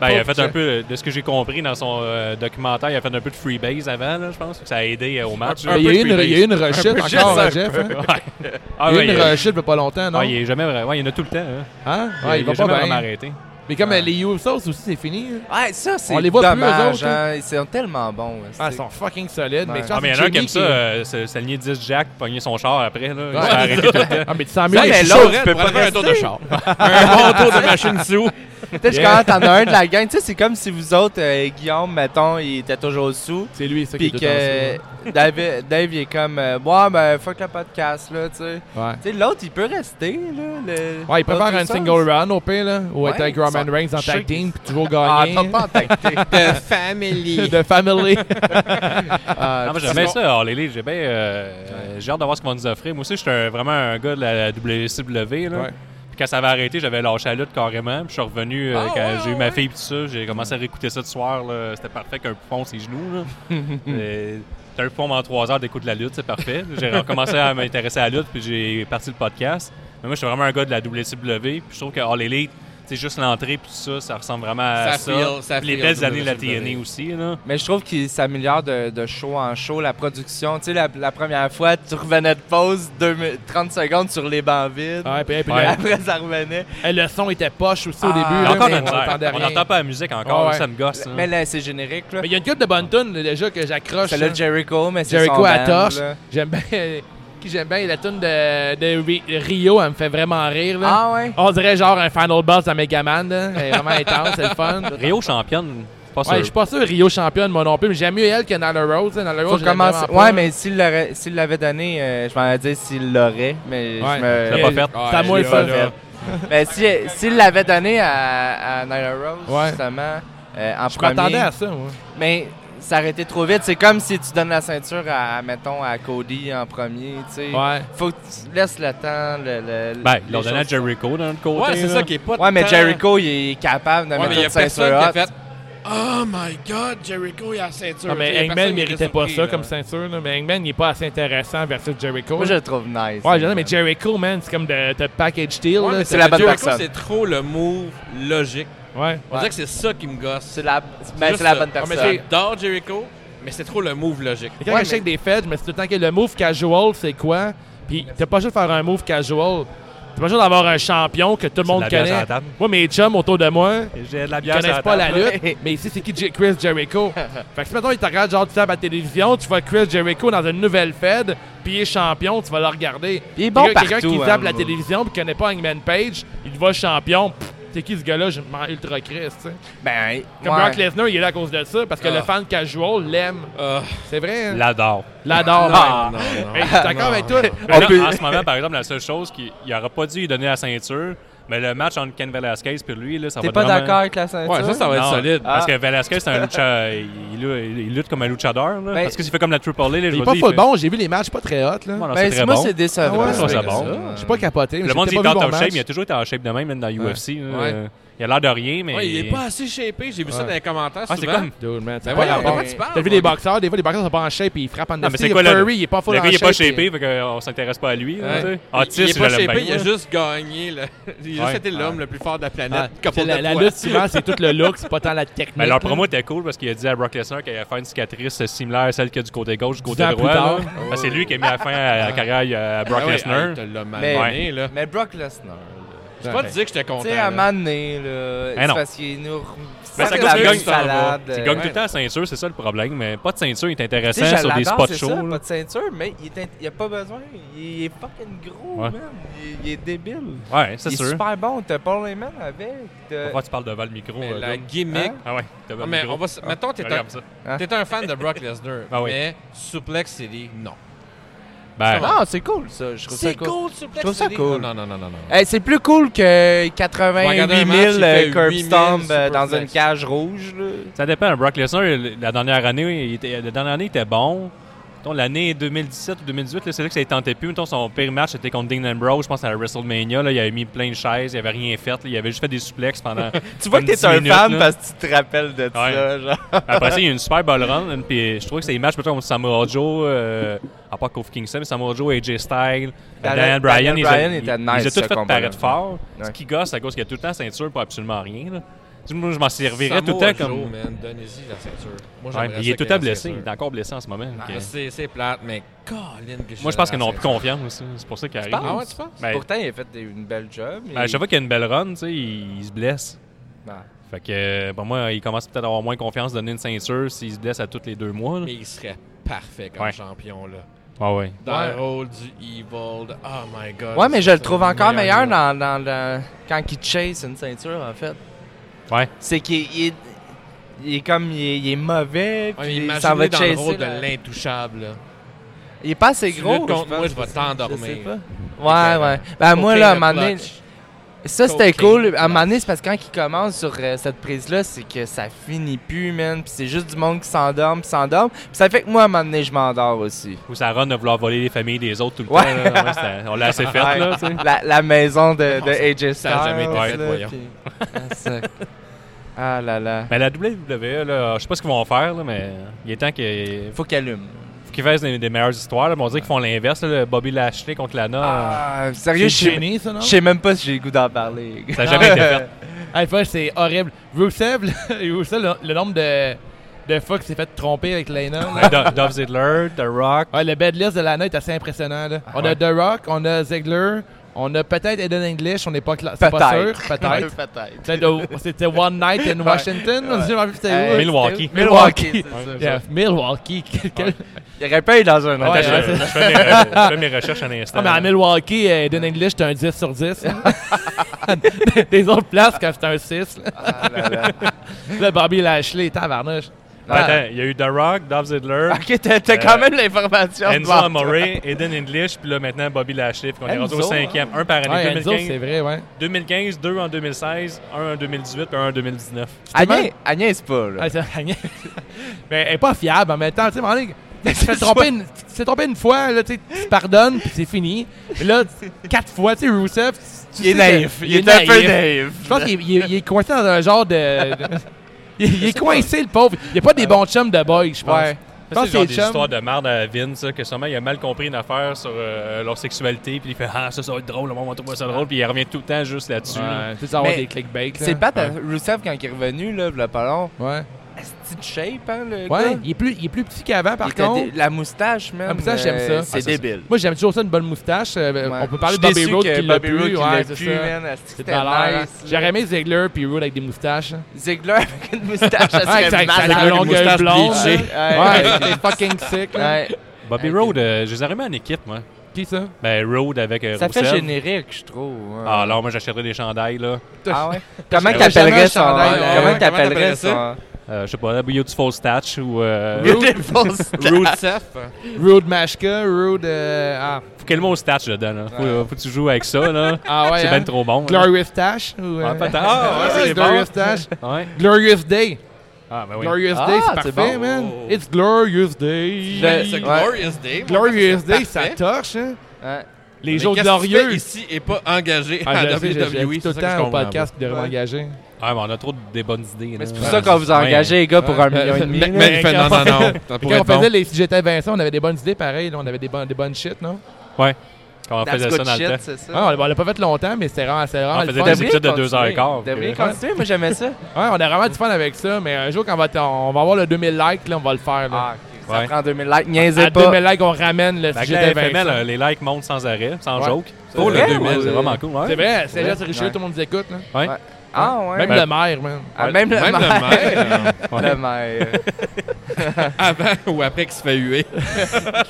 Ben, il a fait un peu, de ce que j'ai compris dans son euh, documentaire, il a fait un peu de freebase avant, là, je pense. que Ça a aidé euh, au match.
Mais Ah, Il y a eu une- il y a eu une rechute
juste
encore,
un
hein, Jeff. hein?
Ouais.
Il
Ah,
y a
ouais,
eu
il
une
a-
rechute il y a pas longtemps, non?
ouais, il est jamais vrai. Ouais, il y en a tout le temps. hein.
Hein? Ouais, il
a
va
jamais
pas
vraiment
bien.
arrêté.
Mais comme euh, les Usos aussi, c'est fini. hein.
Ouais, ça, c'est
On les voit plus, eux
dommage.
autres, hein.
hein. Ils sont tellement bons. hein,
Ah, ils
c'est-
sont fucking solides. Mais
Ouais.
je pense
Ah, mais il y
que
en a un qui
Jimmy
aime ça,
qui-
euh, se- s'aligner 10 Jack, pogner son char après. Là, Il s'est arrêté tout le temps.
Ah, mais tu sens mieux.
Ça,
mais
mais
les-
l'autre,
l'autre,
tu peux
tu
pas
un tour de
rester.
char. un bon tour de machine sous.
Peut-être que quand t'en as un de la gang, tu sais, c'est comme si vous autres, euh, Guillaume, mettons, il était toujours sous.
C'est lui, ça qui est
Puis
tout
que
en dessous,
Dave, Dave, il est comme, euh, ouais, ben, fuck le podcast, là, tu sais.
ouais. Ouais. Ah,
Tu sais, l'autre, il peut rester, là. le-
Ouais, il peut
l'autre
faire un
sens.
single run au pire, là, ou être
Ouais,
avec Roman
ça-
Reigns en
je sais
tag
que-
team, puis toujours
Ah,
gagner.
t'as pas en tactique.
The family.
de family.
Ah, moi, j'aime bien ça, All Elite. J'ai bien, euh, euh, j'ai hâte de voir ce qu'ils vont nous offrir. Moi aussi, j'étais un- vraiment un gars de la WCW. Là.
Ouais.
Puis quand ça avait arrêté, j'avais lâché la lutte carrément. Puis je suis revenu, euh,
Ah,
quand
ouais,
j'ai eu
ouais.
ma fille et tout ça, j'ai commencé à réécouter ça le soir. là. C'était parfait qu'un poupon ses genoux. là. Euh, T'as un poupon en trois heures d'écoute de la lutte, c'est parfait. J'ai recommencé à m'intéresser à la lutte, puis j'ai parti le podcast. Mais moi, je suis vraiment un gars de la WCW. Puis je trouve que All Elite, c'est juste l'entrée puis tout ça, ça ressemble vraiment à
Ça
ça.
feel- ça
Puis les
feel
belles années de la
WCW.
TNA aussi. Là.
Mais je trouve qu'il s'améliore de, de show en show, la production. Tu sais, la, la première fois, tu revenais de pause, deux mi- 30 secondes sur les bancs vides.
Ouais, puis- puis
Ouais.
Après, ça revenait.
Le, le son était poche aussi au
Ah,
début.
mais
là,
encore
mais
de la
on entendait
misère. On
rien.
n'entend pas la musique encore,
Ah ouais.
ça me gosse. hein.
Mais là, c'est générique, là.
Mais il y a une coupe de bonne tune déjà que j'accroche.
C'est le
là.
Jericho, mais c'est
Jericho
son
à
band,
torche.
là.
J'aime bien. Qui j'aime bien, la tune de, de Ri- Rio, elle me fait vraiment rire. Là.
Ah ouais?
On dirait genre un final boss à Megaman. là. Elle est vraiment intense, c'est le fun.
Rio championne, pas sûr.
Ouais, je suis pas sûr Rio championne, moi non plus, mais j'aime mieux elle que Nala Rose. hein. Nyla
Faut
Rose, je l'aime
commencer.
vraiment pas.
Ouais, mais s'il l'aurait- s'il l'avait donné, euh, je m'en allais dire s'il l'aurait,
Ouais.
mais je me.
Je l'ai pas fait.
C'est à moi le
pas
fun.
fait. Mais si- s'il l'avait donné à, à Nyla Rose,
Ouais.
justement, euh, en
Je
premier.
m'attendais à ça, moi.
Mais ça aurait été trop vite. C'est comme si tu donnes la ceinture à, mettons, à Cody en premier, tu sais.
Ouais.
Faut que tu laisses le temps, le... le-
Ben,
les
ils l'ont donné à
choses.
Jericho d'un autre côté.
Ouais, c'est
là.
ça qui est pas.
Ouais, mais
tant-
Jericho, il est capable de
Ouais, mais
mettre
il y a
une
personne
ceinture
qui a
haute.
fait. Oh my god, Jericho, il a la ceinture.
Non,
Il y a
Ah, mais Hangman
personne qui
méritait
était
pas
surpris,
ça
là.
comme ceinture. là. Mais Hangman, il est pas assez intéressant versus Jericho.
Moi, je le trouve nice.
Ouais, je sais, mais Jericho, man, c'est comme de, de package deal.
Ouais,
là.
mais
c'est la bonne
Jericho,
personne.
c'est trop le move logique.
Ouais.
On
Ouais.
dirait que c'est ça qui me gosse.
C'est la, ben,
juste
c'est la
ça.
bonne
Ah, mais
personne.
J'adore Jericho, mais c'est trop le move logique.
Et quand
Ouais,
je check des feds, je me suis tout le temps que le move casual, c'est quoi? Puis t'as pas juste faire un move casual.
T'es pas sûr d'avoir un champion que tout le monde
la bière sur
connaît.
la table.
Moi, mes chums autour de moi,
J'ai de la
Ils
bière.
connaissent pas la lutte, mais ici, c'est qui J- Chris Jericho. fait que si, mettons, ils te regardent genre, tu tapes à la télévision, tu vois Chris Jericho dans une nouvelle Fed, puis il est champion, tu vas le regarder.
Il est bon
Quelqu'un- Quelqu'un
partout,
qui tape
hein,
la
moi.
télévision, puis qui connaît pas Hangman Page, il voit champion. Pff, C'est qui ce gars-là? Je m'en ultra Chris, tu sais.
Ben,
Comme
ouais.
Brock Lesnar, il est là à cause de ça, parce que le fan casual l'aime.
Ah,
C'est vrai, hein?
L'adore.
l'adore.
Ah.
même. Hey, je suis d'accord avec toi.
Mais là,
peut-
En ce moment, par exemple, la seule chose qu'il n'aurait pas dû lui donner la ceinture, mais le match entre Ken Velasquez et lui, là, ça
T'es
va
pas
vraiment-
d'accord avec la ceinture?
Ouais, ça, ça va être
Non,
solide.
Parce que Velasquez, c'est un lucha... il, il- il lutte comme un luchador. Là,
Ben-
parce que s'il fait comme la Triple A, là, je
Il est
vais
pas
dire,
full
fait-
bon, j'ai vu les matchs pas très hot, là.
Bon, non,
Ben,
c'est
c'est-
très
moi,
bon.
c'est décevant. Ben,
Ah ouais?
Ça, ça
avec
bon.
ça.
J'ai pas capoté.
Le monde dit
j'ai
qu'il
pas
est
vu bon
en top shape,
match.
il a toujours été en shape de même, même dans UFC. là.
Ouais.
Euh, Il a l'air de rien, mais.
Ouais, il est pas assez shapé, j'ai vu ça
Ouais.
dans les commentaires.
Ah, c'est
souvent.
comme.
Dude, man, c'est
Ben
pas
voyons,
rapport.
de quoi tu parles?
T'as vu les boxeurs, des fois les boxeurs sont pas en shape et ils frappent en
Non, mais c'est
Le
quoi le-
Furry, il est pas full
Le
en
gars, il est
shape.
pas
puis-
shapé, fait qu'on s'intéresse pas à lui. là,
Ouais.
tu sais.
Il- il est
Autiste,
pas
Ah, je l'aime
shapé,
bien.
il a juste gagné. le- Il a
Ouais.
juste été l'homme le plus fort de la
Ah,
planète.
tu sais, la, la lutte, souvent, c'est tout le look, c'est pas tant la technique.
Mais leur
là.
promo était cool parce qu'il a dit à Brock Lesnar qu'il allait faire une cicatrice similaire à celle qu'il y a du côté gauche, du côté
Dix ans
droit.
plus
là.
tard.
Parce que c'est lui qui a mis la fin à la carrière euh,
Ah
à Brock Lesnar.
Mais-
Mais là.
Mais Brock Lesnar,
Je peux pas te dire que j'étais
tu
content.
sais, à un
là.
moment donné, là,
Eh non.
c'est parce qu'il nous rem-
Mais
sort
ça
de
coûte
la
cher,
bonne
tu t'en vas.
salade,
Il
euh,
gagne
ouais.
tout le temps la ceinture, c'est ça le problème. Mais pas de ceinture, il est
Tu sais,
intéressant
je
sur des
l'adore,
spots
c'est
chauds.
ça,
là.
pas de ceinture, mais il, est int- il a pas besoin. Il est fucking gros,
Ouais.
man. Il, il est débile.
Ouais, c'est
Il est
sûr.
super euh, bon. T'as Paul Heyman avec. t'as-
Pourquoi tu parles devant le micro?
Mais
là,
La
Dom?
gimmick.
Hein?
Ah ouais, devant
Ah,
le
mais
micro.
on va. s- Mettons, t'es un,
Regarde ça.
t'es un fan de Brock Lesnar.
Ah oui.
Mais Suplex City, non.
Ben,
Non, Ah, c'est cool, ça. Je trouve ça cool.
Suplex
Je trouve ça
City.
cool.
Non, non, non, non. non.
Hey, c'est plus cool que
Faut
88
regarder un
000
match, il fait
euh, curb
8 000
stomp euh, dans
superplex.
une cage rouge. là.
Ça dépend. Brock Lesnar, le- la dernière année, il était, la dernière année, il était bon. Mettons, L'année 2017 ou 2018, là, c'est là que ça ne tentait plus. Mettons, son pire match était contre Dean Ambrose, je pense, à la WrestleMania. Là, il avait mis plein de chaises, il avait rien fait. là. il avait juste fait des suplexes pendant.
Tu vois que
comme
t'es
10
un
minutes,
fan
là.
parce que tu te rappelles de ça.
Ouais.
Genre.
Après ça, il y a une super ball run. une- Puis je trouve que c'est des matchs mettons, contre Samoa Joe, euh, à part Kofi Kingston, mais Samoa Joe, AJ Styles,
Dan-
Daniel Bryan.
Daniel
ils
Ben, Bryan
ont-
était
ils-
nice,
Ils ont
ce
tout fait
combat-là.
paraître fort.
Ouais.
Ce qui gosse, c'est à cause qu'il y a tout le temps ceinture pour absolument rien. là. Moi, je m'en servirais
Samoa
tout le temps
Joe,
comme.
man, Donnez-y la ceinture. Moi,
Ouais,
j'aimerais ça
il est tout le
qu'il y ait
temps
la
blessé.
ceinture.
Il est encore blessé en ce moment.
Ah,
Donc, euh,
C'est c'est plate, mais Colin, que
Moi, je pense qu'ils n'ont plus confiance aussi. C'est pour ça qu'ils arrivent.
Ah ouais, tu penses?
Ben,
Pourtant, il a fait des- une belle job.
ben, à chaque fois qu'il y a une belle run, tu sais, il, il se blesse.
fois.
Fait que, euh, pour moi, il commence peut-être à avoir moins confiance de donner une ceinture s'il se blesse à tous les deux mois. là.
Mais il serait parfait comme
Ouais.
champion, là.
Ah ouais.
Dans
Ouais.
le rôle du Evil. de- Oh my god.
Ouais, mais je
c'est
le trouve
un
encore meilleur
gars.
dans, dans le... quand il chase une ceinture, en fait.
Ouais.
C'est qu'il il est... il est comme, il est, il est mauvais,
Ouais,
puis
imaginez
ça va
dans
chasser.
le rôle
là.
de l'intouchable. là.
Il est pas assez
Tu
gros,
luttes contre
je pense,
moi, je vais
c'est ça.
t'endormir.
Je sais pas. Ouais, ouais. Ben, moi,
Cocaine
là, à un
and
moment donné,
clutch.
ça, c'était
Cocaine
cool.
and
À un moment donné, c'est parce que quand il commence sur euh, cette prise-là, c'est que ça finit plus, man. Puis c'est juste du monde qui s'endorme, qui s'endorme. Puis ça fait que moi, à un moment donné, je m'endors aussi.
Ou ça run de vouloir voler les familles des autres tout le
Ouais.
temps. là. Ouais, c'était- on l'a assez fait,
Ouais.
là. tu sais.
La, la maison de, de AJ Styles.
ça a jamais été
là,
fait, voyons.
puis- Ah, ça- Ah là là.
Mais la WWE, là, je sais pas ce qu'ils vont faire, là, mais il est temps qu'ils
Faut qu'il allume.
faut qu'ils fassent des, des meilleures histoires. là. Mais on dirait qu'ils font l'inverse. là, le Bobby Lashley contre Lana.
Ah,
C'est
sérieux, je sais-
gêné, hein? ça, non?
je sais même pas si j'ai le goût d'en parler.
Ça a jamais
Ah.
été fait.
Hey, fuck, c'est horrible. Rusev, le, Rusev, le, le nombre de, de fois qu'il s'est fait tromper avec Lena.
Ouais, Do- Dolph Ziggler, The Rock.
Ouais, le bed list de Lana est assez impressionnant. là. On a
Ah ouais.
The Rock, on a Ziggler, on a peut-être Eden English, on n'est pas, cla- c'est pas sûr.
Peut-être.
Peut-être.
Peut-être.
Peut-être au- C'était One Night in Washington.
Ouais.
J'ai envie de
Euh,
c'était où?
Milwaukee.
Milwaukee.
Milwaukee, c'est ça.
Yeah, Milwaukee. Quel-
Il aurait pas eu dans un
Ouais,
Attends,
ouais,
je, je fais mes, re- je fais mes recherches un instant.
Ah, mais à Milwaukee, euh, Eden English, c'était un 10 sur 10. Des autres places, quand c'était un 6. là.
Ah là là.
Là, Bobby Lashley, tabarnouche.
Attends, il y a eu The Rock, Dolph Ziggler,
Ok, t'as t'as
Euh,
quand même l'information.
Enzo
devant toi.
Amore, Eden English, puis là maintenant Bobby Lashley. Puis on est rendu au
Enzo,
cinquième.
Ben,
Un par année.
Ouais, Enzo,
2015,
c'est vrai, ouais.
2015, deux en 2016, un en 2018, puis un en 2019.
Agnès, Agnès pas, là.
Ah, c'est- mais elle est pas fiable en même temps. Tu sais, à un moment donné, tu t'es trompé, une- tu t'es trompé une fois, là, tu sais, tu te pardonnes, puis c'est fini. Mais là, quatre fois, tu sais, Rousseff, tu- tu
il est
sais
naïf.
que-
Il est un peu naïf.
Je pense qu'il il est- il est coincé dans un genre de. de- il, il est coincé, le pauvre. Il n'y a pas des bons chums de boy, je pense.
Ouais.
Je
Ça,
pense
C'est genre
que
des
c'est les chums.
histoires de merde à Vince, ça, que sûrement il a mal compris une affaire sur euh, leur sexualité, puis il fait Ah, ça, ça va être drôle, le monde va trouver ça drôle, puis il revient tout le temps juste là-dessus. là.
Ouais, tu sais, ça va avoir
Mais
des clickbait. là.
C'est pas à Rousseff quand il est revenu, là, le pas long.
Ouais.
asti de shape, hein, le
Ouais,
gars.
il est plus, il est plus petit qu'avant, par
Il était
contre.
dé- La moustache, même.
La moustache, j'aime ça.
c'est
Ah, ça,
débile.
Moi, j'aime toujours ça, une bonne moustache. Euh,
Ouais.
On peut parler de
Je
Bobby
suis déçu
Roode
que
qui l'a
Bobby
plus.
Roode, il
ouais,
l'a
c'est
plus,
ça.
man. asti que
C'est de
c'était
valeur, hein.
nice, là.
J'aurais aimé Ziggler puis Roode avec des moustaches.
Ziggler avec une moustache, ça
Ouais,
serait
ça- ça-
malade.
la longue
moustache
blonde.
bleachée.
là.
Ouais.
Ouais, c'était fucking sick. là.
Ouais.
Bobby
Ok.
Roode, euh, je les aurais mis en équipe, moi.
Qui ça?
Ben, Road avec euh,
Ça fait
Rousseff.
générique, je trouve. hein.
Ah, alors, moi, j'achèterais des chandails, là.
Ah ouais? Comment
J'aurais jamais
t'appellerais
un
son...
chandail,
ouais, ouais,
Comment
t'appellerais
t'appellerais
ça?
ça?
Euh, je sais pas, Beautiful Statch ou. euh,
Beautiful
Root Seth.
Roode Mashka, Roode. euh, ah.
Faut qu'il y ait le mot Statch dedans, là. Faut, euh, faut que tu joues avec ça, là.
ah ouais.
C'est
hein?
ben trop bon. là.
Glorious Tash? Ou, euh,
Ouais, peut-être. Ah, ouais, c'est bon.
Glorious Tash?
Ouais.
Glorious Day.
Ah, ben oui.
Glorious
Ah,
Day, c'est
c'est
parfait,
bon.
man. It's Glorious Day.
Le-
C'est
Ouais.
Glorious Day. mon
Glorious
gars,
Day,
c'est
ça
parfait.
torche, hein?
Ouais.
Les
Mais
jours
qu'est-ce que tu fais
glorieux.
ici et pas engagé
Ah,
à
je sais, je- je- je
WWE.
dis tout
C'est
le
ça que je
temps au
comprends,
podcast qui devrait m'engager.
Ah, mais on a trop de des bonnes idées, là.
Mais c'est pour ça qu'on vous a
Ouais.
engagé, les gars, pour un
Ouais.
million et demi.
moi. Euh,
là.
Mais il fait non, non, non. Ça
Quand
pourrait
on
être bon.
faisait les Si j'étais Vincent, on avait des bonnes idées pareil. là, on avait des, bonnes- des bonnes shit, non?
Quand on
That's
faisait ça
good
dans
shit,
le temps.
c'est
Ouais,
ça.
Ah, on on l'a pas fait longtemps, mais c'était vraiment, c'était vraiment
On
le
faisait
fun.
des
devrait
épisodes de 2 heures
continuer.
et quart.
Vous devriez
puis, euh,
continuer, moi j'aimais ça.
Ouais, on a vraiment du fun avec ça, mais un jour, quand on va, t- on va avoir le 2000 likes, là, on va le faire. Là.
Ah, ok. Ça
Ouais.
prend 2000 likes, niaisez
à
pas.
2000 likes, on ramène le
Fait que
sujet
la
de
FML,
Vincent.
euh, les likes montent sans arrêt, sans
Ouais.
joke.
Oh, le
Ouais,
2000,
ouais.
C'est vraiment cool, ouais.
C'est vrai, c'est
Ouais.
là sur Richelieu,
Ouais.
tout le monde nous écoute. Là.
Ah ouais?
Même
Ouais.
le maire, man.
Ah, même le
Même
maire.
le maire.
Le maire.
euh, Avant ou après qu'il se fait huer.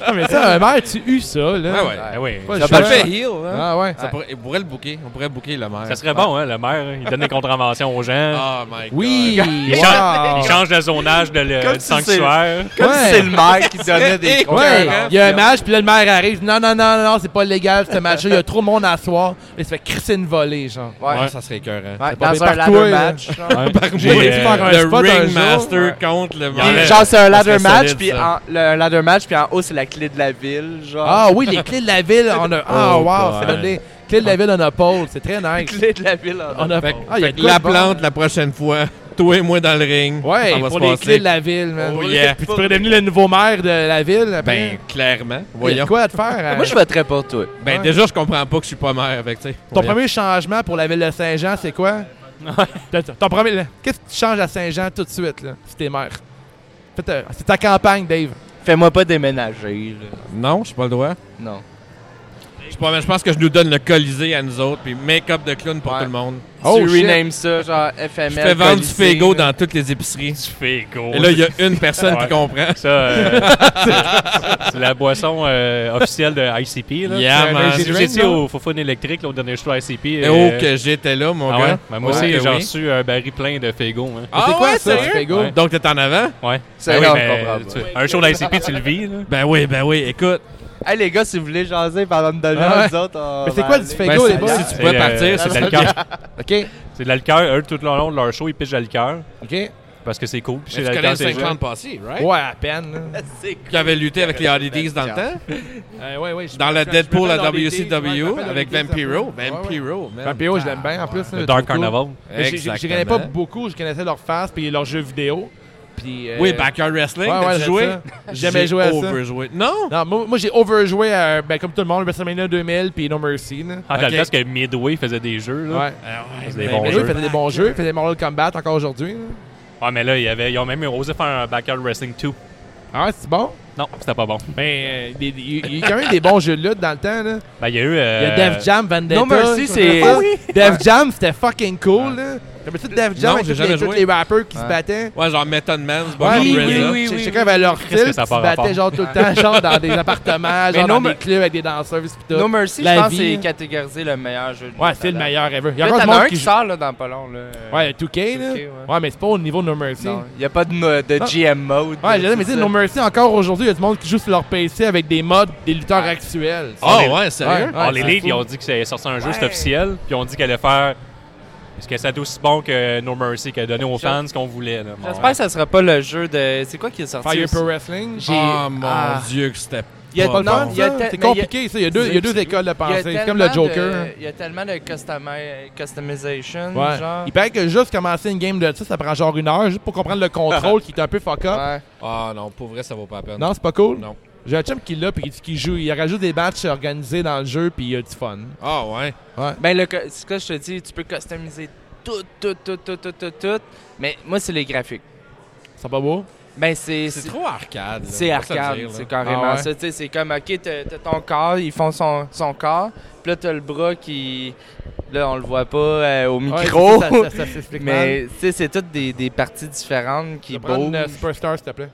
Ah, mais ça, un maire, tu eus ça, là.
Ah ouais.
Ben oui.
Pas
Ça
le
peut le
choix.
faire heal. hein.
Ah ouais.
Ça pourrait- On pourrait le booker. On pourrait booker le maire.
Ça serait bon, hein, le maire. hein, Il donne des contraventions aux gens.
Oh my God.
Oui!
Il, change, il change le zonage de le-
Comme
du
si
sanctuaire.
Comme si
Ouais.
c'est le maire qui donnait des
hein. Ouais,
conférences.
il y a un match, puis là, le maire arrive. Non, non, non, non, c'est pas légal, ce match-là. Il y a trop de monde à soir. Mais il se fait crisser une volée, genre.
Ouais.
Ouais, ça serait écœurant.
Ouais,
pas bien
dans un
par
ladder
toi, là.
match. genre.
J'ai,
J'ai
euh,
faire un
Le
spot un jour.
ringmaster contre le
Ouais.
maire.
Genre c'est un ladder
serait
match,
solide,
puis
ça.
en, le un ladder match, puis en haut c'est la clé de la ville, genre.
Ah oui, les clés de la ville, on a. Ah,
Oh,
wow, c'est
boy.
là, les clés de la ville, on a Paul. C'est très
La
nice.
clé de la ville. en
On a
Fait que-
Ah, il y a
fait que
de quoi
la
de bon.
plante la prochaine fois. Toi et moi dans le ring. ça
Ouais,
va
pour
se
les
passer.
clés de la ville, man.
Oh yeah.
Puis tu pourrais devenir le nouveau maire de la ville. après.
Ben,
Il
clairement.
y a de
Voyons.
quoi à te faire. hein?
Moi je voterais pour toi.
Ben,
Ouais.
déjà, je comprends pas que je suis pas maire avec, tu sais.
Ton
Voyons.
premier changement pour la ville de Saint-Jean, c'est quoi? T'as- t'as- Ton premier. Qu'est-ce que tu changes à Saint-Jean tout de suite, là, si t'es maire? Faites, euh, C'est ta campagne, Dave.
Fais-moi pas déménager, là.
Non, je suis pas le droit.
Non.
Je suis pas maire. Je pense que je nous donne le colisée à nous autres, puis make-up de clown pour
Ouais.
tout le monde.
Oh,
tu
shit.
renames ça, genre FML.
Je fais vendre du
Colisée,
Fego
là.
dans toutes les épiceries.
Tu fais gros.
Et là, il y a une personne qui
Ouais.
comprend.
Ça, euh, c'est- c'est la boisson euh, officielle de ICP. Là.
Yeah,
Euh,
man.
Si vous
Drink,
étiez
là.
au Fofone électrique, là, au dernier show ICP.
Et
euh,
oh, que j'étais là, mon
ah
gars.
ouais? Ben, moi aussi,
Ouais,
j'ai
oui.
reçu un baril plein de Fego. hein.
Ah
C'est quoi
ouais,
ça,
sérieux?
Fego?
Ouais.
Donc, t'es en avant?
Ouais.
C'est
Ben
non,
oui,
je
mais
comprends pas.
tu- un show d'ICP, tu le vis. Là.
Ben oui, ben oui, écoute.
Hey les gars, si vous voulez jaser pendant une demi-heure,
Ah ouais.
nous autres, on
Mais c'est
va
quoi du
aller.
Fego,
Ben,
les
si-
boys?
si tu pouvais
Euh,
partir,
c'est
c'est
de
ça.
l'alcool.
OK.
C'est de l'alcool. Eux, tout le long de leur show, ils pitchent de l'alcool
OK.
Hein?
parce que c'est cool. Puis
Tu
chez
connais
l'alcool,
le
c'est
50 passé, right?
Ouais, à peine. là.
C'est
Qui avait lutté avec les Holidays dans le temps.
Euh, ouais, ouais, je-
Dans la
je- je me
Deadpool
mets
à
dans des dates, ouais, je me
WCW
mets dans
avec
des dates,
Vampiro.
ouais, ouais.
Vampiro, man.
Vampiro, Ben, je l'aime bien en plus. là,
le
je
Dark
trouve cool.
Carnival.
Mais j'ai- j'ai- Je connais pas
Exactement.
beaucoup, je connaissais leurs faces puis leurs jeux vidéo. Puis, euh,
Oui, Backyard Wrestling,
ouais, ouais,
t'as-tu joué?
j'aime ça. J'ai jamais joué à ça. Ah,
overjoué. Non!
Non, moi, moi, j'ai overjoué à, ben, comme tout le monde, WrestleMania 2000 puis No Mercy. là.
Ah,
Ok.
t'as parce que Midway faisait des jeux. Là.
Ouais.
Ah ouais,
C'est des
mais-
Mais
bons
mais-
eux,
jeux.
ils faisaient des bons jeux, ils faisaient des Mortal Kombat encore aujourd'hui. là.
Ah, mais là, il y avait, ils ont même osé faire un Backyard Wrestling 2.
Ah ouais, c'est bon?
Non, c'était pas bon.
Mais euh, des- des- il y a eu quand même des bons jeux de lutte dans le temps. Là.
Ben, il y a eu.
Il y a
euh,
Def Jam, Vendetta.
No Mercy,
tout
c'est-
ça.
Ah oui!
Def Jam, c'était fucking cool. là. T'avais tout Def Jam
Non,
avec
j'ai
tous les-
jamais
tous
joué.
les rappers qui se
Ouais.
battaient.
Ouais, genre Method Man, c'est
Ouais,
pas
oui, oui,
Umbrella.
oui, oui. Chacun avait leur style,
que ça
puis
part
se battait
rapport?
genre tout le temps, genre dans des appartements, genre
non,
dans des
mais-
clubs avec des danseuses pis tout.
No Mercy,
La
je pense
vie,
que c'est
hein.
catégorisé le meilleur jeu de
ouais,
lutte
c'est le
à date.
meilleur ever. Il y a
Là,
encore du
t'en as
monde
un
qui
qui
joue.
sort là, dans pas long. Là.
Ouais, 2K, là.
2K, ouais.
Ouais, mais c'est pas au niveau de No Mercy.
Non, il n'y a pas de, no- de
Ah.
GM mode.
Ouais, j'allais me
C'est
dire,
ça.
No Mercy, encore aujourd'hui, il y a du monde qui joue sur leur PC avec des mods des lutteurs actuels.
Oh ouais, sérieux?
Ouais.
Alors, Ah, les
Ah, c'est
leads,
fou.
ils ont dit que c'était sorti un jeu, c'est officiel. Puis ils ont dit qu'elle allait faire. Est-ce que c'était aussi bon que No Mercy, qu'elle donnait aux fans ce qu'on voulait. là. Bon.
J'espère que ça sera pas le jeu de. C'est quoi qui est sorti
Fire
aussi?
Pro Wrestling.
J'ai-
Oh mon
Ah.
dieu que c'était
Il y a
pas
non,
bon.
il y a
Ça,
tel-
C'est
mais il y a-
compliqué, ça. Il y a deux, il y a deux écoles de
Il y a
pensée. C'est comme
tellement
le Joker. hein.
de- Il y a tellement de customai- customisation.
Ouais.
Genre.
Il paraît que juste commencer une game de ça, ça prend genre une heure juste pour comprendre le contrôle qui est un peu fuck up.
Ouais.
Ah non, pour vrai, ça vaut pas la peine.
Non, c'est pas cool.
Non.
J'ai un chum qui l'a puis qui- qui joue. Il rajoute des matchs organisés dans le jeu puis il a du fun.
Ah ouais.
Ben, le, co- c'est quoi je te dis, tu peux customiser tout, tout, tout, tout, tout, tout, tout. Mais moi, c'est les graphiques.
C'est pas beau?
Ben, c'est.
C'est
c'est-
trop arcade. là,
C'est
on va se le
arcade,
dire, là.
c'est carrément
Ah ouais?
ça. Tu sais, c'est comme, OK, t'as t'as ton corps, ils font son, son corps, puis là, t'as le bras qui... Là, on le voit pas euh, au micro,
Ouais, ça, ça- ça s'explique mal.
mais tu sais, c'est toutes des, des parties différentes
Je
qui
vais prendre
bougent.
une, euh, superstar, s'il te plaît.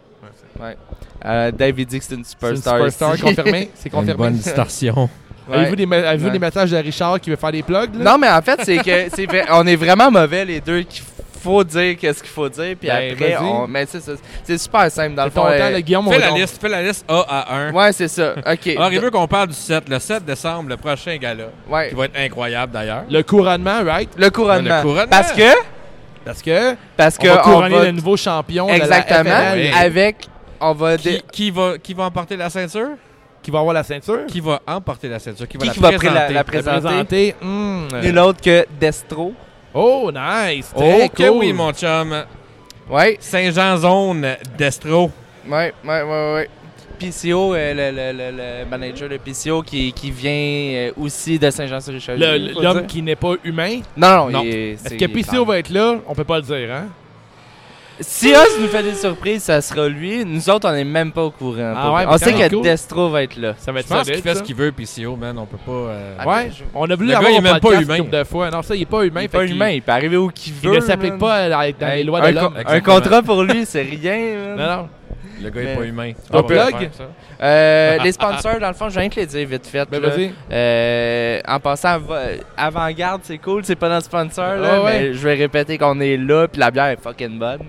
Euh, David dit que c'est une
C'est une
superstar.
superstar
ici.
confirmée. C'est
Une
confirmé.
bonne distorsion.
Ouais.
Avez-vous des, me- avez-vous
Ouais.
des messages de Richard qui veut faire des plugs? Là?
Non, mais en fait, c'est que c'est vrai- on est vraiment mauvais, les deux, qu'il faut dire qu'est-ce qu'il faut dire, puis
Ben,
après,
vas-y.
on... Mais c'est ça, c'est super simple, dans
C'est
le
ton
fond.
temps,
euh,
là, Guillaume.
Fais
on-
la
on-
liste, fais la liste A à 1.
Ouais, c'est ça. OK.
Alors, il veut qu'on parle du 7, le 7 décembre, le prochain gala,
Ouais.
qui va être incroyable d'ailleurs.
Le couronnement, right?
Le couronnement.
Le couronnement.
Parce que...
Parce que
Parce que
on va
on
couronner
va-
le nouveau champion de
Exactement.
la FNL
Oui.
Avec, on va. dé-
Qui, qui va, qui va emporter la ceinture?
qui va avoir la ceinture.
Qui va emporter la ceinture? Qui va
Qui
la
qui va pré-
présenter?
la- la
Qui va
présenter?
présenter. hmm, euh,
Nul autre que Destro.
Oh, nice. Très
Oh que
cool.
oui, mon chum.
Ouais,
Saint-Jean-Zone d'Estro.
ouais, ouais, ouais, ouais. PCO, euh, le, le- le- le manager de PCO qui, qui vient euh, aussi de Saint-Jean-sur-Richelieu.
Le-
faut
L'homme
dire.
qui n'est pas humain.
Non, non,
Non.
il
Est-ce que PCO va être là? On peut pas le dire, hein?
Si Oz nous fait des surprises, ça sera lui. Nous autres, on est même pas au courant.
Ah
pour
ouais,
vrai.
mais
on sait
quand
que
même cool.
Destro va être là.
Ça va être
Je pense
solide,
qu'il fait
ça.
ce qu'il veut, PCO, man. On peut pas... euh,
Ah,
Ouais.
je-
On a voulu
Le
l'avoir
gars, il est
au
même pas
podcast
humain.
une couple de fois. Non, ça, il est pas humain.
Il est
fait
pas
qu'il-
humain, il peut arriver où qu'il
Il
veut.
ne s'applique
man.
pas à la- dans les lois
un,
de
con-
l'homme.
un
Exactement.
contrat pour lui, c'est rien. man.
Non, non.
Le gars est
Mais-
pas humain. C'est
Ton
pas vrai
plug?
de faire
Euh, les sponsors, dans le fond, je viens de te les dire vite fait.
Ben,
là.
vas-y.
Euh, en passant, va- avant-garde, c'est cool, c'est pas notre sponsor, là,
Ah ouais.
mais je vais répéter qu'on est là, puis la bière est fucking bonne.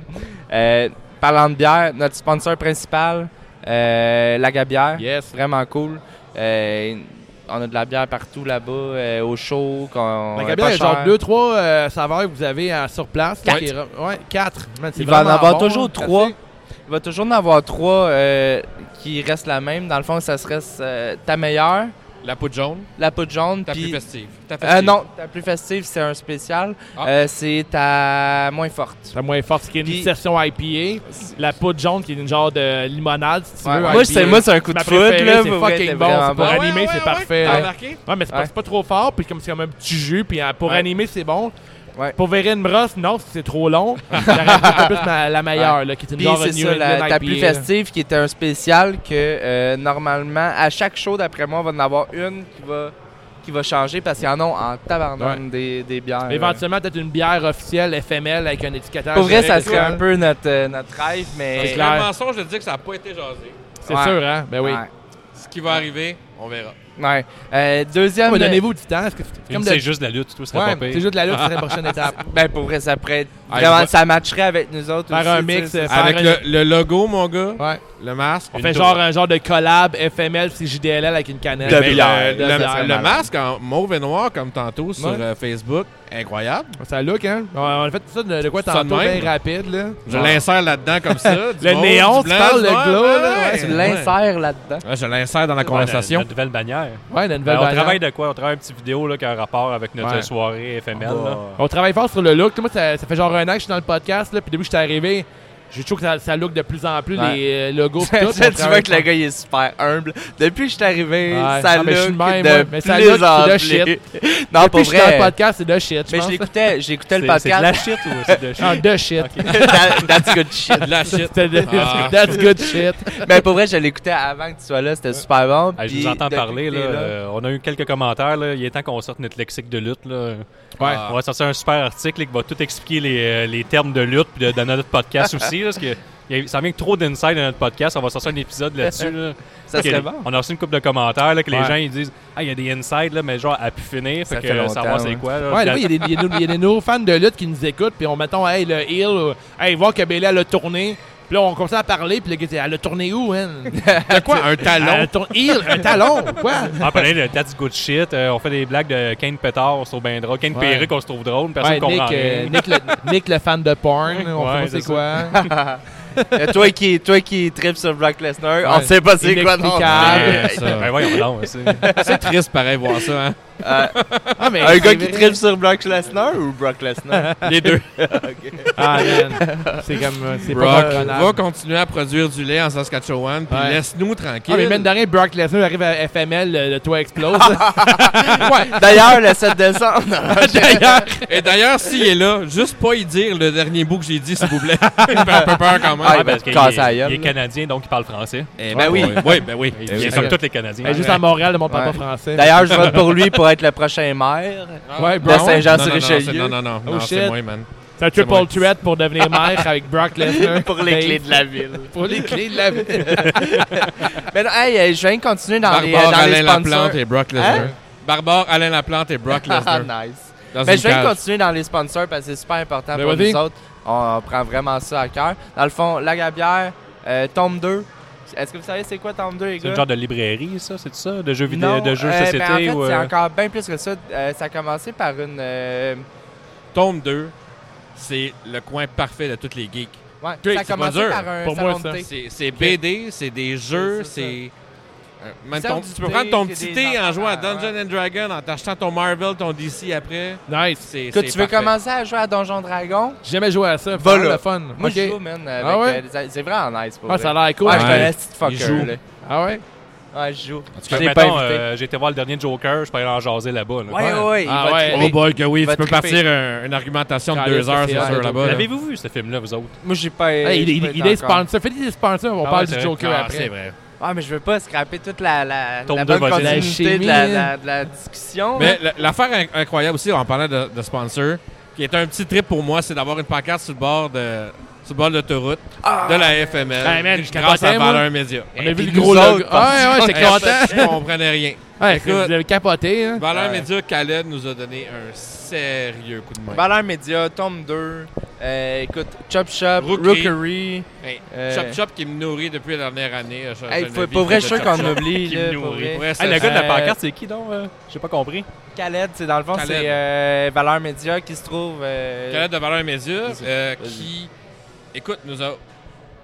Euh, parlant de bière, notre sponsor principal, euh, la Gabière,
Yes.
vraiment cool. Euh, on a de la bière partout là-bas, euh, au show. qu'on-
Donc,
pas
Gabriel, il y a
cher.
Ben, genre 2-3 saveurs que vous avez euh, sur place. là,
Quatre.
qui est re- Ouais, 4.
Il va en avoir
hein.
toujours trois. Il va toujours en avoir trois euh, qui restent la même. Dans le fond, ça serait euh, ta meilleure,
La poudre jaune,
la poudre jaune,
ta
puis-
plus festive. Ta
Euh,
festive.
non, ta plus festive, c'est un spécial.
Ah.
Euh, c'est ta moins forte.
C'est moins fort, ce qui est une
Puis-
session IPA. La poudre jaune qui est une genre de limonade, si tu
Ouais.
veux.
Moi, c'est-
IPA.
moi, c'est un coup
Ma
de foot.
préférée,
là,
c'est
pour vrai,
fucking
t'es
bon,
vraiment
c'est pour
bon.
Ah ouais,
animer,
ouais,
c'est
ouais.
parfait.
T'as
Ouais.
remarqué?
Ouais, mais c'est pas,
Ouais.
c'est pas trop fort, puis comme c'est comme un petit jus, puis euh, pour
Ouais.
animer, c'est bon.
Ouais.
Pour verrer une brosse, non, c'est trop long. J'aurais un peu plus ma- la meilleure, là, qui est une
Puis
genre
c'est
de
ça,
New
la-
England
ta
IPA,
plus
là.
festive qui était un spécial que euh, normalement, à chaque show, d'après moi, on va en avoir une qui va, qui va changer parce qu'il y en a en tabarnane des, des bières. là.
Éventuellement, peut-être une bière officielle FML avec un étiquetage.
Pour vrai,
direct,
ça
c'est
serait un peu notre, euh, notre rêve,
C'est
mais.
clair.
Le mensonge, je te dis que ça n'a pas été jasé.
C'est
Ouais.
sûr, hein? Ben oui.
Ouais.
Ce qui
Ah.
va arriver, on verra.
Ouais. Euh, deuxième.
Ouais, Donnez-vous du temps. Est-ce que c'est
Une,
comme
c'est
de-
juste de la lutte, tout serait
Ouais,
pas
c'est
pire.
juste de la lutte, c'est la prochaine étape.
Ben, pour vrai, ça pourrait être
Ah,
vraiment-
je vois-
ça matcherait avec nous autres.
Faire
aussi,
un
tu sais,
mix,
c'est-
euh,
Avec
faire
le, le logo, mon gars,
Ouais.
le masque.
On
une
fait
tour-
genre un genre de collab FML puis JDLL avec une canette.
Mais
Mais
le-
bière,
le-
de
le-
bière,
le
malade.
masque en mauve et noir, comme tantôt sur
Ouais.
euh, Facebook, incroyable.
Ça look, hein? On on a fait ça de, de quoi
Ça de
tantôt,
même.
bien rapide, là.
Je l'insère là-dedans comme ça. du
Le
mauve,
néon,
du
tu
blanc,
parles,
du
le
noir,
glow, là,
ouais,
ouais,
Tu
ouais.
l'insères là-dedans.
Ouais, je l'insère dans la conversation.
Notre nouvelle bannière.
Ouais, on a une nouvelle
Ben, on
bannière.
travaille de quoi? On travaille une petite vidéo là, qui a un rapport avec notre
Ouais.
soirée FML.
Ah,
On va-
là.
On travaille fort sur le look. Moi, ça, ça fait genre un an que je suis dans le podcast, là, puis depuis que je suis arrivé, j'ai toujours que ça, ça look de plus en plus,
Ouais.
les euh, logos. pis tout.
tu
On
vois
travaille
que le gars il est super humble. Depuis que je suis arrivé,
Ouais.
ça
Ah, mais je suis
look
de même,
de
moi. Mais ça look,
plus en
c'est de
plus. Non,
Depuis
pour
que je suis dans le
vrai.
podcast, c'est de shit. je
Mais je
pense.
l'écoutais, j'écoutais le
C'est- C'est de la
podcast.
shit ou c'est de shit?
Ah, de shit.
That- That's good shit.
De la shit.
C'était de-
Ah.
That's good shit.
Mais pour vrai, je l'écoutais avant que tu sois là, c'était super bon.
Ah,
Hey, Ah, je
Puis
vous entends
depuis
parler.
que
Là,
t'es
euh, on a eu quelques commentaires. Là. Il est temps qu'on sorte notre lexique de lutte. Là.
Ouais.
Ah.
On va sortir un super article là, qui va tout expliquer les, euh, les termes de lutte puis de, dans notre podcast aussi. là, parce que il y a- ça vient que trop d'inside dans notre podcast. On va sortir un épisode là-dessus. là.
Ça
Que-
serait bon.
On a reçu une couple de commentaires là, que les
Ouais.
gens ils disent Ah, il y a des inside, là, mais genre à pu finir. Fait
Ça
que
fait longtemps,
savoir c'est
ouais.
quoi. là.
Ouais,
Puis
là, il y, a des- il y a des- il y a des nouveaux fans de lutte qui nous écoutent, puis on mettons, hey, le heel, ou, hey, voir que Bella a tourné. Puis là, on commence à parler, puis le gars dit, elle a tourné où, hein?
De quoi? Un
Elle
talon.
a tourné, heel, un talon, quoi?
Ah, parler de That's Good Shit, euh, on fait des blagues de Kane Pétard, on se trouve bien drôle. Kane
Ouais.
Perrick, on se trouve drôle, personne
Ouais,
ne comprend
Nick,
rien.
euh, Nick, le, Nick, le fan de porn, on
Ouais,
sait pas
c'est
c'est quoi.
Euh, toi qui toi qui tripes sur Brock Lesnar, on
Ouais.
sait pas c'est quoi non
Inexplicable.
plus.
Ouais,
Ben
ça.
voyons donc, c'est-
C'est triste, pareil, voir ça. hein.
Euh,
Ah, mais
un
c'est
gars qui
vrai.
tripe sur Brock Lesnar ou Brock Lesnar?
Les deux.
Ah, man. C'est comme. euh, C'est
Brock
pas pardonnable.
va continuer à produire du lait en Saskatchewan, puis
Ouais.
laisse-nous tranquille.
Ah, mais même derrière, Brock Lesnar arrive à FML, le, le toit explose.
Ah, D'ailleurs, le 7 décembre.
D'ailleurs- Et d'ailleurs, s'il est là, juste pas y dire le dernier bout que j'ai dit, s'il vous plaît. Il fait un peu peur quand même.
Ah,
Ouais,
ben,
parce qu'il
casse la
est,
gueule,
il
là.
est canadien, donc il parle français.
Eh
ben oui.
ouais, ouais, ben oui.
Il
Bien
est
sûr.
comme tous les Canadiens.
Ben,
Mais juste à Montréal, mon papa
Ouais.
français.
D'ailleurs, je vote pour lui pour être le prochain maire.
ouais,
De
Brown.
Saint-Jean-sur-Richelieu.
Ah Non, non, non, non,
Oh,
non,
shit.
c'est moi, man.
C'est un triple
moi.
threat pour devenir maire avec Brock Lesnar.
Pour les
Dave.
clés de la ville.
Pour les clés de la ville.
Mais non, hey, euh, je viens de continuer dans les, euh,
Barbare,
dans les
Alain
sponsors.
Laplante et Brock Lesnar.
Hein?
Barbare, Alain Laplante et Brock
Ah,
Lesnar.
nice.
Dans
Mais
une
je viens de
cage.
continuer dans les sponsors parce que c'est super important
Ben,
pour
vas-y.
nous autres. On, on prend vraiment ça à cœur. Dans le fond, la Gabière, euh, tome 2. Est-ce que vous savez c'est quoi tome 2, les
C'est
gars?
un genre de librairie, ça, c'est ça? De jeux vidéo,
Non,
de jeux
euh, ben,
société?
en fait,
ou,
c'est
euh,
encore bien plus que ça. Euh, ça a commencé par une... euh,
Tome 2, c'est le coin parfait de tous les geeks.
ouais,
Drake,
ça a
c'est pas
commencé
dur.
par un
Pour moi,
salon
ça,
de thé.
C'est c'est BD, c'est des jeux,
Oui, c'est ça.
c'est. Euh, man,
Sors
ton-
du
tu peux
thé,
prendre ton petit
c'est des
thé en
enfants,
jouant à
ouais.
Dungeon and Dragon, en t'achetant ton Marvel, ton DC après.
Nice.
C'est.
Que
c'est
tu veux
parfait.
commencer à jouer à Donjon Dragon?
J'ai jamais joué à ça.
Voilà.
Voilà. le fun.
Moi,
Ok.
je joue, man. avec,
Ah ouais?
euh, des- c'est vraiment nice pour
Ah,
vrai.
ça a l'air cool.
Ouais, je suis
Ouais.
un esti de
Il
fucker,
joue.
là.
Ah ouais?
Ouais, je joue.
fait que,
l'ai pas
mettons,
invité.
euh, J'ai été voir le dernier Joker, je peux aller en jaser là-bas. là.
Ouais, ouais, ouais. il
Ah
va
ouais.
triper.
Oh boy, que oui,
Il va
tu peux
triper.
partir un- une argumentation de
Ah,
deux
ça,
heures,
c'est
c'est
vrai,
sûr,
c'est
là-bas. là.
L'avez-vous vu, ce film-là, vous autres?
Moi, j'ai pas.
Hey, il,
j'ai pas
il-
été
il est
encore.
sponsor. Fais des sponsors, on
Ah ouais,
parle
c'est
du
vrai.
Joker
Ah, C'est
après.
vrai.
Ah, mais je veux pas scraper toute la, la,
Tombe
la
de
bonne
voisine.
La
continuité de
chimie,
la,
hein.
la- de la discussion.
Mais
là.
la- l'affaire in- incroyable aussi, en parlant de, de sponsor, qui est un petit trip pour moi, c'est d'avoir une pancarte sur le bord de sur le bord de l'autoroute de la FML
Hey, man, je
grâce à
capotais, moi.
Valeur Média. Eh,
On a vu
puis
le
nous
gros
autres,
logo. Ah ouais, ouais, c'est content.
Je comprenais rien.
Ouais,
Écoute.
vous avez capoté. Hein.
Valeur Média Khaled nous a donné un sérieux coup de main.
Valeur Média, tome 2. euh, écoute, Chop Shop,
Rookery.
Rookery.
Hey,
Euh,
Chop Chop qui me nourrit depuis la dernière année. Je-
Hey,
je
faut-
ne vis
pour vrai,
que
je
de
suis sûr
Chop
qu'on
Chop.
oublie.
Qui
là,
me
pour
nourrit.
vrai.
Ouais,
Hey,
c'est-
le gars de la
euh,
pancarte, c'est qui, donc? euh? J'ai pas compris.
Khaled, c'est dans le fond,
Khaled.
c'est euh, Valeur Média qui se trouve. euh,
Khaled de Valeur Média,
Vas-y,
euh,
vas-y.
qui, écoute, nous a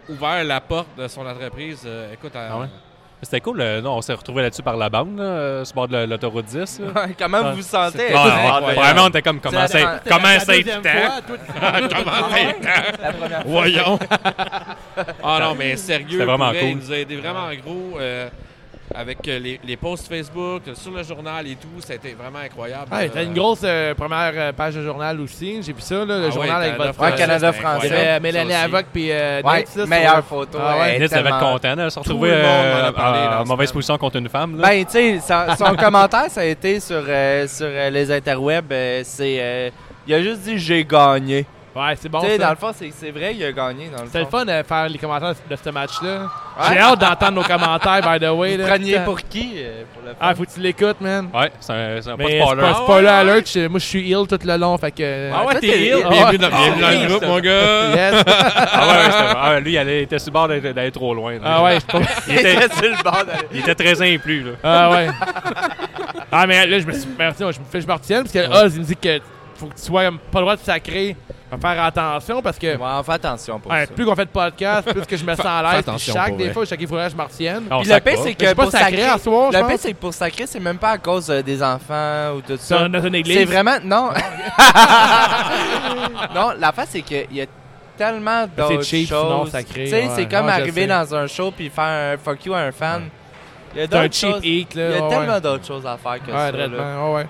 ouvert la porte de son entreprise. euh, écoute, à-
Ah ouais? C'était cool. euh, non, on s'est retrouvés là-dessus par la bande, là, euh, sur le bord de l'autoroute 10. là.
Comment vous vous sentez?
Ouais, ouais,
incroyable.
vraiment, on était comme, comment
C'est
c'est
la-
comment c'est temps?
Comment c'est?
La première fois.
Voyons. ah non, mais sérieux.
C'était vraiment
pour vrai,
cool.
Il nous a aidé vraiment en gros euh, avec euh, les, les posts Facebook, euh, sur le journal et tout. Ça a été vraiment incroyable.
Ouais, t'as une grosse euh, première euh, page de journal aussi. J'ai vu ça, là, le
Ah ouais,
journal avec votre
Ouais, Canada
c'était
français.
C'est
incroyable.
euh, Mélanie
Ça aussi.
Avoc puis euh,
Ouais,
Nate, là,
meilleure
sur-
photo.
Ah ouais.
elle est
Denise devait être
tellement-
content de se retrouver
le monde
euh,
en a parlé dans
en
ce
mauvaise
film.
position contre une femme. là.
Ben, tu sais, son, son commentaire, ça a été sur, euh, sur euh, les interwebs. euh, c'est. euh, il a juste dit j'ai gagné.
Ouais, c'est bon.
tu sais,
ça.
dans le fond, c'est c'est vrai, il a gagné. Dans le
C'était le
fond.
fun de faire les commentaires de ce match-là.
Ouais.
J'ai hâte d'entendre nos commentaires, by the way.
Vous
là.
preniez pour qui euh, pour le fun?
Ah, faut que tu l'écoutes, man.
Ouais, c'est un, c'est un
Mais
pas
c'est pas
spoiler.
Ah ouais,
spoiler
ouais.
alert, je- moi je suis ill tout le long, fait que... euh,
Ah ouais,
Toi,
t'es
t'es-
ill.
ah
Bienvenue dans, bienvenue dans
Ah,
le groupe, mon gars.
Yes.
Ah ouais, ouais, c'était- ah ouais, lui, il allait- il était sur le bord d'être d'aller trop loin. là.
Ah ouais, je suis pas-
Il était,
sur le bord de-
il était 13 ans et plus. Là.
Ah ouais. ah mais là je me suis merci, moi, je me fais je me retiens parce que Oz il me dit que faut que tu sois comme pas le droit de sacrer. Faut faire attention parce que
Ouais, on fait attention pour
ouais,
ça.
plus qu'on fait de podcast, plus que je me sens à l'aise.
fais
puis
attention
Chaque
pour
des
vrai.
fois, chaque fois je me retienne.
Ah, on
Puis le
sac
pire,
pas.
c'est
Mais
que
c'est pas
pour
sacré
sacrer,
à soir, je
le pire,
pense.
c'est que pour sacrer, c'est même pas à cause euh, des enfants ou tout ça.
Dans, dans une église.
C'est vraiment. Non. non, la face, c'est qu'il y a tellement
c'est
d'autres
cheap,
choses.
sinon, ça crée,
Tu sais,
ouais.
c'est comme
Ouais, je sais.
arriver dans un show puis faire un fuck you à un fan. Il y a
C'est un
d'autres
cheap
choses. Il
eat, là.
y a
ouais,
tellement
ouais.
d'autres choses à faire que
Ouais,
ça. là.
vraiment, ouais, ouais.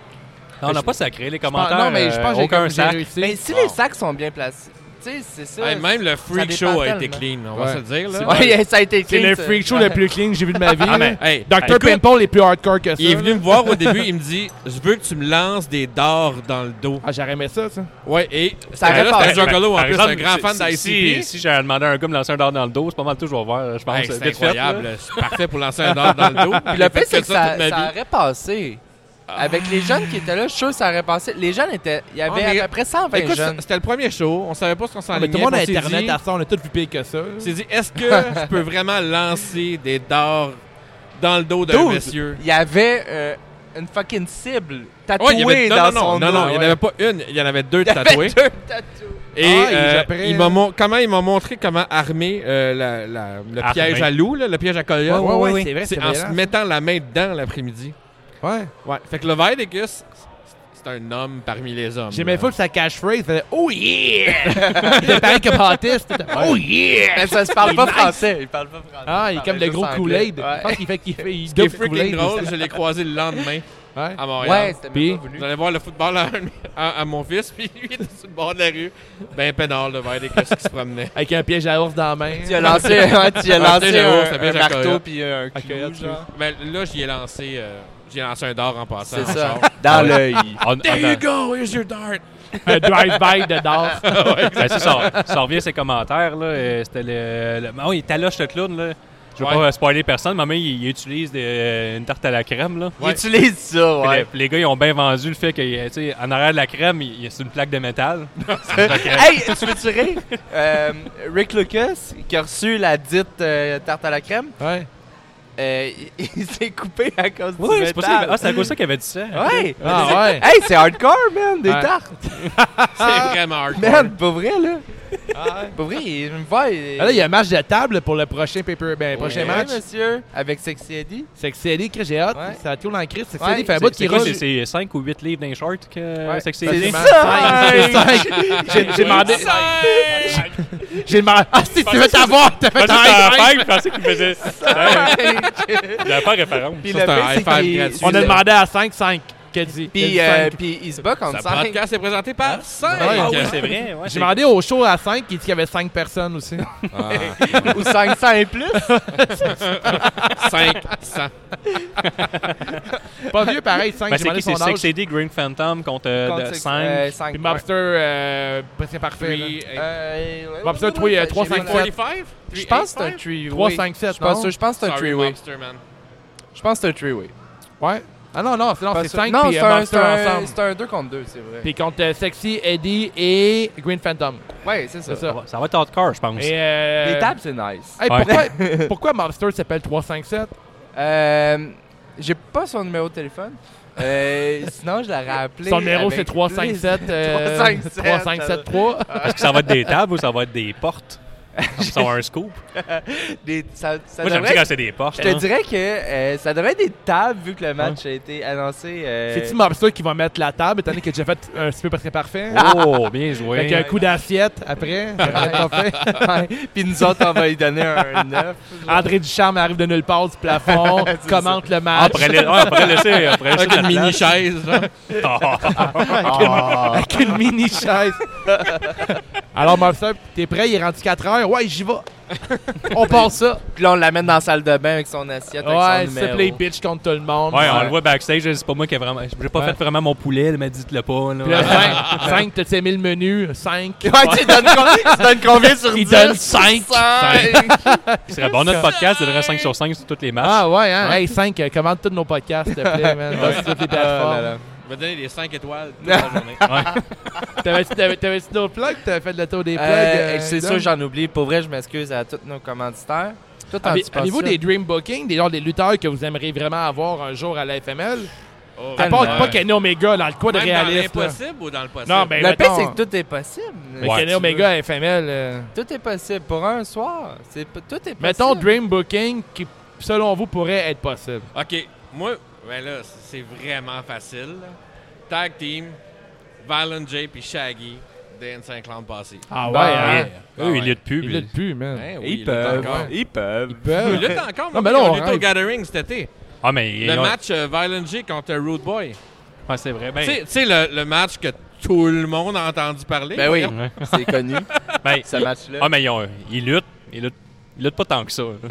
Non, on n'a pas sacré les
Je pense-
commentaires.
Non, mais je
euh,
pense que j'ai
aucun
comme- j'ai
sac.
réussi.
Mais si les sacs sont bien placés, tu sais, c'est ça.
Hey, même le freak
dépend
show a été
tellement.
clean, on
Ouais.
va se le dire. Là.
Ouais, ça a été
C'est
clean,
le
ça.
freak show le plus clean que j'ai vu de ma vie. là.
Ah, mais, hey,
Dr.
écoute,
Pimple est plus hardcore que ça.
Il est venu me voir au début, il me dit Je veux que tu me lances des dards dans le dos.
Ah, j'aurais aimé ça, ça.
Ouais, et.
Ça
Ben là,
répare.
c'était un Juggalo en
Par
plus,
exemple,
un grand
si-
fan
si-
d'ICP.
Si, si j'avais demandé à un gars de me lancer un dard dans le dos, c'est pas mal tout, je vais voir. Je pense
Hey,
vite
c'est
fait, là.
incroyable, c'est parfait pour lancer un dard dans le dos.
Puis
J'ai
le
fait
pire, c'est que ça,
toute ma
ça
vie.
aurait passé. Avec les jeunes qui étaient là, je suis sûr que ça aurait passé. Les jeunes étaient. Il y
Ah,
avait
mais-
à peu près 120
Écoute,
jeunes.
c'était le premier show, on savait pas ce qu'on s'en
Mais tout le monde a Internet à ça, on a tout vu pire que ça.
On s'est dit, est-ce que je peux vraiment lancer des dards dans le dos d'un
Dude,
monsieur?
Il y avait euh, une fucking cible
Ouais, il
tatouée
y avait, non,
dans
non,
son
non, non,
dos.
non, il n'y en avait pas une, il y en avait deux
Il y avait
tatoués.
deux tatous.
Et
Ah, il
euh,
j'apprends.
il m'a mon- comment il m'a montré comment armer euh, la- la- le
Armer.
piège à loup, là, le piège à coyote.
Ouais, ouais, ouais,
ouais,
c'est vrai,
C'est
c'est
en
violent,
se mettant la main dedans l'après-midi.
Ouais.
Ouais. Fait que le Veidicus, c'est un homme parmi les hommes.
J'aimais
là.
fou que sa catchphrase faisait Oh yeah! C'était pareil que Baptiste. Oh yeah!
Mais ça se parle pas français. Il parle pas français.
Ah, il est
parlait
comme le
juste
gros
anglais.
Kool-Aid. Je pense qu'il fait qu'il fait. Il
Ce qui est
double
freaking
Kool-Aid.
drôle, je l'ai croisé le lendemain
Ouais.
à
Ouais,
Montréal.
ouais c'était
Puis-
même pas voulu.
J'allais voir le football à, à- à mon fils, puis lui, il était sur le bord de la rue, ben pénard, le Veidicus qui se promenait.
Avec un piège à ours dans la main. Ah,
Tu as lancé, ouais, tu as
Ah,
lancé
c'était drôle, ça
un,
fait
un
Jacques
marteau
Coyote.
puis un clou,
Coyote,
genre.
Ben là, j'y ai lancé, euh, j'y ai lancé un dard en passant.
C'est
en
ça.
char.
Dans l'œil.
On- on-
There you go, here's your dart.
Un drive-by de Darth.
Ben, ça, ça, ça revient à ses commentaires. Là. Euh, C'était le, le- Oh, il taloche le clown. Là. Je veux
Ouais.
pas spoiler personne, mais même, il, il utilise des- euh, une tarte à la crème. Là.
Il utilise ça,
Puis
ouais.
les- puis Les, gars, ils ont bien vendu le fait qu'en arrière de la crème, il, il- c'est une plaque de métal.
hey, tu veux-tu rire? Euh, Rick Lucas, qui a reçu la dite euh, tarte à la crème,
Ouais.
euh, il, il s'est coupé à cause du
Ouais,
métal.
c'est pour ça qu'il- Ah, c'est à cause de ça qu'il avait dit ça.
Ouais!
Ah ouais.
Hey, c'est hardcore, man, des
Ouais.
tartes!
C'est vraiment hardcore.
Ah, Man, pas vrai, là! Pas vrai, il me voit. il-
Ah, Là, il y a un match de table pour le prochain paper, ben, prochain
Ouais,
match.
monsieur, avec Sexy Eddie.
C'est que Célie, que j'ai hâte.
Ouais.
Ça tourne en crise. C'est que
Ouais,
Célie fait un
c'est-
bout
C'est
qui
quoi,
roule.
c'est- c'est 5 ou 8 livres d'un short que
Ouais.
Sexy
Facilement. Cinq,
Eddie?
cinq. J'ai j'ai demandé. J'ai demandé. Ah, si tu veux t'avoir, t'as fait un high five.
je pensais qu'il faisait. Il avait pas référence.
Puis
Ça,
le
c'est un
pire,
high
c'est
five
qu'il-
gratuit.
On a demandé à 5-5. Qu'elle dit.
Puis,
Quel
euh,
cinq?
puis il se bat contre
Ça
5.
podcast est présenté par 5.
Ouais.
Ah oui, c'est vrai. ouais,
J'ai
c'est-
demandé au show à 5, il dit qu'il y avait 5 personnes aussi.
ou 500 et plus.
Euh,
500.
Pas vieux, pareil, 5 j'ai
Ben, c'est
demandé
qui? C'est
son âge.
Sexy Eddie, Green Phantom contre
Contre
5.
euh, cinq,
Puis
ouais.
Mobster, euh, c'est parfait. là.
3,
Euh, ouais,
Bobster,
ouais,
toi,
ouais,
euh,
j'ai
357.
vu,
45?
Je pense que c'est un three-way.
357,
Je suis pas
non?
sûr, Je pense que c'est un
Sorry,
three-way.
Mobster, man.
Je pense que c'est un three-way.
Ouais. Ah non, non, c'est non,
Pas
c'est
sûr.
5
Non,
puis
c'est
euh,
un-
Mobster
c'est un-
ensemble.
C'est un 2 contre 2, c'est vrai.
Puis contre euh, Sexy, Eddie et Green Phantom.
Ouais, c'est ça.
C'est ça.
Ça va être hardcore, je pense.
Et, euh,
Les tables, c'est nice.
hey,
Ouais.
pourquoi, pourquoi Mobster s'appelle 357?
Euh, J'ai pas son numéro de téléphone. Euh, sinon, je l'aurais appelé.
Son numéro,
avec
c'est 357. euh,
357,
3573.
Est-ce que ça va être des tables ou ça va être des portes? Ça va un scoop.
plaisir. Des- ça- ça
Moi, j'aime
devrait-
ça quand c'est des portes.
Je te
hein.
dirais que euh, ça devrait être des tables vu que le match a été annoncé. euh,
C'est-tu Mobster qui va mettre la table, étant donné que j'ai fait un super presque parfait?
Oh, bien joué.
Avec un coup d'assiette après. Pas fait.
ouais. Puis nous autres, on va lui donner un 9.
André Ducharme arrive de nulle part du plafond, commente le match.
Ah, on pourrait la- ouais, on pourrait laisser, on pourrait laisser
Avec une
notre
mini chaise. genre.
place. Ah.
avec une mini chaise. Alors, Mobster, t'es prêt? Il est rendu 4 heures. Ouais, j'y vais. On part ça.
Puis là, on l'amène dans la salle de bain avec son assiette,
Ouais,
avec
s'il
son
te
numéro.
plaît, bitch contre tout le monde.
Ouais, on le voit backstage, c'est pas moi qui ai vraiment. J'ai pas
Ouais.
fait vraiment mon poulet, mais dites-le pas. là.
Puis là, 5, t'as aimé le menu. 5.
Ouais, tu donnes, com- tu donnes combien sur 10?
Il donne 5.
Ce serait bon, notre podcast, il donnerait 5 sur 5 sur tous les matchs.
Ah ouais, hein? Hey, 5, commente tous nos podcasts, s'il te plaît, man. Va sur toutes les
Oh
plateformes.
Il va donner les 5 étoiles toute la journée. Oh.
T'avais-tu t'avais- t'avais-tu d'autres plugs? T'avais fait le tour des plugs? euh, Ah,
C'est
Dan?
sûr, j'en oublie. Pour vrai, je m'excuse à tous nos commanditaires. Toi, t'en
Avez-
dis pas
Avez-vous
ça.
des dream bookings, des, genre des lutteurs que vous aimeriez vraiment avoir un jour à la FML?
Oh,
À
Tellement.
part pas Kenny Omega dans le quoi de
Même dans
réaliste. là.
l'impossible ou dans le possible?
Non, ben,
Le pire,
mettons,
c'est que tout est possible.
mais
Si
Kenny
tu
Omega à FML. euh,
veux. Tout est possible. Pour un soir, c'est p- tout est possible.
Mettons dream booking qui, selon vous, pourrait être possible.
OK. Moi, ben là, c- c'est vraiment facile. là. Tag team, Violent J puis Shaggy, Dan St. Cloud passé.
Ah
ouais, hein?
Eux, ils luttent
Il l'a
plus.
depuis, man.
Ben
Ils
oui,
peuvent.
encore.
Ils peuvent.
Ils peuvent.
Ils luttent encore.
Non, mais
Non, mais
là, on
on était
rêve.
au Gathering cet été.
Ah, mais. ils
Le
ont-
match euh, Violent J contre Rude Boy.
Ouais, c'est vrai.
Tu sais-
Ben,
Tu sais, le, le match que tout le monde a entendu parler.
Ben oui,
Ouais.
c'est connu,
ben,
ce
ils-
match-là.
Ah, mais ils, ont- ils luttent. Ils luttent. Ils luttent pas tant que ça. là.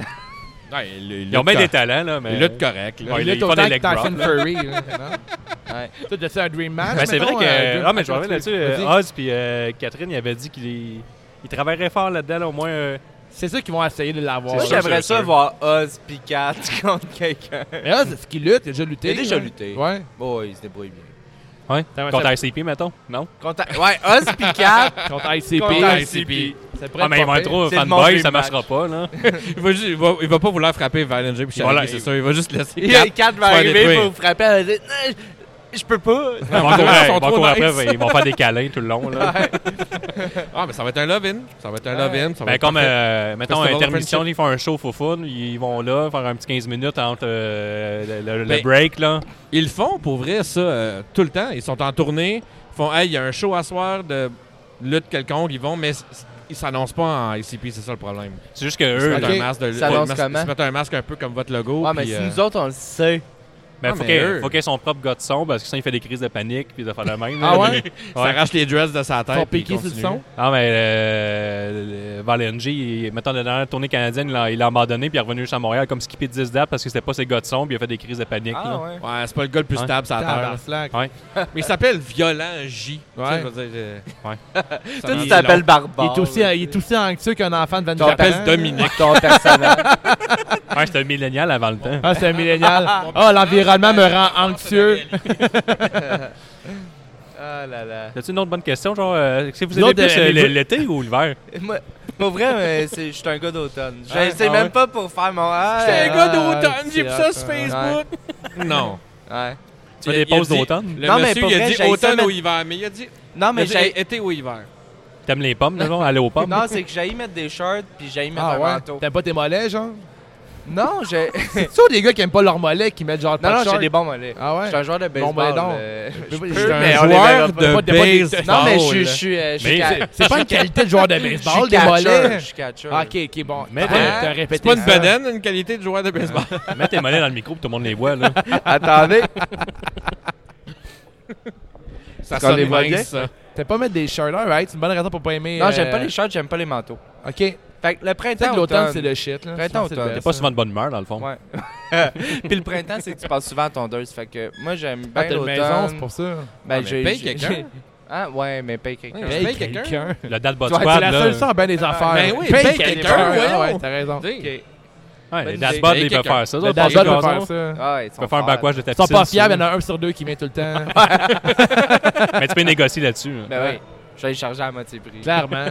Ouais, ils, ils
Ils ont
luttent
bien
cor-
des talents, là, mais.
Ils luttent correct. là.
Ouais,
Il
ils
est
font
autant
des
que
leg drop,
Tyson
là.
Fury. là, non?
Ouais.
Toi, t'as fait un dream match?
Ben, c'est vrai
mettons, euh,
que.
dream
Ah, mais
match
je reviens là-dessus.
Vas-y.
euh, Oz puis euh, Catherine, ils avaient dit qu'ils ils travailleraient fort là-dedans, là, au moins. euh,
C'est sûr qu'ils vont essayer de l'avoir.
Moi,
sûr,
j'aimerais
c'est
ça
sûr.
voir Oz pis Kat contre quelqu'un.
Mais là, c'est ce qu'il lutte, il a déjà lutté.
Il a déjà
là.
lutté.
Ouais.
Bon, il se débrouille bien.
Ouais.
T'as-
Contre
t'as-
ICP, mettons. Non?
Conta- Ouais, Oz pis Kat.
Contre ICP.
Contre
ICP.
Ça pourrait
Ah, mais
pas
ils vont
pire.
être trop
C'est le monde
fanboys,
du
ça
match.
marchera pas, là.
Il va, juste- il va- il va pas vouloir frapper Violent J puis Shaggy,
Voilà,
c'est
il-
sûr. Il va juste laisser.
Kat va
se faire
arriver
détruire.
pour frapper. Elle va dire Non, je- je peux pas.
Ils vont courir-
Ils sont
ils vont
trop
courir
nice.
après, ils vont faire des câlins tout le long. Là.
Ah, mais ça va être un love-in. Ça va être un love-in. ça va
Ben,
être
comme,
parfait.
euh, mettons,
Festival
intermission,
Friendship.
ils font un show faux fun, ils vont là faire un petit 15 minutes entre euh, le, le- le
Ben,
break, là.
Ils le font pour vrai, ça, euh, tout le temps. Ils sont en tournée. Ils font, hey, il y a un show à soir de lutte quelconque. Ils vont, mais c- ils s'annoncent pas en ICP, c'est ça le problème.
C'est juste que
Ils se
eux,
mettent
ok.
un masque de
Ils
lutte.
s'annoncent
ils se mettent-
comment?
ils se mettent un masque un peu comme votre logo.
Ouais, mais
puis,
si
euh,
nous autres, on le sait.
ben,
Ah,
faut
mais
qu'ils
eux.
faut qu'ils aient son propre gars de son parce que sinon, il fait des crises de panique puis de faire le même. là.
Ah ouais?
ça arrache les dresses de sa
Ils sont
tête. puis ils
piqués sur le
continuent.
son.
Ah, mais euh, le- Valenji, il- mettons, la dernière tournée canadienne, il a, il a abandonné puis il est revenu juste à Montréal comme skipper 10 dates parce que c'était pas ses gars de son puis il a fait des crises de panique.
Ah,
là.
Ah, ouais.
Ouais, c'est pas le gars le plus
Ouais.
stable sur la terre. là.
Tabarnak.
Mais il s'appelle Violent J. Tu sais,
Ouais.
je veux dire, euh,
Ouais.
ça
Toi,
me-
tu t'appelles
Il
Barbare.
est aussi, il est aussi anxieux qu'un enfant de 24 ans.
t'appelles Dominique.
Ton personnage.
Ouais, c'était un millénial avant le temps.
Ah, c'est un millénial. Ah, l'environnement me rend anxieux.
Ah là là.
As-tu une autre bonne question? Genre, euh, est-ce que vous
Une
aimez
autre,
plus
euh,
euh,
les-
l'été ou l'hiver?
Moi, pour vrai, mais c'est- je suis un gars d'automne. Je
Ouais,
sais
ah
même
ouais.
pas pour faire mon. Ah,
C'est un
ah,
gars d'automne, j'ai
c'est
vu
hot, hein.
ça sur
ouais.
Facebook. Non.
Ouais.
Tu fais des pauses d'automne?
Le
Non, mais
monsieur,
pour
il a
vrai,
dit
j'haïs ça,
automne
mais-
ou hiver, mais il a dit
Non, mais Ah.
il a dit
j'ai.
été ou hiver.
T'aimes les pommes, là, genre, aller aux pommes?
Non, c'est que j'ai mettre des shirts puis j'ai mettre
Ah
un
ouais?
manteau.
T'aimes pas tes mollets, genre?
Non, j'ai.
C'est toujours des gars qui aiment pas leurs mollets qui mettent genre pas
non,
de
non, j'ai
short.
des bons mollets.
Ah
Je
ouais?
suis un joueur de baseball.
mollets donc.
euh, je
Je
peux-
peux-
mais
mais
on les verra pas.
de
Non, mais je suis- je suis. euh, je suis
Mais
ca-
c'est-
C'est pas une qualité de joueur de
je suis
baseball, des
catcher,
mollets.
Je suis catcher.
Ah, ok, ok, bon.
Mais
Mais
t'as-
t'as répété.
C'est pas une
ça.
bedaine, une qualité de joueur de baseball.
Mets tes mollets dans le micro pour tout le monde les voit. Là.
Attendez.
ça
qu'on les
sonne
voit bien?
mince, ça.
T'aimes pas mettre des shirts, hein, right? C'est une bonne raison pour pas aimer.
Non, j'aime pas
euh,
les shirts, j'aime pas les manteaux.
Ok.
Fait que le
Peut-être
printemps.
que l'automne,
automne,
c'est le shit. là.
Printemps,
Je pense que c'est le
automne.
best,
Pas
ça.
souvent de bonne humeur, dans le fond.
Ouais. Puis le printemps, c'est que tu passes souvent à tondeuse. Fait que moi, j'aime bien
Ah, t'as une maison, c'est
Ben, l'automne.
pour ça.
Ah,
Ben,
mais
j'ai-
paye
j'ai-
quelqu'un.
Ah, ouais, mais paye quelqu'un. Ah,
Ouais, Paye quelqu'un.
Le date bot
Ouais,
squad,
c'est la
là.
seule ça en bien des affaires.
Ben oui, paye quelqu'un,
Ah
voyons.
Ouais, t'as raison.
Tu sais,
Ok.
Ouais,
Bonne
les
idée.
date bots, ils
Paye
peuvent
quelqu'un.
faire ça.
Le
Ils
dashboard peut faire
peuvent
ça.
Ah, ils sont
faire un
forts.
backwatch de ta
Ils sont
piscine,
pas fiables, il y
ça.
en a un sur deux qui vient tout le temps.
Mais tu peux négocier là-dessus. hein.
Ben oui. Je vais les charger à moitié prix.
Clairement.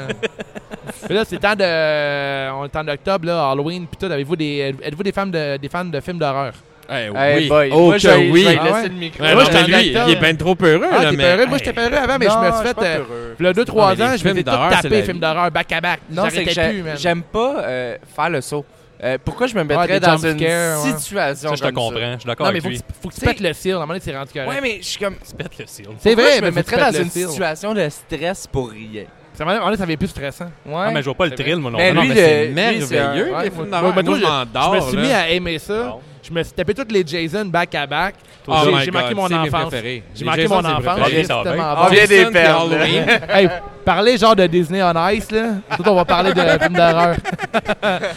Mais là, c'est temps de. On est en octobre, là, Halloween, pis tout. Avez-vous des. Êtes-vous des fans de, des fans de films d'horreur?
Eh
Hey,
oui.
boy.
Oh
moi, je vais-
que oui.
Je vais
Ah
laisser
ouais?
le micro.
Ouais,
moi,
non,
j'étais
mais
un
lui,
acteur.
il est bien trop heureux,
Ah,
là,
t'es
mais...
peureux? Moi, j'étais peureux avant, mais je me
Non,
suis
suis
fait.
pas
euh,
peureux.
V'là 2-3
Non, mais
ans,
les
je m'étais
films
tout
d'horreur, c'est
tapé,
la
films
vie.
d'horreur, back à back.
Non, c'est que
J'arrêtais plus,
j'ai-
man. Ah,
j'aime pas euh, faire le saut. Euh, pourquoi je me
des
mettrais dans
jump
une
scares, ouais.
situation
Ça, je te
comme ça?
comprends. Je suis d'accord
Non, mais
avec
faut que,
lui.
tu- faut que tu
T'sais-
pètes le cil. À un moment donné, c'est rendu correct.
Ouais, mais je suis comme...
Tu pètes le cil.
c'est
Pourquoi
vrai,
je
mais faut
me
que tu
mettrais dans
pètes le
une
cil.
situation de stress pour rien.
C'est- À un moment donné, ça devient plus stressant.
Ouais.
Ah, mais je vois pas le thrill, moi, non
Mais
plus.
lui,
Non, mais
le-
c'est
lui, c'est un-
merveilleux,
ouais,
les films
moi-
d'horreur.
moi,
Moi, je
je- Je
m'endors,
me suis mis
là.
à aimer ça.
Non.
Je me suis tapé toutes les Jason back à back.
Oh
J'ai-
my
j'ai marqué
God,
mon
c'est mes
enfance.
préférés.
J'ai
Les
marqué
Jason,
mon
c'est mes
enfance.
préférés.
j'ai
Ça va bien.
tellement
On
bon.
vient Ah, des
Jason puis
perles.
Halloween.
Hey, parler genre de Disney on Ice, là. Tout, on va parler de films d'horreur.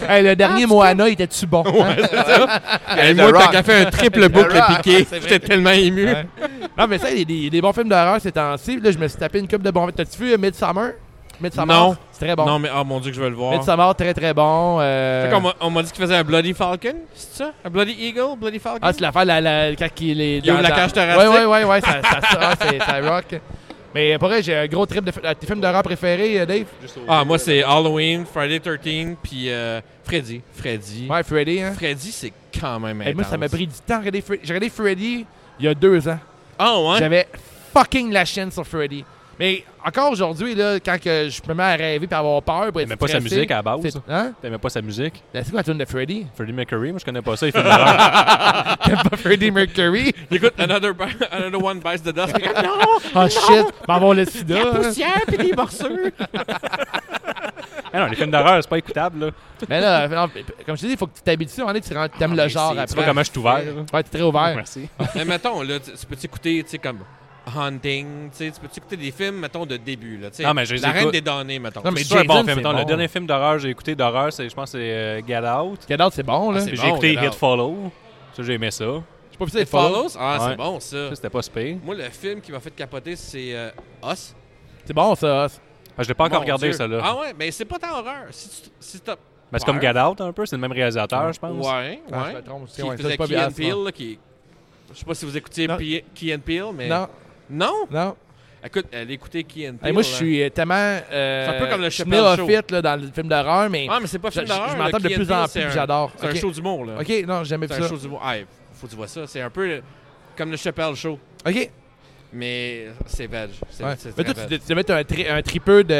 hey, le dernier Moana, il était-tu bon? hein?
Hey,
The
Moi,
Rock.
t'as qu'à fait un triple boucle
Rock.
piqué. J'étais tellement ému.
Ouais. Non, mais ça, il y a des, il y a des bons films d'horreur ces temps-ci. Là, je me suis tapé une coupe de bons films. T'as-tu vu euh, Midsummer? Midsummer?
Non.
C'est très bon.
Non, mais oh mon Dieu que je veux le voir.
Midsummer, très très bon. euh,
Tu sais qu'on m'a- On m'a dit qu'il faisait un Bloody Falcon, c'est ça? Un Bloody Eagle, Bloody Falcon?
Ah, c'est l'affaire, la, la, quand il est.
Il ouvre la cage thoracique.
Ouais, ouais, ouais, ouais, ça, ça, ça, c'est- ça rock. Mais pour vrai, j'ai un gros trip de fi- tes films d'horreur préférés, euh, Dave?
Ah, moi, c'est Halloween, Friday 13, puis euh, Freddy. Freddy.
Ouais, Freddy, hein?
Freddy, c'est quand même
Et moi, ça m'a
intense.
pris du temps. à regarder Fre- J'ai regardé Freddy il y a deux ans.
Ah, ouais?
J'avais fucking la chaîne sur Freddy. Mais encore aujourd'hui, là, quand que je me mets à rêver et avoir peur, pour être
T'aimais pas sa
stressé,
musique à la base?
c'est- Hein?
T'aimais pas sa musique?
La- C'est quoi la tune de Freddy?
Freddie Mercury, moi, je connais pas ça. Il fait de
T'aimes pas Freddy Mercury?
Écoute, another, Bi- another One Bites the Dust.
Oh shit, m'en va le sida. hein.
puis des morsures.
Ah non, les films d'horreur, c'est pas écoutable, là.
Mais là, non, p- p- comme je te dis, il faut que tu t'habitues. à un moment donné, Tu rends- t'aimes
Ah,
le
mais
genre
c'est-
Tu
après.
vois comment je suis ouvert, là.
Ouais, t'es très ouvert.
Merci.
Mais mettons, là, tu tu peux écouter, tu sais, comme Hunting, tu sais, tu peux écouter des films, mettons, de début, là, tu sais.
Ah, mais je les
La Reine
écoute.
des Données, mettons.
Non, mais
C'est un
Jason,
bon film.
c'est
Attends, Le
bon.
dernier film d'horreur que j'ai écouté d'horreur, c'est- je pense que c'est euh, Get Out.
Cadence, c'est bon, là.
Ah, c'est
J'ai
Puis
bon,
J'ai écouté
Get Out.
Hit Follow. Ça, j'ai aimé ça.
pas vu ça, il
It
follow.
Follows? Ah,
Ouais.
c'est bon, ça.
Ça, c'était pas spé.
Moi, le film qui m'a fait capoter, c'est euh, Us.
C'est bon, ça. os.
Ah, je l'ai pas encore
Mon
regardé,
Dieu.
ça, là.
Ah ouais, mais c'est pas tant horreur. Si tu si t'as-
Mais c'est comme
Ouais.
Get Out, un peu. C'est le même réalisateur, je pense.
Ouais,
Ah, je
ouais.
me trompe aussi,
Qui
ouais, ça,
faisait
c'est pas
Key
bien,
and
ça, ouais.
Peele, là, qui... Je sais pas si vous écoutiez
Non.
P- Key and Peele, mais...
Non,
Non?
non.
Écoute, allez écouter Key and Peele.
Hey, moi, je
là.
suis euh, tellement. euh,
C'est un peu comme le
je suis
Chappelle Show.
néophyte, là, dans le film d'horreur, mais
Ah, mais c'est pas
je
film
je-
d'horreur.
je
là,
m'entends de
Key and
plus
Peele,
en plus,
c'est
puis
un-
j'adore.
C'est un
Ok.
show d'humour, là.
Ok, non, j'ai jamais vu
C'est un
ça.
show d'humour. Ah, faut que tu vois ça. C'est un peu... Faut Comme le Chappelle Show.
OK.
Mais c'est veg. C'est
Ouais.
c'est
Mais
très
toi,
veg.
tu devais mettre un, tri un tripeux de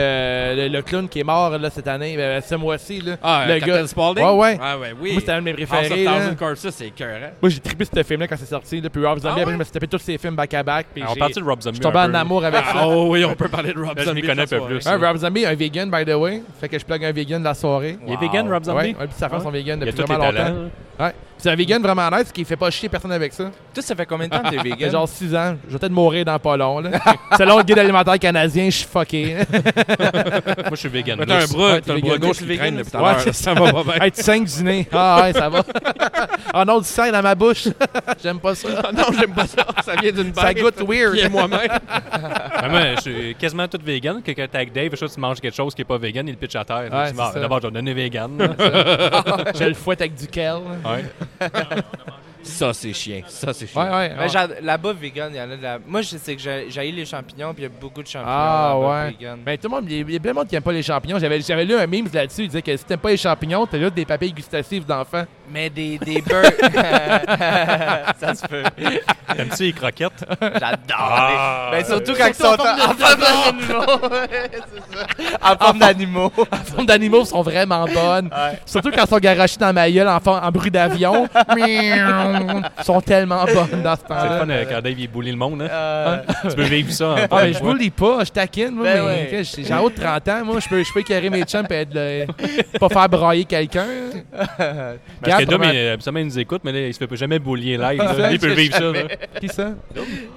le, le clown qui est mort là, cette année, ben, ce mois-ci. Là,
Ah,
le
le Captain Spaulding?
Ouais, ouais.
Ah, ouais, oui.
Moi, c'était un de mes
House of
préférés. hein. là.
Thousand Corpses, ça, c'est écœurant.
Moi, j'ai trippé ce film-là quand c'est sorti. Là, puis Rob Zombie,
Ah
après,
ouais?
je me suis tapé tous ces films back-à-back. puis
Ah, On
j'ai-
partit de Rob
Je
Zombie.
suis tombé
un
en
peu.
amour avec ça.
Ah, oh oui, on peut parler de Rob
Là, je m'y
Zombie
connais un
cette
peu
soirée.
plus.
Ouais, Rob Zombie est un vegan, by the way. Fait que je plug un vegan de la soirée.
Il est vegan, Rob Zombie?
Ouais, ouais, puis sa femme
Ah.
sont vegan
Il y a
depuis
tous les
vraiment longtemps.
talents.
Ouais. Puis C'est un vegan vraiment nice qui fait pas chier personne avec ça.
Toi, ça fait combien de temps que t'es
Fait
vegan?
genre 6 ans. Je vais peut-être mourir dans pas long. Là. Selon le guide alimentaire canadien, je suis fucké.
Moi, je suis vegan.
Mais t'as un bras, t'as le bras
vegan.
gauche
Ouais,
qui traîne depuis tout
c'est
à l'heure. Ça va pas bien.
hey, tu saignes du nez. Ah ouais, ça va. Ah non, du sang dans ma bouche. J'aime pas ça.
Ah Non, j'aime pas ça. Ça vient d'une
Ça
bague.
goûte weird.
qui est moi-même.
Vraiment, je suis quasiment tout vegan. Quelqu'un tag Dave, je sais, tu manges quelque chose qui n'est pas vegan, il le pitch à terre. Je me dis,
c'est
bon,
ça.
D'abord, je vais donner vegan. là.
Je le fouette avec du kale. là.
Ouais.
Ça, c'est chien. Ça, c'est
Ouais,
chien.
ouais.
Ben, j'a- Là-bas, vegan, il y en a de la... Moi, je sais que j'ai j'haïs les champignons, puis il y a beaucoup de champignons
Ah,
là-bas,
ouais.
vegan.
Ben, tout le monde, il y a- il y a plein de monde qui aime pas les champignons. J'avais j'avais lu un meme là-dessus. Il disait que si t'aimes pas les champignons, t'as juste des papilles gustatives d'enfant.
Mais des, des burgers... ça se peut.
T'aimes-tu les croquettes?
J'adore. les- Ben, surtout quand ils sont en en forme d'animaux. C'est ça. En forme d'animaux.
Les formes d'animaux sont vraiment bonnes. Surtout quand ils sont garachés dans ma gueule en, fond- en bruit d'avion. Miaou. Ils sont tellement bonnes dans ce
C'est le
temps-là.
fun euh, quand Dave, il bully le monde. hein.
Euh,
Tu peux vivre ça. hein,
Ah,
pas
mais
une
je
fois.
bully pas, je taquine. Moi,
Ben
mais
ouais.
qu'est-ce que j'ai j'ai en haut de 30 ans. Moi, je peux, je peux carrer mes chums et être le- pas faire brailler quelqu'un.
Parce que
Regarde,
Dom,
comment-
il, euh, habituellement, il nous écoute, mais là, il se fait jamais boulier live.
Ah,
là.
ça,
Lui, Il peut
c'est
vivre ça. là.
Qui ça?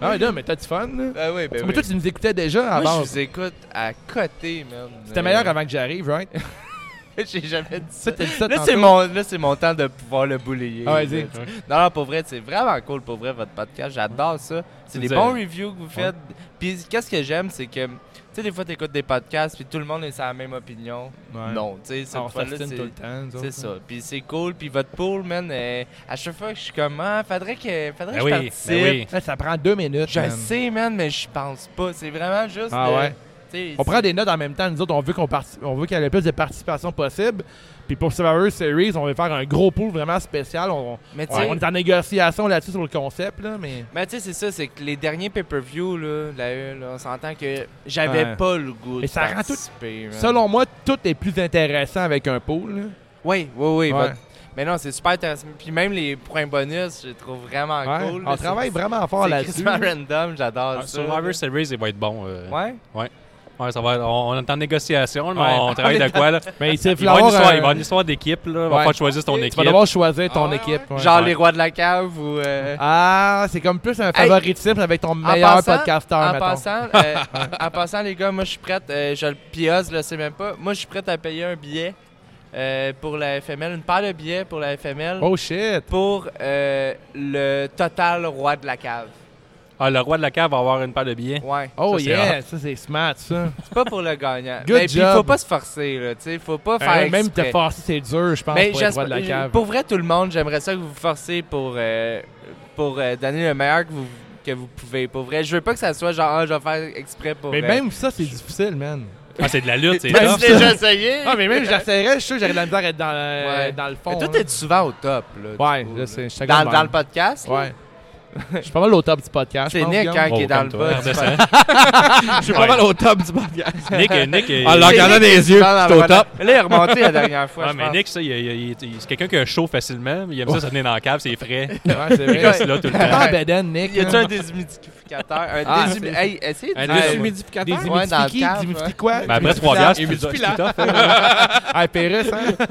Ah, là, mais t'as du fun. là.
ben oui, ben
Mais toi,
oui.
tu nous écoutais déjà
Moi, je
avant.
vous écoute à côté, man. Euh,
C'était meilleur avant que j'arrive, right?
J'ai jamais dit ça.
Ça, t'as dit ça
Là,
tantôt.
c'est mon, là, c'est mon temps de pouvoir le boulier. Euh,
Ah, vas-y.
Non, non, pour vrai, c'est vraiment cool, pour vrai, votre podcast. J'adore ça. C'est des
Vous
bons
avez-
reviews que vous faites. Puis, qu'est-ce que j'aime, c'est que, tu sais, des fois, tu écoutes des podcasts, puis tout le monde est sur la même opinion.
Ouais.
Non, tu sais, cette
Ah, on
fois-là,
s'obstine
c'est-
tout le temps. nous autres,
C'est ça. Puis c'est cool. Puis votre pool, man, euh, à chaque fois que je suis comme, ah, faudrait que, faudrait
Ben
que
oui,
je
ben
participe.
oui.
hein. Là, ça prend deux minutes.
Je
man.
sais, man, mais je pense pas. C'est vraiment juste.
Ah
de-
ouais.
tu sais,
On prend des notes en même temps. Nous autres, on veut qu'on parti- on veut qu'il y ait le plus de participation possible. Puis pour Survivor Series, on veut faire un gros pool vraiment spécial. On, on-
Mais tu
on
sais-
est en négociation là-dessus sur le concept, là, mais
Mais tu sais, c'est ça, c'est que les derniers pay-per-view, là, la E, là, on s'entend que j'avais
Ouais.
pas le goût
Mais
de
ça rend
participer, man.
selon moi, tout est plus intéressant avec un pool. là.
Oui, oui,
Ouais.
oui. votre- Mais non, c'est super intéressant. Puis même les points bonus, je les trouve vraiment
Ouais.
Ah, cool.
on travaille vraiment fort
là
là-dessus.
C'est crissement random, j'adore
Ah,
ça.
Survivor Series, il va être bon. euh.
Ouais?
Ouais, ça va être- on, on est en négociation, mais
Ouais.
on travaille de quoi. Là.
Mais
Il
c'est
va y avoir une
un-
histoire, il va y avoir une histoire d'équipe. là. Il va
Ouais.
falloir choisir ton
Tu vas
équipe.
devoir choisir ton
Ah ouais,
équipe. ouais.
Genre
Ouais.
les rois de la cave ou. euh,
Ah, c'est comme plus un favoritisme avec ton
En
meilleur
passant-
podcasteur,
en
Ah, mettons.
passant, euh, en passant, les gars, moi je suis prête, euh, je le piosse, je le sais même pas. Moi je suis prête à payer un billet euh, pour la FML, une paire de billets pour la FML,
Oh shit!
pour euh, le total roi de la cave.
Ah, le roi de la cave va avoir une paire de billets.
Ouais.
Oh
c'est
yeah! Ça, c'est smart, ça.
C'est pas pour le gagnant.
Good
Mais puis,
job.
faut pas se forcer, là. Tu sais, faut pas faire.
Euh, même
exprès.
te forcer, c'est dur, je pense,
Mais
pour être droit de la
j'espère- euh,
cave.
pour vrai, tout le monde, j'aimerais ça que vous vous forcez pour, euh, pour euh, donner le meilleur que vous, que vous pouvez. Pour vrai, je veux pas que ça soit genre, ah, je vais faire exprès pour.
Mais
euh,
même ça, c'est difficile, man.
Ah, c'est de la lutte, c'est
Ben,
tough.
c'est-
déjà essayé.
Ah, mais même j'essaierais, je suis sûr que j'aurais de la misère à être dans, le-
Ouais.
dans le fond.
Mais
hein.
toi,
là.
t'es souvent au top, là. du
Ouais,
coup,
je
là. Ah,
sais, je suis
Dans,
d'accord.
dans le podcast, là,
Ouais. Je suis pas mal au top du podcast. je
c'est
pense,
Nick
Guillaume.
hein,
Oh,
qui est dans le
calme-toi,
bas. du
redescends.
podcast.
Je suis pas mal au top du podcast.
Nick, euh, Nick, euh,
En le
C'est
regardant
Nick
des
qui est
yeux,
dans la
c'est au
voilà.
top.
Là, il est remonté la dernière fois.
Ouais,
je
mais
pense.
Nick, ça, il- il- il- c'est quelqu'un qui a chaud facilement. Il aime ça, ça venir dans la cave, c'est frais.
Ouais, c'est
Il reste
vrai.
là tout le
Attends,
temps.
Beden, Nick.
Ah, ben, Y a-tu
hein.
un déshumidificateur Un
Ah,
déshumi-
c'est-
Hey, essayez de
Un
dire-
Des
déshumidificateur.
Ouais, dans le
humidifiés,
cave,
des
ouais.
humidifiés quoi?
Mais après trois bières, c'est plus
plus
c'est plus tough.
Ah, Pérus, hein?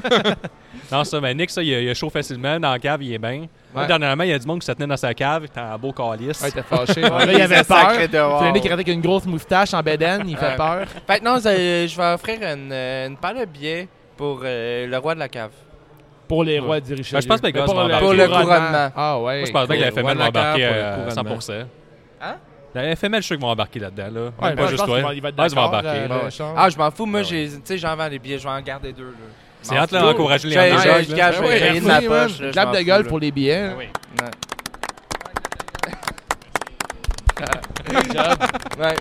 Non, ça, mais Nick, ça, il, a- il a chaud facilement. Dans la cave, il est bien. Moi,
Ouais.
Dernièrement, il y a du monde qui se tenait dans sa cave, il était en beau calice.
Ouais, t'es fâché. ouais.
Ouais,
Là, il avait
c'est
peur.
sacré
C'est
dehors.
le Nick qui avec une grosse moustache en Beden, il fait
Ouais.
peur.
Fait que non, je je vais offrir une, euh, une paire de billets pour euh, le roi de la cave.
Pour les rois du Richelieu.
Ben, je pense que les
Mais
gars
pour
sont
le,
embarqués.
Pour le couronnement.
Ah ouais.
Moi, je pensais que la
Ouais,
FML va
la cave
embarquer
pour le
euh, à
couronnement.
100%.
Hein?
La FML, je suis qu'ils vont embarquer là-dedans. Là.
Ouais,
Même pas
je
juste
pense
toi.
qu'il va- il va être
Ouais, ils vont
d'accord,
embarquer.
euh,
là.
le Charles.
Ah, je m'en fous, moi,
Ah ouais.
j'ai- tu sais, j'en vends les billets, je vais en garder deux. là.
C'est
M'en
hâte là
fous.
d'encourager les
J'ai-
gens.
j'ai- je
Ben
cache, je vais
ouais,
payer de ma
merci, man.
poche. là, je
Clap
m'en
de
fous,
gueule
là.
pour les billets. hein.
Ouais. Ouais.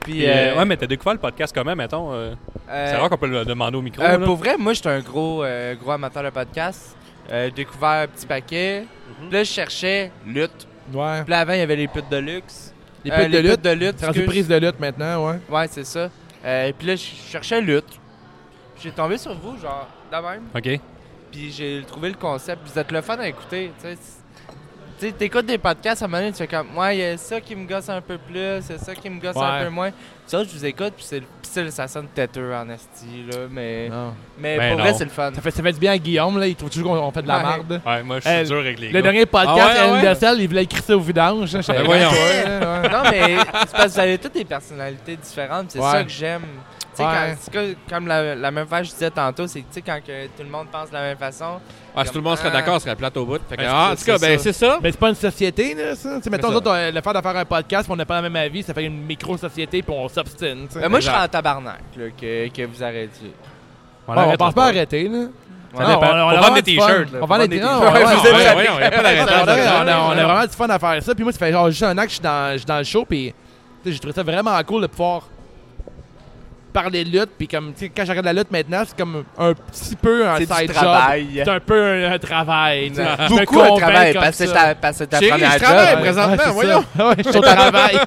Puis,
Puis, euh,
euh,
ouais, mais t'as découvert le podcast comment, mettons? euh, c'est
euh,
rare qu'on peut le demander au micro.
Euh,
là.
pour vrai, moi, j'étais un gros, euh,
Mhm.
gros amateur de podcast. Euh, découvert un petit paquet. Puis Là, je cherchais lutte.
Ouais.
Puis là, avant, il y avait les putes de luxe.
Les
Euh,
putes de lutte.
de lutte.
C'est rendu
excuse.
prise de lutte maintenant, ouais.
Ouais, c'est ça. Euh, puis là, je cherchais lutte. J'ai tombé sur vous, genre, de même.
OK.
Puis j'ai trouvé le concept. Vous êtes le fun à écouter. Tu sais, C'est- tu sais, t'écoutes des podcasts à un moment donné, tu fais comme, ouais, il y a ça qui me gosse un peu plus, c'est ça qui me gosse
Ouais.
un peu moins. Ça, je vous écoute, puis c'est le- puis c'est le- ça sonne têteux en esti, là. Mais,
Non.
mais
Ben
pour vrai,
non.
c'est le fun.
Ça fait, ça fait du bien à Guillaume, là. Il trouve toujours qu'on on fait de la
Ouais.
merde.
Ouais, moi, je
Euh,
suis dur avec les
Le
gars.
dernier podcast,
Ah ouais,
Anne
ouais.
Dessel, il voulait écrire ça au vidange. hein. là. J'étais
Ben
comme,
voyons.
ouais, ouais.
non, mais c'est parce que vous avez toutes des personnalités différentes. C'est
Ouais.
ça que j'aime. Tu sais,
Ouais.
quand- c'est que- comme la, la même fois je disais tantôt, c'est que tu sais, quand que tout le monde pense de la même façon,
Ah, si tout le monde serait
Ah.
d'accord, ce serait plate au bout. Fait que,
Ouais,
ah, en tout cas,
c'est
ben
ça.
c'est ça.
Mais c'est pas une société, là, ça. Tu sais, mettons,
C'est
nous autres,
ça.
on- le fait d'affaire un podcast, puis on n'a pas la même avis, ça fait une micro-société, puis on s'obstine, tu sais.
Ben, moi, je
Genre.
serais en tabarnak là, que, que vous arrêtiez.
On
Bon, on
arrête,
pense
on
pas
parle.
arrêter, là.
Ça
Non,
dépend.
on- on
Faut
a
vendre
vraiment
des
du fun.
t-shirts, là.
On vend des
Faut
t-shirts.
vendre
Non,
des
ouais,
t-shirts.
ouais,
Ah Vous êtes
ouais.
chaque-
Ouais, on a pas
On
d'arrêtage.
a, on a- on a vraiment du fun à faire ça. Puis moi, ça fait genre juste un an que je suis dans, je suis dans le show. Puis tu sais, j'ai trouvé ça vraiment cool de pouvoir parler de lutte. Puis comme, tu sais, quand je regarde la lutte maintenant, c'est comme un petit peu un
C'est
side
du
job.
travail.
C'est un peu un, un travail. tu sais. Je me
Beaucoup un
convainc
travail,
comme
parce que c'est
ça.
ta, parce que c'est ta
Chérie, je
première job.
travaille,
ouais.
Présentement,
c'est ça.
voyons.
Ouais, je suis au travail.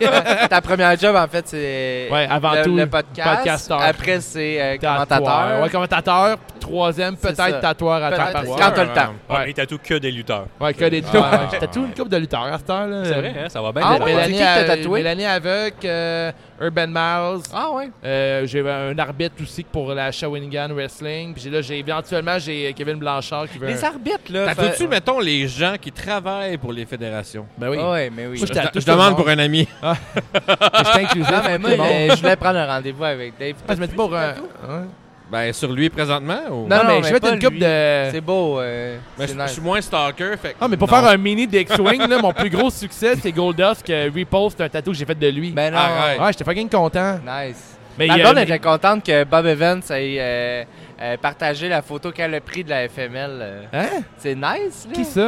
ta première job, en fait, c'est
Ouais, avant
le,
tout,
le podcast.
podcasteur.
Après, c'est euh,
Tatoueur.
commentateur.
Ouais, commentateur. Puis troisième,
C'est
peut-être
ça.
tatoueur à temps
Peut-être.
partiel.
Quand t'as le temps.
Ah, mais il tatoue que des lutteurs.
Ouais, que des
Ouais, ouais,
Je tatoue
ouais.
une couple de lutteurs à cette heure-là.
C'est vrai, hein, ça va bien.
Ah,
les
ouais.
lutteurs.
C'est
Mélanie,
qui que t'as
euh,
tatoué?
Mélanie Avec, euh, Urban Miles.
Ah ouais?
Euh, j'ai un arbitre aussi pour la Shawinigan Wrestling. Puis j'ai- là, j'ai éventuellement j'ai Kevin Blanchard qui veut.
Les
un-
arbitres, là.
T'as
fait-
tu mettons, les gens qui travaillent pour les fédérations?
Ben oui.
Ah ouais, mais oui.
Moi,
Je,
T'as tout
je
le
demande
monde.
pour un ami.
Je suis inclusif.
Non, mais moi,
tout le monde.
euh, je voulais prendre un rendez-vous avec Dave.
Ah, je me dis pour un. hein?
Ben, sur lui présentement? Ou...
Non,
Non,
mais
mais je vais
pas
mettre une coupe
lui.
de.
C'est beau. euh,
Ben,
c'est
je, je
nice.
suis moins stalker, fait que-
Ah, mais pour
Non.
faire un mini de X-Wing, là, mon plus gros succès, c'est Goldust que repost un tatou que j'ai fait de lui.
Ben non.
Arrête.
Ouais, j'étais fucking content.
Nice.
Mais il
Ma
y a-
blonde était contente que Bob Evans ait euh, euh, partagé la photo qu'elle a pris de la FML. euh.
Hein?
C'est nice, là.
Qui ça?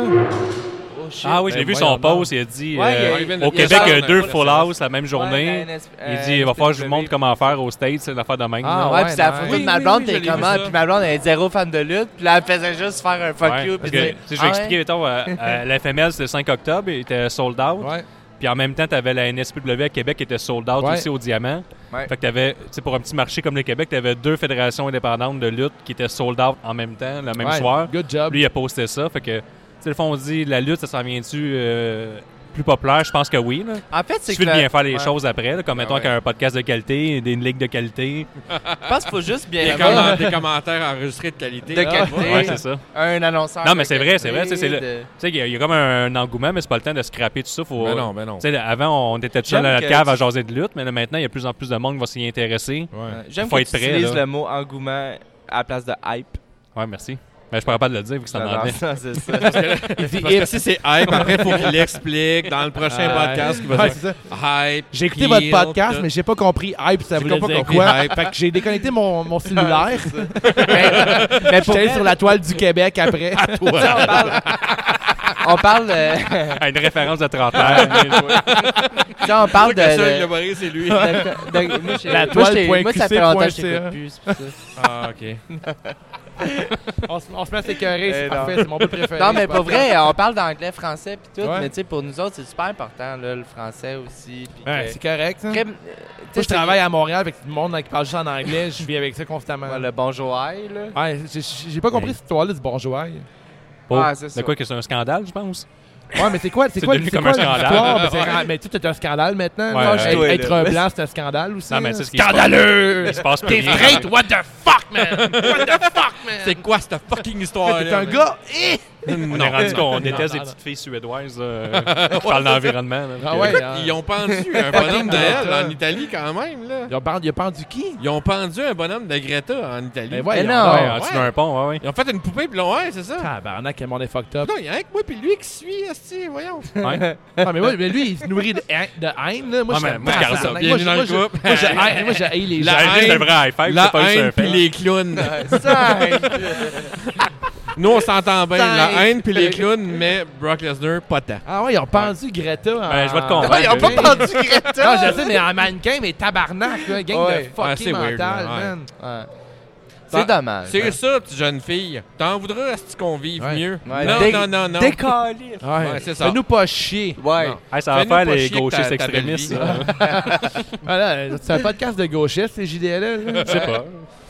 Oh, shit.
Ah oui, j'ai
Ben
vu
voyons
son post, il a dit
Ouais,
euh,
il-
il-
au
il-
Québec,
il-
il y a
il-
deux
il-
full house la même
Ouais,
journée.
la NS-
Il
euh,
dit, il va falloir que je vous
NSPW.
montre comment faire au States, c'est l'affaire de même.
Ah,
là.
Ouais,
ouais,
puis c'est la photo
nice.
de ma
Oui,
blonde,
oui,
t'es
je l'ai vu,
comment?
ça.
Puis ma blonde, elle est zéro fan de lutte, puis là, elle faisait juste faire un fuck
Ouais,
you. Puis
parce que,
dire,
tu sais,
ah
j'ai expliqué,
ouais?
mettons, euh, euh, la FML, c'était le 5 octobre, il était sold out.
Ouais.
Puis en même temps, t'avais la NSPW à Québec qui était sold out
Ouais.
aussi au Diamant.
Ouais.
Fait que t'avais, tu sais, pour un petit marché comme le Québec, t'avais deux fédérations indépendantes de lutte qui étaient sold out en même temps, le même
Ouais,
soir.
Good job.
Lui, il a posté ça. Fait que, tu sais, le fond, on dit, la lutte, ça s'en vient-tu euh, plus populaire? Je pense que oui. Là.
En fait,
Il
c'est que.
suffit de
le-
bien faire les
ouais.
choses après, là, comme mettons
ouais.
qu'un podcast de qualité, des ligues de qualité.
Je pense qu'il faut juste bien
Des,
avoir
comment- des commentaires enregistrés de qualité. hein,
de qualité,
Ouais, c'est ça. Tu
un annonceur.
Non,
de
mais c'est vrai,
qualité,
c'est vrai, tu sais, c'est le-
de-
sais, il y, a- il y a comme un engouement, mais c'est pas le temps de scraper tout ça. Faut,
Ben non, ben non.
Tu sais, avant, on était tout seul
J'aime
dans notre
que
cave
tu-
à jaser de lutte, mais là, maintenant, il y a de plus en plus de monde qui va s'y intéresser.
Ouais.
J'aime
Faut
que
être
tu
prêt,
utilises
là.
le mot engouement à la place de hype.
Ouais, merci. Mais je pourrais pas de le dire, vu que ça
Non,
m'en
non,
venait.
ça, c'est
Parce
ça.
que si c'est hype, après, il faut qu'il l'explique dans le prochain
Ah,
podcast qui va
Ouais,
dire
c'est ça.
hype.
J'ai écouté
heel,
votre podcast,
tout.
mais j'ai pas compris hype, ça
J'ai
voulait
pas
dire
compris
quoi.
hype.
Fait que j'ai déconnecté mon, mon cellulaire.
mais, mais pour
J'étais allé
vrai,
sur la toile du Québec après.
on parle. on parle, euh,
Ah, Une référence de 30 ans.
tu sais, on parle
Le seul
de-
qui
de.
l'a barré, c'est lui.
de- de- moi, j'ai-
La
moi, j'ai-
toile
moi, ça fait
.qc.ca.
longtemps que je t'écoute plus. c'est pour ça.
Ah, OK.
on, se, on se met à s'écœurer,
Eh
c'est
non.
parfait, c'est mon peu préféré.
Non, mais
pas
pour vrai, on parle d'anglais, français, puis tout.
Ouais.
Mais tu sais, pour nous autres, c'est super important, là, le français aussi. puis
Ouais,
que-
c'est correct. ça.
Crème,
Moi,
euh, tu sais,
je travaille à Montréal avec tout le monde qui parle juste en anglais, je vis avec ça constamment.
Ouais, Le bonjour, hi, là.
Ouais, j'ai- j'ai pas compris
Mais-
cette histoire-là du bonjour. aïe.
Oh,
Ah, c'est
de
ça.
quoi que c'est un scandale, je pense.
Ouais, mais c'est quoi, c'est
C'est
quoi,
devenu
c'est
comme
quoi
un
l'histoire?
scandale.
Ben, c'est ra- Mais tu c'est un scandale maintenant.
Ouais,
là.
ouais.
Être-
Ouais,
Être
là.
un blanc, c'est un scandale aussi.
Non, mais
là.
c'est ce qui se passe.
Scandaleux!
Il se passe
T'es
rien.
straight, what the fuck, man! What the fuck, man!
C'est quoi cette fucking histoire?
T'es un gars, eh!
On est rendu qu'on
non,
déteste les
non.
petites filles suédoises euh, qui parlent d'environnement. là,
Ah
que-
ouais,
Ils ont pendu un bonhomme de
Greta.
elle en Italie quand même, là.
Il a, pendu, il a pendu qui?
Ils ont pendu un bonhomme de Greta en Italie.
Ben
Mais
voyons
non.
donc.
Ah,
Ouais, en dessous d'un pont, Ah ouais, ouais.
Ils ont fait une poupée, puis l'ont... Ouais, c'est ça.
Tabarnak, le monde est fucked up.
Non, il y a un que moi, puis lui qui suit, esti, voyons.
Ouais.
Ah, mais, moi, mais lui, il se nourrit de, haine- de haine. Là. Moi, je
Ouais,
suis
mais
un
moi, je garde ça.
tabarnak.
Bienvenue
je-
dans le
je-
groupe.
Moi, je haïs- moi, je haïs les gens.
La
J'arrive, c'est un
haine.
vrai high five,
La
c'est pas
haine
juste un
puis
fait.
les clowns.
Ça, hein.
Nous, on s'entend bien.
Cinq.
La haine puis les clowns, mais Brock Lesnar, pas tant.
Ah ouais, ils ont pendu Greta. En...
Ben, je vais te convaincre.
Non, ils ont pas
Greta.
pendu Greta. non, je sais, mais en mannequin, mais tabarnak, là, gang
Ouais.
de fucking
Ouais, c'est weird,
mental,
là, ouais. Bah,
man.
Ouais. C'est dommage. hein.
C'est ça, petite jeune fille. T'en voudrais à ce qu'on vive
Ouais.
mieux?
Ouais.
Non,
Dé-
non, non, non.
Décalé.
Ouais, c'est ça.
Fais-nous pas chier.
Ouais.
Non.
Hey, ça va
Fais-nous
faire
pas
les
chier que
gauchistes
ta- ta belle
extrémistes.
vie.
ça.
Voilà, c'est un podcast de gauchistes, les JDL. là.
Je sais pas.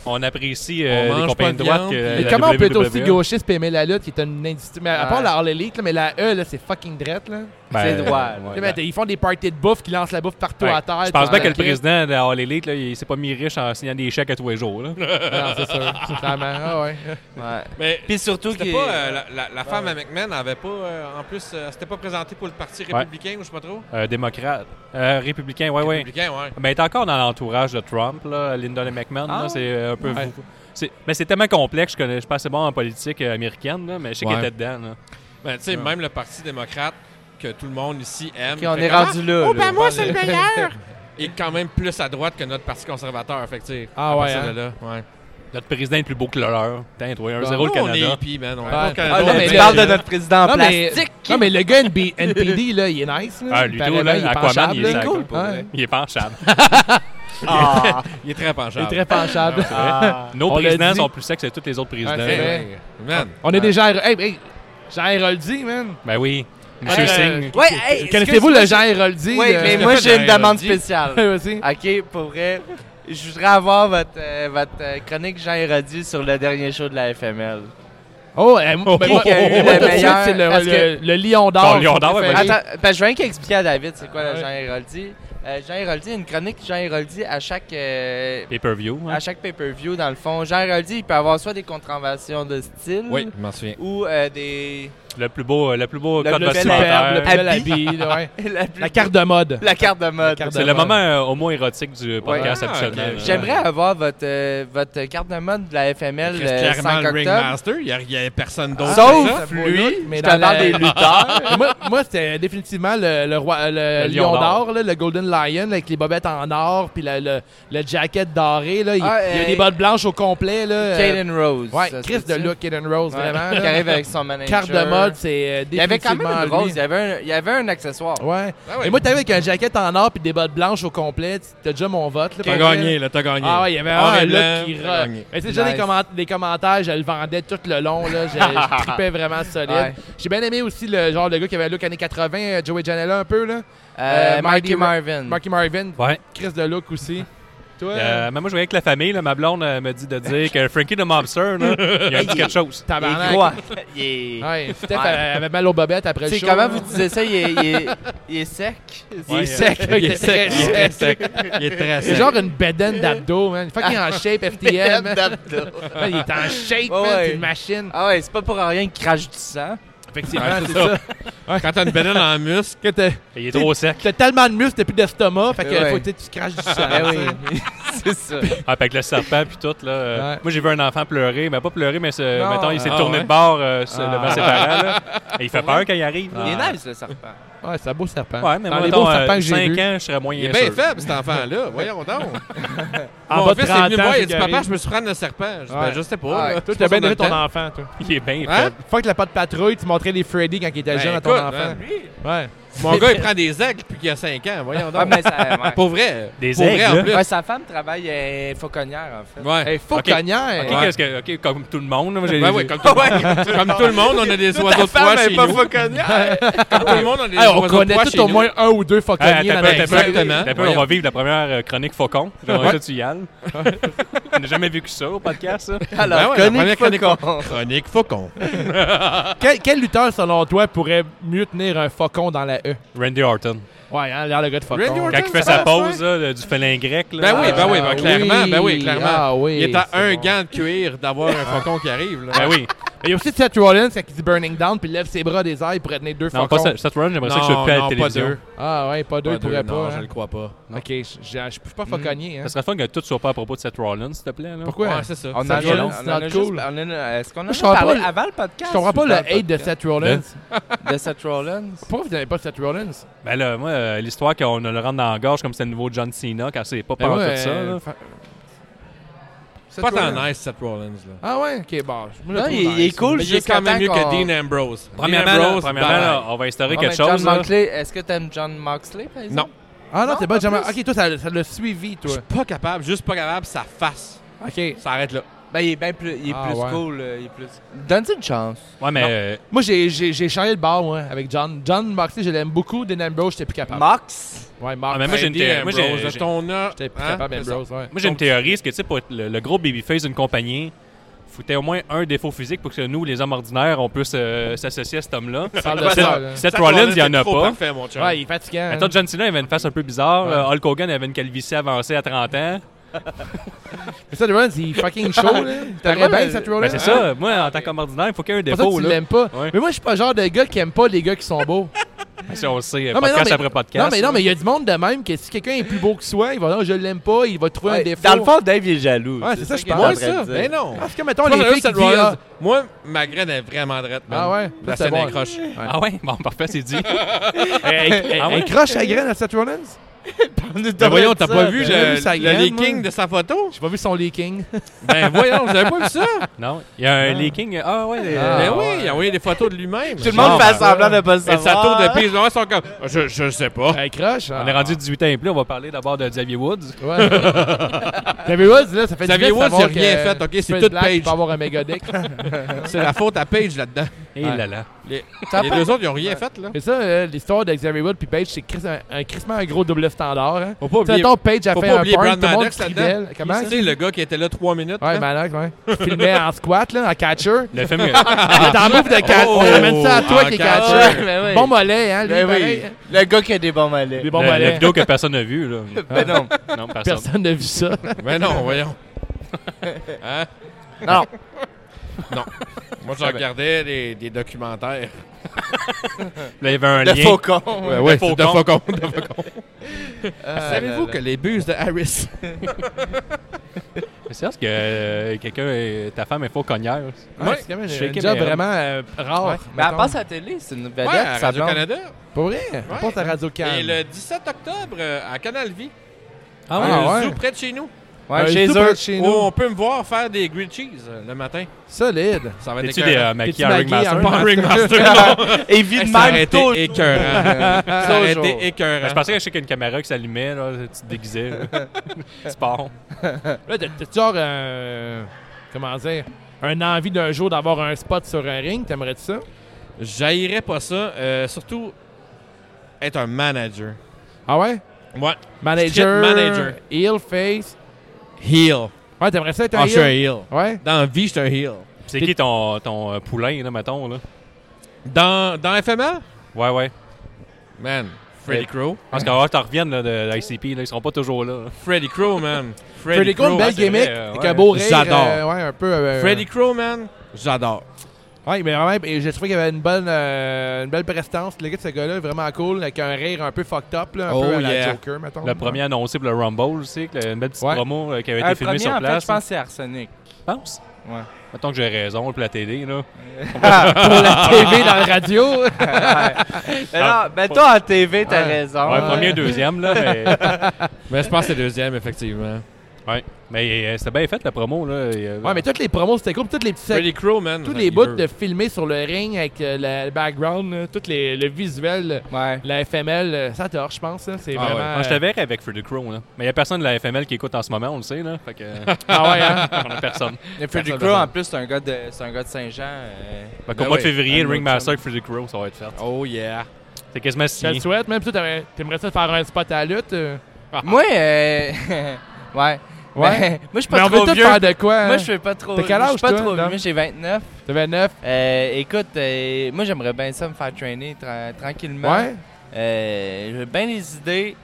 On apprécie euh,
On mange
les
pas
compagnies
de
de droite
viande,
que euh,
Mais
puis-
la E.
comment on peut être aussi
WWE.
gauchiste et aimer la lutte qui est une industrie. Mais à part
Ouais.
la Harley Elite, là, mais la E, là, c'est fucking drette. Là.
Ben,
C'est droit,
ouais.
Tu sais, mais ils font des parties de bouffe qui lancent la bouffe partout
Ouais.
à terre.
Je pense
tu
bien
sais,
que le
la crise.
président de la All Elite, là, il s'est pas mis riche en signant des chèques à tous les jours. là.
Non, c'est sûr. C'est clairement. Ah ouais.
Ouais.
Mais
Puis surtout
c'était
qu'il-
pas, euh, la, la- la femme à McMahon avait pas, euh, en plus, euh, c'était pas présenté pour le Parti républicain ou je sais pas trop.
Euh, démocrate. Euh, républicain, ouais, ouais.
Républicain, ouais.
Mais elle est encore dans l'entourage de Trump, là, Linda le McMahon. là,
Ah.
c'est euh, un peu.
Ouais.
c'est- Mais c'est tellement complexe, je, connais, je pense que c'est bon en politique euh, américaine, là, mais je sais
Ouais.
qu'elle était dedans. là.
Ben, tu sais, même le Parti démocrate que tout le monde ici aime.
Ok, on
fait Ah!
est
comme,
rendu là. là.
Oh, ben, moi, c'est le meilleur! est quand même plus à droite que notre Parti conservateur, fait que, tu sais,
Ah
à
ouais,
partir
hein?
de là, ouais.
Notre président est plus beau que le leur. Putain, toi, un
Bon.
zéro le
Nous, On est
Canada.
hippie, man. On
Ah,
est au Canada,
Ah,
on
là, mais
est
tu
mais-
parles de notre président en
Non, mais-
plastique.
Non, mais le gars NB NPD, là, il est nice. Là.
Ah, lui,
Apparemment,
tout,
il
là,
est
Aquaman,
penchable,
il est
là.
cool,
Ouais.
Il est penchable.
Ah.
Il est très
Il est
penchable.
très penchable.
Nos
On l'a
présidents
dit.
sont plus secs que tous les autres présidents.
Ah,
Hey,
c'est vrai.
Man.
On est déjà. Hey, hey, Jean Héroldi, man.
Ben oui. Monsieur
Ah, euh,
Singh.
Ouais, hey,
Connaissez-vous
excuse-moi,
le Jean Héroldi?
Oui,
de-
mais
que
moi,
fait
j'ai une
Jean
demande
Héroldi?
Ah. spéciale.
Ouais, aussi.
OK, pour vrai, je voudrais avoir votre, euh, votre euh, chronique Jean Héroldi sur le dernier show de la FML.
Oh, euh, moi,
Qui
moi,
qui a eu
moi,
le
moi, tout de suite,
meilleur?
c'est le,
Parce
le- le Lion d'Or.
Ton Oh, Lion d'Or, ouais,
préféré.
vas-y.
Attends, ben, je vais rien qu'expliquer à David c'est quoi
Ouais.
le Jean Héroldi. Euh, Jean Héroldi, une chronique Jean Héroldi à chaque... euh,
Pay-per-view. hein.
À chaque pay-per-view, dans le fond, Jean Héroldi, il peut avoir soit des contraventions de style
Oui, je m'en souviens.
ou euh, des.
Le plus beau, le plus beau
Le
code
plus bel
vestimentaire.
Le plus bel
Habit.
habit, là, ouais.
la, plus-
La carte de mode.
la carte de mode.
carte de
C'est le
mode.
moment euh, homo-érotique du podcast
Ouais. Ah,
habituellement.
ok.
là.
J'aimerais avoir votre, euh, votre carte de mode de la FML
Il
le
reste
5
clairement le
euh, octobre.
ringmaster. Il n'y a, il y a personne d'autre. que ça.
Sauf
Ah, c'est ça.
lui,
Mais
je
dans
te parle
la-
des lutteurs.
Et moi, moi, c'était définitivement le, le roi, le,
Le
lion
lion
d'or, là, le Golden Lion, là, avec les bobettes en or, puis le, le, le jacket doré. Là. Il,
Ah,
il y a
euh,
des bottes blanches au complet. Là, Euh,
Caden Rose.
ouais,
ça,
Chris
c'est
de
ça?
look Kaden Rose,
Ouais,
vraiment.
Qui
là.
arrive avec son manager.
Carte de mode, c'est euh,
Il y avait quand même
définitivement
une rose.
lui.
Il y avait un, il y avait un accessoire.
Ouais.
Ah ouais.
Et moi, t'arrives avec un jacket en or puis des bottes blanches au complet. tu- T'as déjà mon vote. là,
T'as
pour vrai.
gagné, là, t'as gagné.
Ah ouais, il y avait
Or
un
et
look
blanc,
qui
t'as
rock.
gagné.
Mais tu sais, déjà des,
Nice.
comment- des commentaires, je le vendais tout le long, là. Je, je trippais vraiment solide.
Ouais.
J'ai bien aimé aussi le genre le gars qui avait un look années 80, euh, Joey Janela un peu, là.
Euh,
Euh, Marty-
Marky Marvin.
Mm.
Marky Marvin,
Ouais.
Chris de look aussi. Toi,
Euh, mais moi, je voyais avec la famille. là, ma blonde euh, me dit de dire que Frankie the Mobster, là, il a dit quelque chose.
il est
tabarnak.
gros. Il est-
Ouais, Steph
Ouais.
avait avait mal aux bobettes après le
C'est
show.
comment
là.
vous disiez ça? Il est, il est- il est sec?
Il est
Ouais,
sec, il est sec.
Il est très sec. Il est très
C'est
sec. Ah,
genre une bedaine d'abdos, man. Fucking en shape, FTM. man.
Ah
Man, Il est en shape,
Ouais,
man. C'est
ouais.
une machine.
Ah ouais, c'est pas pour rien qu'il crache du sang.
Effectivement,
Ouais,
c'est
c'est
ça.
Quand t'as une bédaine en muscle,
Que t'as-
Il est trop sec.
T'as tellement de muscles, t'as plus d'estomac, fait que
Ouais.
faut que tu tu craches du sang.
Ah
tu sais.
oui, c'est ça.
Ah, puis avec le serpent puis tout. Là, euh,
Ouais.
Moi, j'ai vu un enfant pleurer. Mais pas pleurer, mais se-
Non.
mettons, il s'est
Ah,
tourné
ouais.
de bord euh, se-
Ah.
devant ses parents. là. Et il fait peur quand il arrive.
Il
Ah.
est nice, le serpent.
Ouais, c'est un beau serpent.
Ouais,
hein? Dans
mais moi,
les
mettons,
beaux serpents que
euh,
j'ai
5
vus.
ans, je serais moyen
il est bien
sûr.
faible, cet enfant-là. Voyons donc.
En
Mon
bas de
fils est
30
venu me voir,
ans,
il a dit
Gary.
Papa, je me suis prendre le serpent. Je dis
Ouais.
Ben, je sais pas.
Ouais.
Toi,
là. C'est
t'as
pas
bien
dans
aimé ton
notre temps.
enfant, toi.
Il est bien
Hein?
faible.
Fois que la patte patrouille, tu montrais les Freddy quand il était
Ben,
jeune à ton
écoute,
enfant. Ouais.
Mon gars, il prend des aigles depuis qu'il a 5 ans. Voyons
Ouais,
donc.
mais ça, ouais.
Pour vrai.
Des
Pour vrai,
aigles,
en plus.
Ouais, sa femme travaille euh, fauconnière, en fait.
Ouais.
Hey, faux
Ok.
cognard!
Ok,
Ouais.
qu'est-ce que- ok, comme tout le monde. là, moi, j'ai-
Ben oui, comme tout le monde. Comme tout le monde, on a des oiseaux de proie chez nous.
fauconnière.
Comme tout le monde, on a des
Hey, on
oiseaux de
connaît
proie
tout
chez
au
nous.
moins un ou deux faux
Hey,
cognards
Ah,
dans
t'as peur,
la
t'as
vie.
peur.
Exactement.
T'as peur, on va vivre la première euh, chronique Faucon. J'aimerais ça que tu y ailles. On n'a jamais vécu ça au podcast, ça.
Ben
Alors,
ouais, la première chronique
chronique faucon.
Chronique faucon.
Quel, quel lutteur, selon toi, pourrait mieux tenir un faucon dans la E?
Randy Orton.
Ouais, hein, l'air le gars de faucon.
Randy Orton,
Quand il fait
ça
sa
va,
pause là, de- du félin grec. Là,
Ben oui, ben oui, ben clairement, ben oui,
Ah
clairement.
oui,
Il est à
c'est
un
bon.
gant de cuir d'avoir un faucon qui arrive. là.
Ben oui.
Il y a aussi Seth Rollins qui dit Burning Down puis il lève ses bras des airs pour tenir deux
Non,
faucons.
pas Seth Seth Rollins, j'aimerais ça que je sois plus à la
pas
télévision.
deux.
Ah ouais, pas deux, il pourrait
deux, non,
pas.
je
hein.
le crois pas.
Ok, je- je je peux pas fauconnier. hein.
Ça serait fun que tout soit pas à propos de Seth Rollins, s'il te plaît. Là.
Pourquoi?
Ouais, c'est ça.
On en
Ça
a,
vient
on
long,
en
c'est
a
not
juste-
cool.
on en a- euh, Est-ce qu'on en
je
a
comprends
parlé
pas le-
avant le podcast?
Je comprends pas
ou
le
dans
hate de
podcast?
Seth
Hein?
Rollins.
De Seth Rollins.
Pourquoi vous n'avez pas Seth Rollins?
Ben là, moi, euh, l'histoire qu'on le rentre dans la gorge comme c'est le nouveau John Cena, quand c'est pas
Ben
pendant
ouais,
tout Eh ça. là.
euh, fa- Seth
Pas hein.
Rollins.
tant nice, Seth Rollins. là.
Ah ouais, ok, bon. Moi, je le
Non,
trouve
il, il
nice.
est cool.
Mais il est quand même mieux que Dean Ambrose.
Premièrement,
Dean
là,
Ambrose, ben,
premièrement,
bye-bye.
là, on va instaurer quelque
John
chose. là.
Moxley, est-ce que t'aimes John Moxley, par
Non.
exemple?
Ah non,
Non,
t'es pas
pas
jamais.
plus.
Ok, toi, ça, ça l'a suivi,
Je
toi.
suis pas capable, juste pas capable, sa face.
Ok.
Ça arrête là.
Ben, il est bien plus, il est
Ah,
plus
ouais.
cool. euh, Il est plus... Donne-y une chance.
Ouais, mais.
Non.
euh,
Moi, j'ai- j'ai j'ai changé le bar, moi, avec John. John Moxley, je l'aime beaucoup. Dan Ambrose, j'étais plus capable.
Ah. Mox?
ouais, Mark.
Ah, mais moi, j'ai une thé- moi,
Ambrose,
j'ai-
de
j'ai-
ton heure.
J'étais plus
Hein?
capable,
C'est ça.
Ambrose, ouais.
Moi, j'ai une théorie. Est-ce que, tu sais, pour être le, le gros babyface d'une compagnie, foutait au moins un défaut physique pour que nous, les hommes ordinaires, on puisse euh, s'associer à cet homme-là?
Parle de ça, là.
Seth
Seth
Rollins, il n'y en
t'es
a
trop
pas.
parfait, mon chum.
Ouais, il est fatigant.
Attends, John Cena avait une face un peu bizarre.
Ouais.
Euh, Hulk Hogan avait une calvitie avancée à 30 ans.
Mais Seth Rollins, il est fucking chaud, là. T'aurais bien Seth Rollins?
Ben, c'est ça. Moi, en tant qu'homme ordinaire, il faut qu'il y ait un
C'est pour ça que
défaut.
tu
Là.
l'aimes pas.
Ouais.
Mais moi, je suis pas le genre de gars qui aime pas les gars qui sont beaux.
Ben, Si on le sait,
Non, mais non,
podcast
mais-
après podcast.
non, mais non, mais il y a du monde de même que si quelqu'un est plus beau que soi, il va dire, je l'aime pas, il va trouver un
Ouais,
défaut.
Dans le fond, Dave, il est jaloux.
Ouais, c'est ça, je
qu'il est
pense.
en train de
ça.
dire.
Ben non.
Parce que, mettons,
Moi,
les
j'aime
filles qui
Seth
disent,
Rollins.
ah,
Moi, ma graine est vraiment drette, man.
Ah ouais? Ça,
La
c'est
scène
bon.
accroche.
Ah ouais? Bon, parfait, c'est dit. Ah ouais?
elle croche à graine à Seth Rollins?
Ben voyons, t'as
ça,
pas vu
ben, j'ai
le,
vu sa
le
graine,
leaking
moi.
de sa photo?
J'ai pas vu son leaking.
Ben voyons, vous avez pas vu ça?
Non, il y a un leaking. Ah ouais. les-
Ah,
ben oui,
ouais.
il a envoyé des photos de lui-même.
Tout le monde
Genre,
fait
ben,
semblant de pas le
Et
savoir.
sa tour de piste, ils sont comme. Je, je sais pas.
Elle croche.
On est rendu 18 ans et plus. On va parler d'abord de Xavier Woods.
Ouais. Xavier Woods, là, ça fait
Ah, Xavier
du bien de
Woods, il a
savoir
rien
que
fait, ok? C'est
Fred
toute
Black
page.
peut avoir un méga dick.
Ben, C'est la faute à Page là-dedans.
Et
Ouais.
là là.
Les,
Ça
les
fait-
deux autres, ils ont rien fait, là.
Mais ça, euh, l'histoire de Xavier Woods puis Page, c'est Chris- un, un crissement un gros double standard. Hein.
Faut pas
Tu sais,
oublier.
mettons, Page a
Faut
fait
pas
un
oublier
burn,
Brad
tout le monde
Maddox
crie
là-dedans.
belle. Comment
Tu
ça?
sais, le gars qui Hein? était là trois minutes.
Ouais,
là.
Maddox, ouais. Filmé en squat, là, en catcher.
Le film.
T'es en move de catcher.
Oh,
On ramène ça à toi
en
qui est
catcher.
catcher.
Ben oui.
Bon mollet, hein, lui,
Ben oui.
pareil.
Le gars qui a des bons malais.
Des bons
Ben,
le, la
mollets.
vidéo que personne n'a vue. Là.
Ben non.
Non,
Ah,
personne.
Personne n'a vu ça.
Ben non, voyons. Hein?
Non.
Non. Moi, je regardais des, des documentaires.
Là, il y avait un
Le
lien.
faux con.
Ouais, ouais,
faucons.
c'est de faucons. de faucons.
Ah,
Savez-vous
là,
que les buses de Harris.
Mais C'est parce que euh, quelqu'un, est- ta femme est faux cognère.
Ouais, c'est quand même
Shaky,
un job
mais-
vraiment euh, rare.
là. Mais elle
mettons.
passe à la télé, c'est une vedette.
Ouais, à
ça blonde.
Radio-Canada.
Pas vrai? On passe à Radio
Et
Cannes.
le 17 octobre, euh, à Canal Vie.
Ah
ouais?
un
Ah ouais?
zoo près de chez nous.
Ouais,
Euh,
chez
tout près
eux.
de chez Oh.
Où
nous.
on peut me voir faire des grilled cheese euh, le matin.
Solide.
Ça va être
T'es-tu des
écœurant.
euh, maquillés
T'es-tu
à
maquillé
Ringmaster?
à
Pas un Ringmaster, non.
Et vit de
Ça aurait
même tôt.
été écœurant. Ça aurait
Toujours.
été écœurant.
Ben, Je pensais que je sais qu'il y a une caméra qui s'allumait, là, tu te déguisais. là. tu pars.
Là, t'as- t'as-tu genre un. Comment dire? Un envie d'un jour d'avoir un spot sur un ring? T'aimerais-tu ça?
J'haïrais pas ça. euh, surtout, être un manager.
Ah ouais?
Ouais.
Manager.
Street manager.
Heel, face.
Heel.
Ouais, t'aimerais ça être un
Ah, je suis un
heel?
heel.
Ouais.
Dans la vie, je suis un heel.
C'est qui ton, ton euh, poulain, là, mettons? Là?
Dans, dans FML?
Ouais, ouais.
Man. Freddy Crow.
Parce qu'on va que t'en reviennes là, de l'ICP, là, ils seront pas toujours là. là.
Freddy Crow, man.
Freddy Crowe, une
Crowe.
belle
c'est
gimmick.
vrai, euh,
Avec
ouais.
un beau rire.
J'adore.
euh, ouais, un peu. euh,
Freddy Crow, man. J'adore.
Ouais, mais vraiment, et j'ai trouvé qu'il avait une bonne, euh, une belle prestance. Le gars de ce gars-là, est vraiment cool, avec un rire un peu fucked up, là, un
Oh,
peu à la
yeah.
Joker, mettons.
Le premier annoncé pour le Rumble, tu sais, que le- une belle petite
Ouais.
promo euh, qui avait
Ah,
été
Le
filmée
premier,
sur
en fait,
place.
je pense que c'est Arsenic.
tu penses?
Ouais.
Mettons que j'ai raison, pour la télé, là.
Pour la TV dans la radio.
Mais non, ben toi, en TV, t'as raison.
Ouais, premier, deuxième, là, mais...
Mais je pense que c'est deuxième, effectivement.
Ouais. Mais euh, c'était bien fait la promo là. euh, Il y a-
ouais, mais toutes les promos, c'était cool. Toutes les petites
Freddy Crow, man.
Tous
il
les bouts
veut.
de filmer sur le ring avec euh, le le background, là, tout les- le visuel, là,
Ouais.
la FML, euh, ça torche, je pense. là. C'est
Ah
vraiment.
ouais.
Moi, je
euh,
t'avais rêvé avec Freddy Crow, là. Mais il n'y a personne de la FML qui écoute en ce moment, on le sait, là. Fait que.
euh,
Ah ouais, hein?
on a personne.
Le Freddy
Personne
Crow,
raison.
en plus, c'est un gars de, c'est un gars de Saint-Jean. euh,
Fait qu'au
Ben
mois de
oui,
février,
un
le
autre
Ringmaster
chum.
avec Freddy Crow, ça va être fait.
Oh, yeah.
C'est quasiment
Je te le
signé.
souhaite, même si t'aurais- t'aimerais ça faire un spot à la lutte. euh.
Moi, euh, ouais. Ben, moi, je suis
Mais
pas
on veut
trop
tout
vieux.
faire de quoi?
Moi,
hein?
je suis pas trop.
T'as quel
Je
âge,
suis pas
toi,
trop
Dan?
vieux. J'ai 29.
T'as 29.
Euh, écoute, euh, moi, j'aimerais bien ça me faire trainer tra- tranquillement.
Ouais.
Euh, j'ai bien les idées.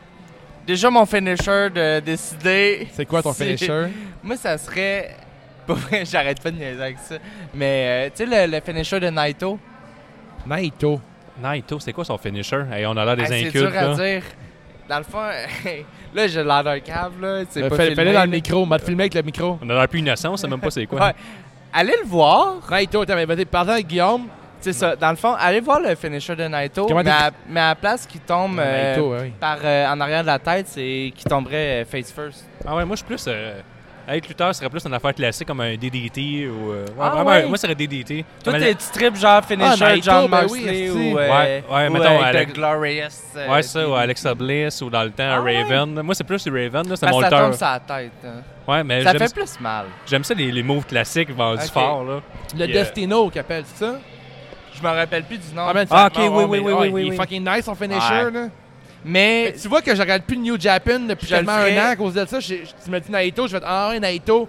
Déjà, mon finisher de décider.
C'est quoi ton finisher?
Moi, ça serait. Pour vrai, J'arrête pas de niaiser avec ça. Mais, euh, tu sais, le, le finisher de Naito.
Naito.
Naito, c'est quoi son finisher? Hey, on a l'air des
Ah, C'est
incultes,
dur à
là.
dire. Dans le fond, là, j'ai l'air d'un cave, là. C'est
Fais-
pas
Fais-le
filmé,
Euh, dans le
là.
micro, on va te filmer avec le micro.
On a l'air plus innocent, on sait même pas c'est quoi.
Ouais. Allez le voir.
Naito, t'avais vas-y, parle avec Guillaume.
C'est ça. Dans le fond, allez voir le finisher de Naito.
Comment
Mais
t'écris-
à, mais à la place qui tombe euh,
Naito, ouais, oui.
par, euh, en arrière de la tête, c'est qui tomberait euh, face first.
Ah ouais, moi je suis plus. euh, Être lutteur serait plus une affaire classique comme un DDT ou. euh, ouais,
Ah
vraiment,
ouais?
Moi, ça serait DDT.
Toi,
Comme
t'es
la-
tu tripes genre finisher,
Ah, Naito,
John
ben
Moxley
oui, esti.
ou, euh,
Ouais, ouais,
ou,
mettons,
euh,
Alex-
The Glorious. euh,
Ouais, ça, ou
puis-
Alexa Bliss ou dans le temps
Ah ouais?
Raven. Moi, c'est plus Raven, là, c'est
Parce
mon
que Ah, ça tombe
lutteur.
sur la tête. hein.
Ouais, mais
Ça
j'aime
fait plus mal.
J'aime ça, les, les moves classiques vendus
Ok.
fort, là.
Le
Puis, euh,
Destino qui appelle ça.
Je me rappelle plus du nom.
Ah, man,
Ah,
fuck,
ok,
non,
oui,
mais,
oui, oui,
ah,
oui,
Il
oui,
est
oui.
fucking nice son finisher.
Ouais.
Là. Fait
Mais
que tu vois que je regarde plus le New Japan depuis
Je le
tellement un
ferais.
an à cause de ça. J'ai- tu me dis Naito, je vais être Ah, ouais, Naito,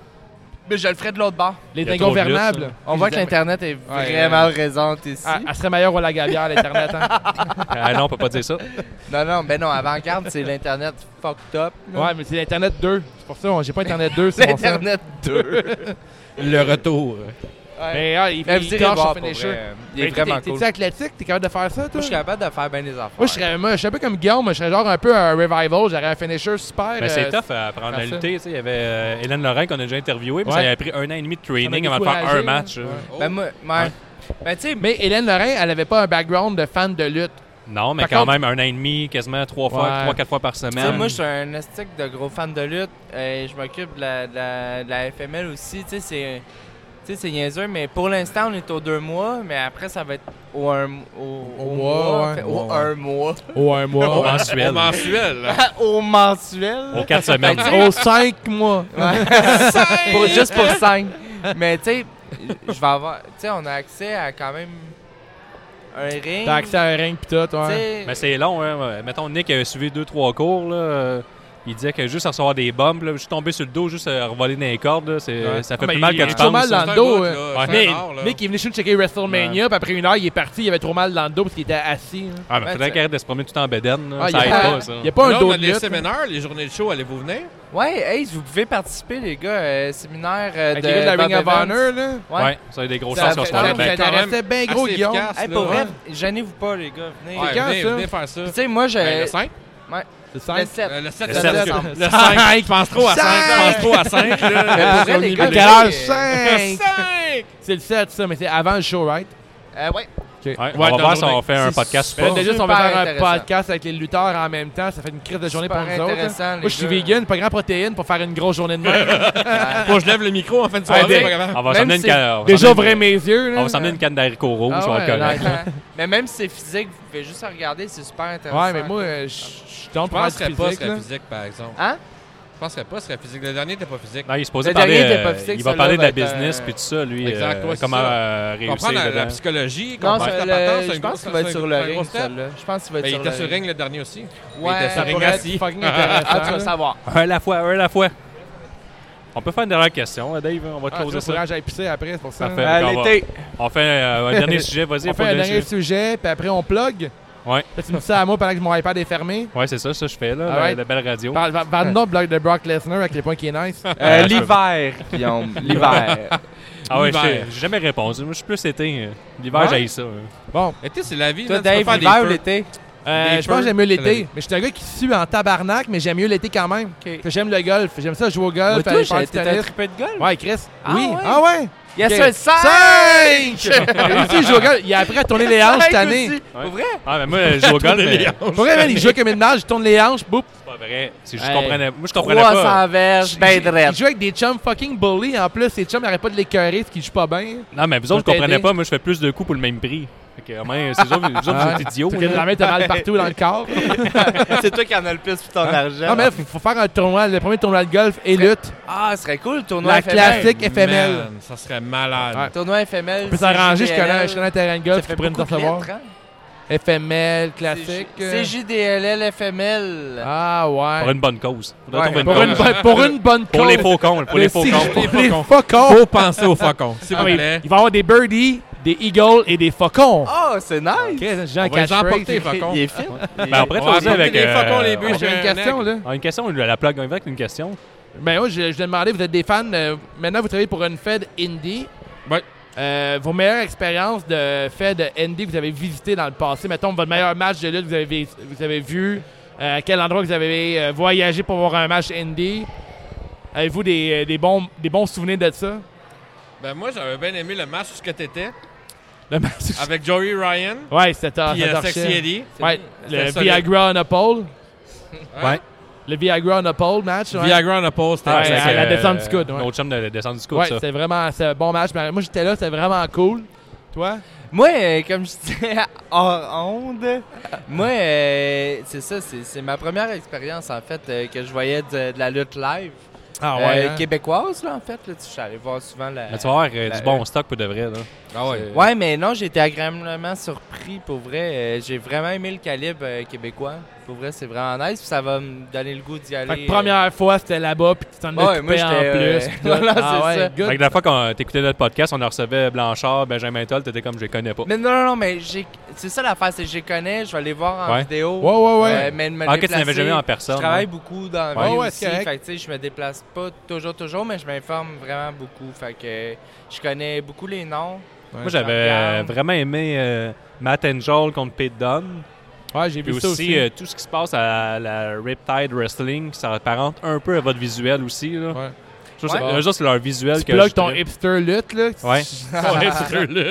mais je le ferai de l'autre bord.
les
y a trop de lutte,
ingouvernables.
ça.
On
Je
voit
les
que
aime.
l'Internet est vraiment présente ici.
Ah, elle serait meilleure à la gabière, l'Internet. hein.
ah non, on peut pas dire ça.
Non, non, ben non, avant-garde, c'est l'Internet fucked up. là.
Ouais, mais c'est l'Internet 2. C'est pour ça, on- j'ai pas Internet 2. c'est bon ça.
L'Internet 2.
Le retour. euh,
Ouais.
Mais ah, il
Mais
fait
vous
il
irez
torche son
voir, pour
finisher.
vrai. euh, Il est
Mais
vraiment
t'es-
cool.
T'es-tu athlétique? T'es capable de faire ça, toi?
Moi, je suis capable de faire bien des affaires.
Moi, je serais, moi, je suis un peu comme Guillaume, je serais genre un peu un revival, j'aurais un finisher super.
Mais c'est
euh,
tough à apprendre à
faire ça.
lutter. tu sais. Il y avait euh, Hélène Lorrain qu'on a déjà interviewé, puis
Ouais.
ça avait pris un an et demi de
ça m'a
training avant de faire
découragé,
un
là.
match.
Ouais.
euh.
Ben, moi, ouais. Ben, tu sais,
Mais Hélène Lorrain, elle avait pas un background de fan de lutte.
Non, mais
Par
quand
contre-
même un an et demi, quasiment trois fois,
Ouais.
trois, quatre fois par
Tu sais,
semaine.
moi, je suis un estique de gros fan de lutte. et je m'occupe de la, de la- de la FML aussi. Tu sais, c'est. Tu sais, c'est niaiseux, mais pour l'instant, on est aux deux mois, mais après, ça va être au un, au, au
mois, ouais.
fait,
Ouais,
au
ouais.
un mois.
Ou un mois.
Au mensuel.
Mensuel.
au mensuel.
Aux quatre semaines.
Aux oh, cinq mois.
Ouais. Pour- juste pour 5. Mais tu sais, je vais avoir. Tu sais, on a accès à quand même un ring.
T'as accès à un ring pis tout,
tu
ouais.
sais.
Mais c'est long, hein. ouais. Mettons, Nick a suivi deux, trois cours, là. euh, Il disait que juste à recevoir des bombes, là, juste tomber sur le dos, juste à revoler dans les cordes, là, c'est-
Ouais.
ça fait
Ah, mais
plus mal
il
que
est
tu
trop
penses.
mal dans
C'est
le
un
dos.
bout,
hein.
là.
Mais-
C'est un art, là.
Nick, il est venu juste checker WrestleMania, puis après une heure, il est parti, il avait trop mal dans le dos parce qu'il était assis. hein.
Ah, mais faudrait
Ouais,
qu'il arrête de se promener tout en bédaine, là.
Ah, il
ça
y
aide
a-
pas, ça.
Il n'y a pas
Là,
un
on
dos
a
de
des
lutte. hein.
séminaires, les journées de show, allez-vous venir?
Ouais, hey, vous pouvez participer, les gars. euh, séminaire euh,
Avec
de.
les gars de la
Bob
Ring of
Evans.
Honor, là.
Ouais.
Ouais, ça a des gros
Ça
chances
fait-
sur ce
ça
moment-là.
fait- t'intéressais bien gros,
assez
Guillaume.
efficace,
Hey,
là.
pour vrai,
Ouais,
gênez-vous pas, les gars. Venez.
Ouais.
Puis,
quand,
venez,
ça?
venez faire ça.
Tu sais, moi,
Ben,
j'ai.
le 5?
C'est
Le
simple.
7.
Euh, le 7,
Le
le
sept.
7.
Cinq.
Le 5, Ah, je pense trop à 5. Je pense trop à 5.
Mais pour vrai, les gars,
Quelle heure?
j'ai-
Cinq! C'est le 7, ça, mais c'est avant le show, right?
Euh, ouais.
Ouais,
Ouais,
on va
dans la
voir si on
journée.
fait un
C'est
podcast ou
Mais
pas.
là, déjà, si on va
Super
faire un
intéressant.
podcast avec les lutteurs en même temps, ça fait une crise de journée pour
Super
nous autres. hein.
intéressant, les
Moi, je suis
gars.
vegan, pas grand protéine pour faire une grosse journée de même.
Faut que je lève le micro en fin de
Ouais,
soirée.
ben,
pas grave.
On va
Même
s'emmener une
si-
canne. on va
Déjà,
s'emmener une-
vrai mes yeux. là.
On va s'emmener une canne d'haricots rouges,
Ah
on va
ouais,
le connaître.
ben, Attends. Mais même si c'est physique, vous pouvez juste regarder, c'est super intéressant.
Ouais, mais moi, euh, je je tombe
Je
pour faire du
penserais pas
physique.
serait
là.
physique, par exemple.
Hein?
Je penserais pas serait physique. Le dernier n'était pas physique.
Non, il se posait
Le
parler.
dernier était
euh,
pas physique,
il va
celui-là
parler de la
va être un-
business puis tout ça, lui.
Exact,
euh,
ouais, c'est
comment
ça.
euh, réussir
Comprendre la, la
dedans.
psychologie,
Non,
comprendre
ça-
la patente,
le-
c'est
je
une
pense qu'il
grosse-
va être sur le
c'est un gros
ring,
step.
celui-là. Je pense qu'il va être
Ben, il
sur
était sur le ring
ring.
le dernier aussi.
Ouais,
il était
ça
sur le
Ça
ring
pourrait être
assis.
fucking
Ah, tu vas
intéressant. là.
savoir.
Un à la fois, un à la fois. On peut faire une dernière question, hein, Dave. On va
Ah,
closer
ça,
ça.
faudrait que j'aille pisser après, c'est pour ça.
Parfait.
hein.
Fait qu'on va- On fait euh, un dernier sujet, vas-y.
On
faut
fait un
le
dernier
sujet.
sujet, puis après on plug.
Ouais.
Là, tu me dis ça à moi pendant que mon iPad est fermé.
Ouais, c'est ça, ça je fais, là,
Ah
la-
ouais.
la belle radio.
Par- par- Par le blog de Brock Lesnar avec les points qui est nice.
Euh, l'hiver, Guillaume, l'hiver.
Ah ouais,
L'hiver.
j'ai j'ai jamais répondu. Moi, je suis plus été. euh, L'hiver,
Ouais?
j'haïs ça. euh.
Bon,
Mais tu sais, c'est la vie.
Toi,
là, tu peux
Dave,
faire des
l'hiver ou
feux.
l'été?
euh,
Des
je pense que
feux.
j'aime mieux
C'est la vie.
l'été, mais je suis un gars qui sue en tabarnak, mais j'aime mieux l'été quand même.
Ok.
Parce que J'aime le golf, j'aime ça jouer au
Moi,
golf,
toi,
aller
j'ai
faire du
été un
tennis.
triple de golf.
Ouais, Chris.
Ah
oui.
ouais?
Ah ouais.
Yes,
Ok.
sir, ça!
Cinq! Lui aussi, il joue au golf. Il a appris à tourner les hanches cette année.
Pour vrai?
Ah, mais moi, je joue au golf, mais
Oh,
Pour vrai, man, il joue comme une nage, il tourne les hanches, boum.
c'est pas vrai. C'est juste
Hey.
je comprenais. Moi, je comprenais pas.
300 verges, ben
Il
drette.
joue avec des chums fucking bully. En plus, ces chums n'arrêtent pas de l'écœurer, ce qui joue pas bien.
Non, mais vous autres,
Faut
vous comprenez
t'aider.
pas. Moi, je fais plus de coups pour le même prix. Fait que, au moins, c'est sûr, vous vous autres, vous êtes idiots.
Tu te la
là.
main, t'as mal partout dans le corps.
C'est toi qui en as le plus pour ton argent.
Non, mais faut, faut faire un tournoi, le premier tournoi de golf et lutte.
Ah, ce serait cool, le tournoi
La
FML.
classique FML.
Man, Ça serait malade.
Ouais.
Tournoi FML.
On peut s'arranger, je connais,
CJDLL.
je connais un terrain de
Ça
golf
fait
qui pourrait nous
beaucoup de
recevoir.
lettres, hein?
FML, classique. euh.
CJDLL, FML.
Ah ouais.
Pour une bonne cause. Faudrait
Ouais.
trouver une
Pour
cause.
une, bonne- pour une bonne
Pour les
cause.
faux cons, pour les faux
si-
cons.
Pour
Les
les
faucons.
faucons.
Faut penser aux faucons, s'il
Ah
vous
oui,
plaît.
Il va y avoir des birdies, des eagles et des faucons.
Oh, c'est nice!
Chris, Jean
On va les
catchphrase.
emporter, faucons.
Il est fit.
Ben, on pourrait
On va
closer
apporter
avec.
les
euh,
faucons, les bûches.
Moi, J'ai une question, là.
Ah, une question, lui, à la plaque, on y va avec une question.
Ben moi, je, je l'ai demandé, vous êtes des fans. euh, maintenant, vous travaillez pour une Fed indie.
Ouais.
Euh, vos meilleures expériences de Fed indie que vous avez visité dans le passé. Mettons, votre meilleur match de lutte que vous avez, vi- vous avez vu. Euh, à quel endroit que vous avez euh, voyagé pour voir un match indie. Avez-vous des, euh, des bons, des bons souvenirs de ça?
Ben, moi, j'avais bien aimé le match où ce que t'étais
Le match.
Ah,
avec Joey Ryan
Ouais, c'était top.
Ah,
puis euh, Sexy Eddie.
Ouais,
C'était
le
solide.
Viagra on a pole.
Ouais.
Le Viagra on a pole match. ouais.
Viagra on a pause, c'était
hein?
Ah,
Ah Ouais, hein?
excellent.
à la descente du coude, ouais.
euh, Notre chum de la descente du coude,
Ouais,
ça.
c'était vraiment c'était un bon match. Mais Moi, j'étais là, c'était vraiment cool. Toi?
Moi, euh, comme je disais hors onde, moi, euh, c'est ça, c'est c'est ma première expérience en fait euh, que je voyais de, de la lutte live.
Ah ouais,
Euh,
hein?
québécoise, là, en fait. Là, tu- je suis allé voir souvent la.
Mais tu vas avoir euh,
la-
du bon stock pour de vrai. Là.
Ah ouais.
C'est-
Ouais, mais non, j'ai été agréablement surpris pour vrai. Euh, j'ai vraiment aimé le calibre euh, québécois. Pour vrai, c'est vraiment nice. puis ça va me donner le goût d'y aller.
Fait que première fois, c'était là-bas, puis tu t'en
Ouais, moi,
occupais en
j'étais, euh,
plus. puis là,
voilà,
ah
c'est
ouais,
ça.
good.
Fait que la fois qu'on t'écoutait notre podcast, on en recevait Blanchard, Benjamin Toll, t'étais comme je les connais pas.
Mais non, non, non, mais j'ai- c'est ça l'affaire, c'est que je les connais, je vais les voir en
Ouais.
vidéo.
Ouais, ouais, ouais.
Euh, mais de me
Ah, que tu
déplacer,
n'avais jamais en personne,
Je travaille
ouais.
beaucoup dans la
Ouais,
vie
ouais,
aussi,
c'est correct.
fait que, tu sais, je me déplace pas toujours, toujours, mais je m'informe vraiment beaucoup. Fait que euh, je connais beaucoup les noms.
Moi, j'avais euh,
Regarde.
vraiment aimé euh, Matt Angel contre Pete Dunne.
Ouais, j'ai
Puis
vu
aussi,
ça aussi.
euh, tout ce qui se passe à la Riptide Wrestling, ça apparente un peu à votre visuel aussi. Là.
Ouais.
Je trouve que
Ouais.
c'est- eux autres, c'est leur visuel
tu
que
plugues
je
ton
tripe.
hipster lutte, là.
Ouais.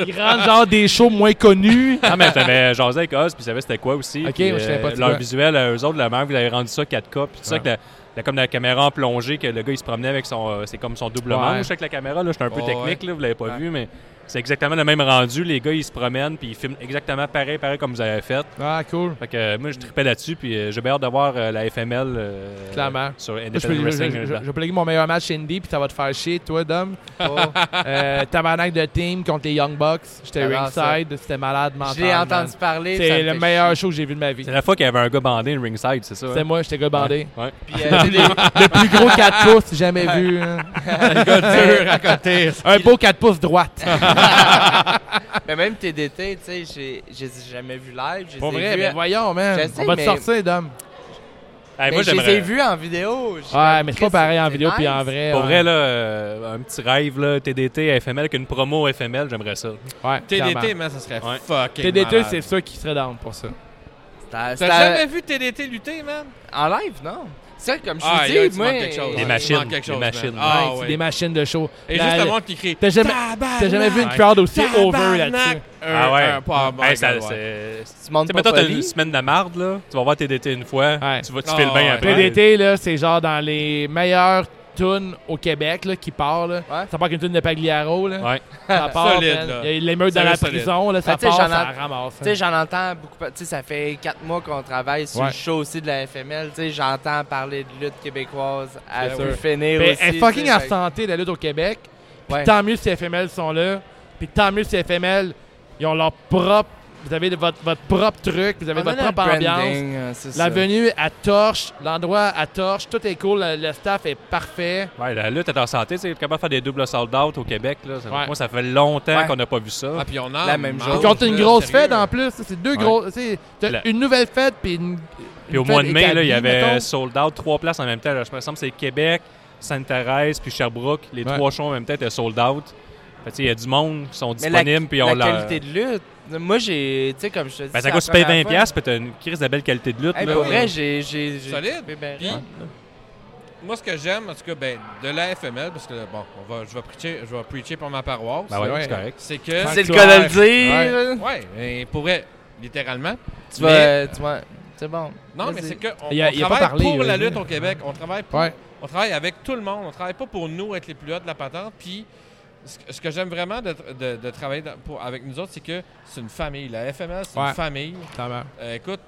Il rend genre des shows moins connus.
Ah, mais t'avais jasé avec Oz, puis tu savais c'était quoi aussi.
Ok,
puis,
moi, je savais pas
euh,
c'était
Leur
quoi.
visuel, euh, eux autres, la mère, vous avez rendu ça 4K. Puis tu sais que la, la- comme la caméra en plongée, que le gars, il se promenait avec son. euh, c'est comme son double
Ouais.
manche. Je sais que la caméra, là, j'étais un peu
Ouais,
technique, là, vous l'avez pas
Ouais.
vu, mais c'est exactement le même rendu. Les gars, ils se promènent, puis ils filment exactement pareil, pareil comme vous avez fait.
Ah, cool.
Fait que euh, moi, je tripais là-dessus, puis euh, j'ai bien hâte de voir euh, la FML euh,
Clairement.
sur
Moi, Je peux-
Independent
je- je-
Wrestling.
je-
euh,
je- je vais plugger mon meilleur match Indy, puis ça va te faire chier, toi, Dom.
Oh,
Euh, tabarnak de team contre les Young Bucks. J'étais
J'adore Ah, ça.
ringside, c'était malade mental.
je l'ai
man.
entendu parler. ça me
C'est
fait
le meilleur show que j'ai vu de ma vie.
C'est la fois qu'il y avait un gars bandé, ringside, c'est ça?
C'était
hein?
moi, j'étais gars bandé.
Ouais.
chier. Puis, euh, tu sais, les-
Le plus gros 4 pouces jamais vu. hein.
dur à côté.
Un beau 4 pouces droite.
mais même TDT, tu sais, j'ai- je les ai jamais vus live. Je
Pour
les ai
vrai,
vus-
mais voyons, man.
Je sais,
On va te
mais-
sortir, Dom. Ben,
Hey,
mais
moi,
je les
j'aimerais-
ai vus en vidéo. J'ai-
Ouais, mais c'est pas pareil en
c'est
vidéo puis
nice.
en vrai. euh,
Pour
ouais.
vrai, là, euh, un petit rêve, là, TDT à FML, qu'une promo FML, j'aimerais ça.
Ouais,
TDT,
clairement.
man, ça serait
Ouais.
fucking
TDT,
malade.
c'est sûr qui serait down pour ça.
C'était-
T'as
c'était-
jamais vu TDT lutter, man?
En live, non. C'est comme je vous
Ah,
dis,
yo, tu
moi.
manques quelque chose.
Les
Ouais,
machines,
il manque quelque
les
chose,
machines.
man. Ah,
C'est
ouais.
des machines de show.
Et
La-
juste le monde qui crie.
T'as jamais,
Tabarnak!
t'as jamais vu une crowd aussi over
Tabarnak!
là-dessus.
Un-
ah ouais.
un- pas-
Hey,
my
ça,
God, ouais.
c'est-
Tu montes
Tu sais,
pas
mettons, t'as
poli.
une semaine de marde, là. Tu vas voir TDT une fois.
Ouais.
Tu, vas, tu
Ah,
fais le bain
ouais.
après.
TDT, là, c'est genre dans les meilleures tunes au Québec là, qui part. Là.
Ouais.
Ça part qu'une tune de Pagliaro. Là.
Ouais.
Ça part.
Solide,
man.
là.
Il y a l'émeute dans
Sérieux,
la
solide.
prison. Là, ça
Ben, tu sais,
part,
j'en
ça
ai-
ramasse. hein.
Tu sais, j'en entends beaucoup. par- Tu sais, ça fait quatre mois qu'on travaille sur
Ouais.
le show aussi de la FML. Tu sais, j'entends parler de lutte québécoise à
C'est
plus
sûr.
finir
Mais
aussi.
Ben, elle est
tu
fucking
sais,
en
fait-
santé, la lutte au Québec. Puis
Ouais.
tant mieux si FML sont là. Puis tant mieux si FML, ils ont leur propre. Vous avez votre, votre propre truc, vous avez
On a
votre
notre
propre ambiance.
branding, euh, c'est ça.
La venue à torche, l'endroit à torche, tout est cool, le, le staff est parfait.
Ouais, la lutte est en santé, tu sais, t'es capable de faire des doubles sold-out au Québec, là. Ça-
Ouais.
Moi, ça fait longtemps
Ouais.
qu'on n'a pas vu ça.
Ah, puis on en
La même
mange,
chose.
Quand t'as une
là,
grosse
sérieux.
fête en plus, c'est deux grosses. c'est- T'as
La-
une nouvelle fête puis une.
Puis au
une
mois de
fête
mai, là, il y
établie,
avait
mettons.
sold out trois places en même temps. là. Je me semble que c'est Québec, Sainte-Thérèse, puis Sherbrooke. Les
Ouais.
trois shows en même temps étaient sold out. Fait que, tu sais, il y a du monde qui sont
Mais la,
disponibles, puis on
la
leur-
qualité de lutte. Moi, j'ai. Tu sais, comme je te dis.
Ben, ça
c'est
coûte, tu
la
payes
première
20$, piastres, puis t'as une crise de belle qualité de lutte.
fois. Hey,
là.
pour
Ouais.
vrai, j'ai. j'ai- j'ai-
Solide.
j'ai- ben,
Puis, moi, ce que j'aime, en tout cas, ben, de la FML, parce que, bon, on va, je, vais preacher, je vais preacher pour ma paroisse,
Ben ouais,
Ouais.
c'est correct.
c'est que...
C'est le cas de le
Ouais.
dire.
Ouais, mais pour vrai, littéralement.
Tu vas. tu vas- C'est bon.
Non, mais
Vas-y.
c'est qu'on on
Il a- il a pas
travaille
parlé, euh,
pour la
vas-y.
lutte au Québec. On travaille, pour-
Ouais.
on travaille avec tout le monde. On travaille pas pour nous être les plus hauts de la patente. Puis, ce que- ce que j'aime vraiment de, de- de travailler dans- pour- avec nous autres, c'est que c'est une famille. La FML, c'est
Ouais.
une famille.
Clairement.
Euh, écoute,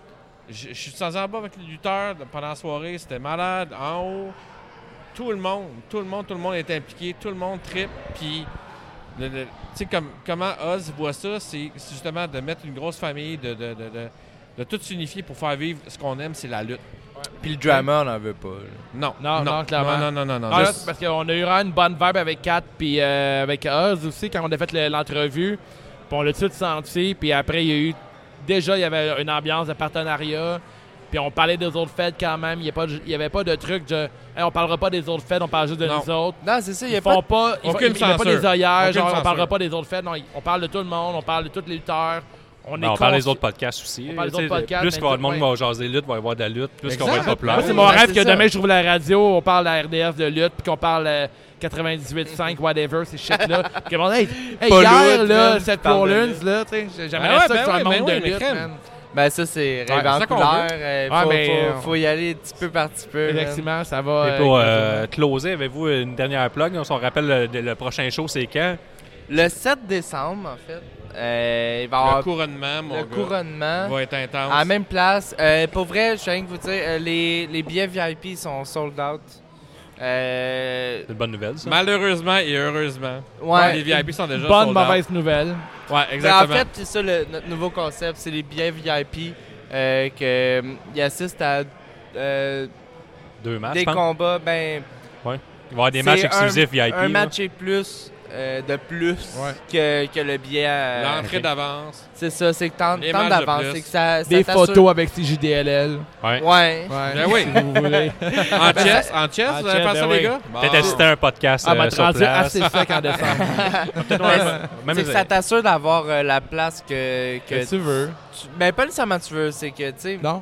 je je suis sans en bas avec les lutteurs pendant la soirée. C'était malade, en haut. Tout le monde, tout le monde, tout le monde est impliqué. Tout le monde trip. Puis, le- le- tu sais, comme, comment Oz voit ça, c'est c'est justement de mettre une grosse famille, de, de, de, de- de tout s'unifier pour faire vivre ce qu'on aime, c'est la lutte.
Puis le drama, on en veut pas. là.
Non.
Non, non, clairement.
Non, non, non, non.
Ah, là,
Juste-
c'est parce qu'on a eu vraiment une bonne vibe avec Kat puis euh, avec Oz aussi quand on a fait le- l'entrevue. Puis on l'a tout de suite senti. Puis après, il y a eu. Déjà, il y avait une ambiance de partenariat. Puis on parlait des autres fêtes quand même. Il n'y a pas de- il y avait pas de truc de. Hey, on parlera pas des autres fêtes, on parle juste de
Non.
nous autres.
Non, c'est ça. Il y
Ils
a pas.
font pas, ils, font-
Aucune
ils mettent pas
censure.
des œillères,
Aucune
genre on
censure.
parlera pas des autres fêtes. Non, on parle de tout le monde, on parle de tous les lutteurs. On
Ben,
est
on parle
consci-
des autres podcasts aussi.
On parle des
Tu sais,
autres podcasts,
plus
mais
que le
tu-
monde
ouais.
va jaser lutte, va y avoir de la lutte, plus qu'on va être
Exact.
populaire.
Moi, c'est mon
Ouais,
rêve
c'est
que
ça.
demain je trouve la radio, on parle de la RDS de lutte, puis qu'on parle euh, 98.5, whatever, ces shit-là. Puis que, bon, hey, hey,
Pas
hier,
lourd,
là,
man,
cette
parle de
Paulins,
lutte.
là, tu sais, j'aimerais
Ben ouais,
ça
ben
que dans le
ouais, ben
monde
ouais,
de
mais
lutte,
crème.
man.
Ben, ça, c'est rêve
c'est
en
ça qu'on
couleur. euh,
Ouais,
faut,
mais,
faut-
euh,
faut y aller petit peu par petit peu. man.
Effectivement, ça va.
Et pour
euh,
euh, closer, avez-vous une dernière plug? On s'en rappelle le, le prochain show, c'est quand?
Le 7 décembre, en fait, euh, il va y
Le
avoir
couronnement, mon
le
gars,
couronnement
va être intense.
Ah,
à la même place. Euh, pour vrai, je viens de vous dire, euh, les, les billets VIP sont sold out. Euh,
C'est une bonne nouvelle, ça.
Malheureusement et heureusement.
ouais.
les VIP sont déjà
Bonne,
sold out.
mauvaise nouvelle.
Ouais,
Ben, en
exactement.
fait, c'est ça le- notre nouveau concept, c'est les billets VIP euh, que hum, ils assistent à euh,
Deux
Ah,
matchs,
des
je pense.
combats. Ben,
Il va y avoir des
c'est
matchs
un-
exclusifs VIP.
un
là.
match et plus euh, de plus que, que le billet. euh,
L'entrée d'avance.
c'est ça, c'est que t'en
Les
t'en
matchs de
d'avance,
plus.
c'est que ça, ça
Des
t'assure-
photos avec CJDLL.
Ouais.
Ouais.
Ben oui.
Si vous voulez.
En chess, en chess,
en
vous allez
chess, ben
faire ça,
oui.
les gars? Bon.
Peut-être assister à un podcast
Ah,
euh,
m'a
sur
rendu
place.
assez sec en décembre.
Peut-être un-
C'est
Même
que ça t'assure d'avoir euh, la place que, que
que tu veux.
tu- Ben, pas nécessairement tu veux, c'est que, tu sais,
Non?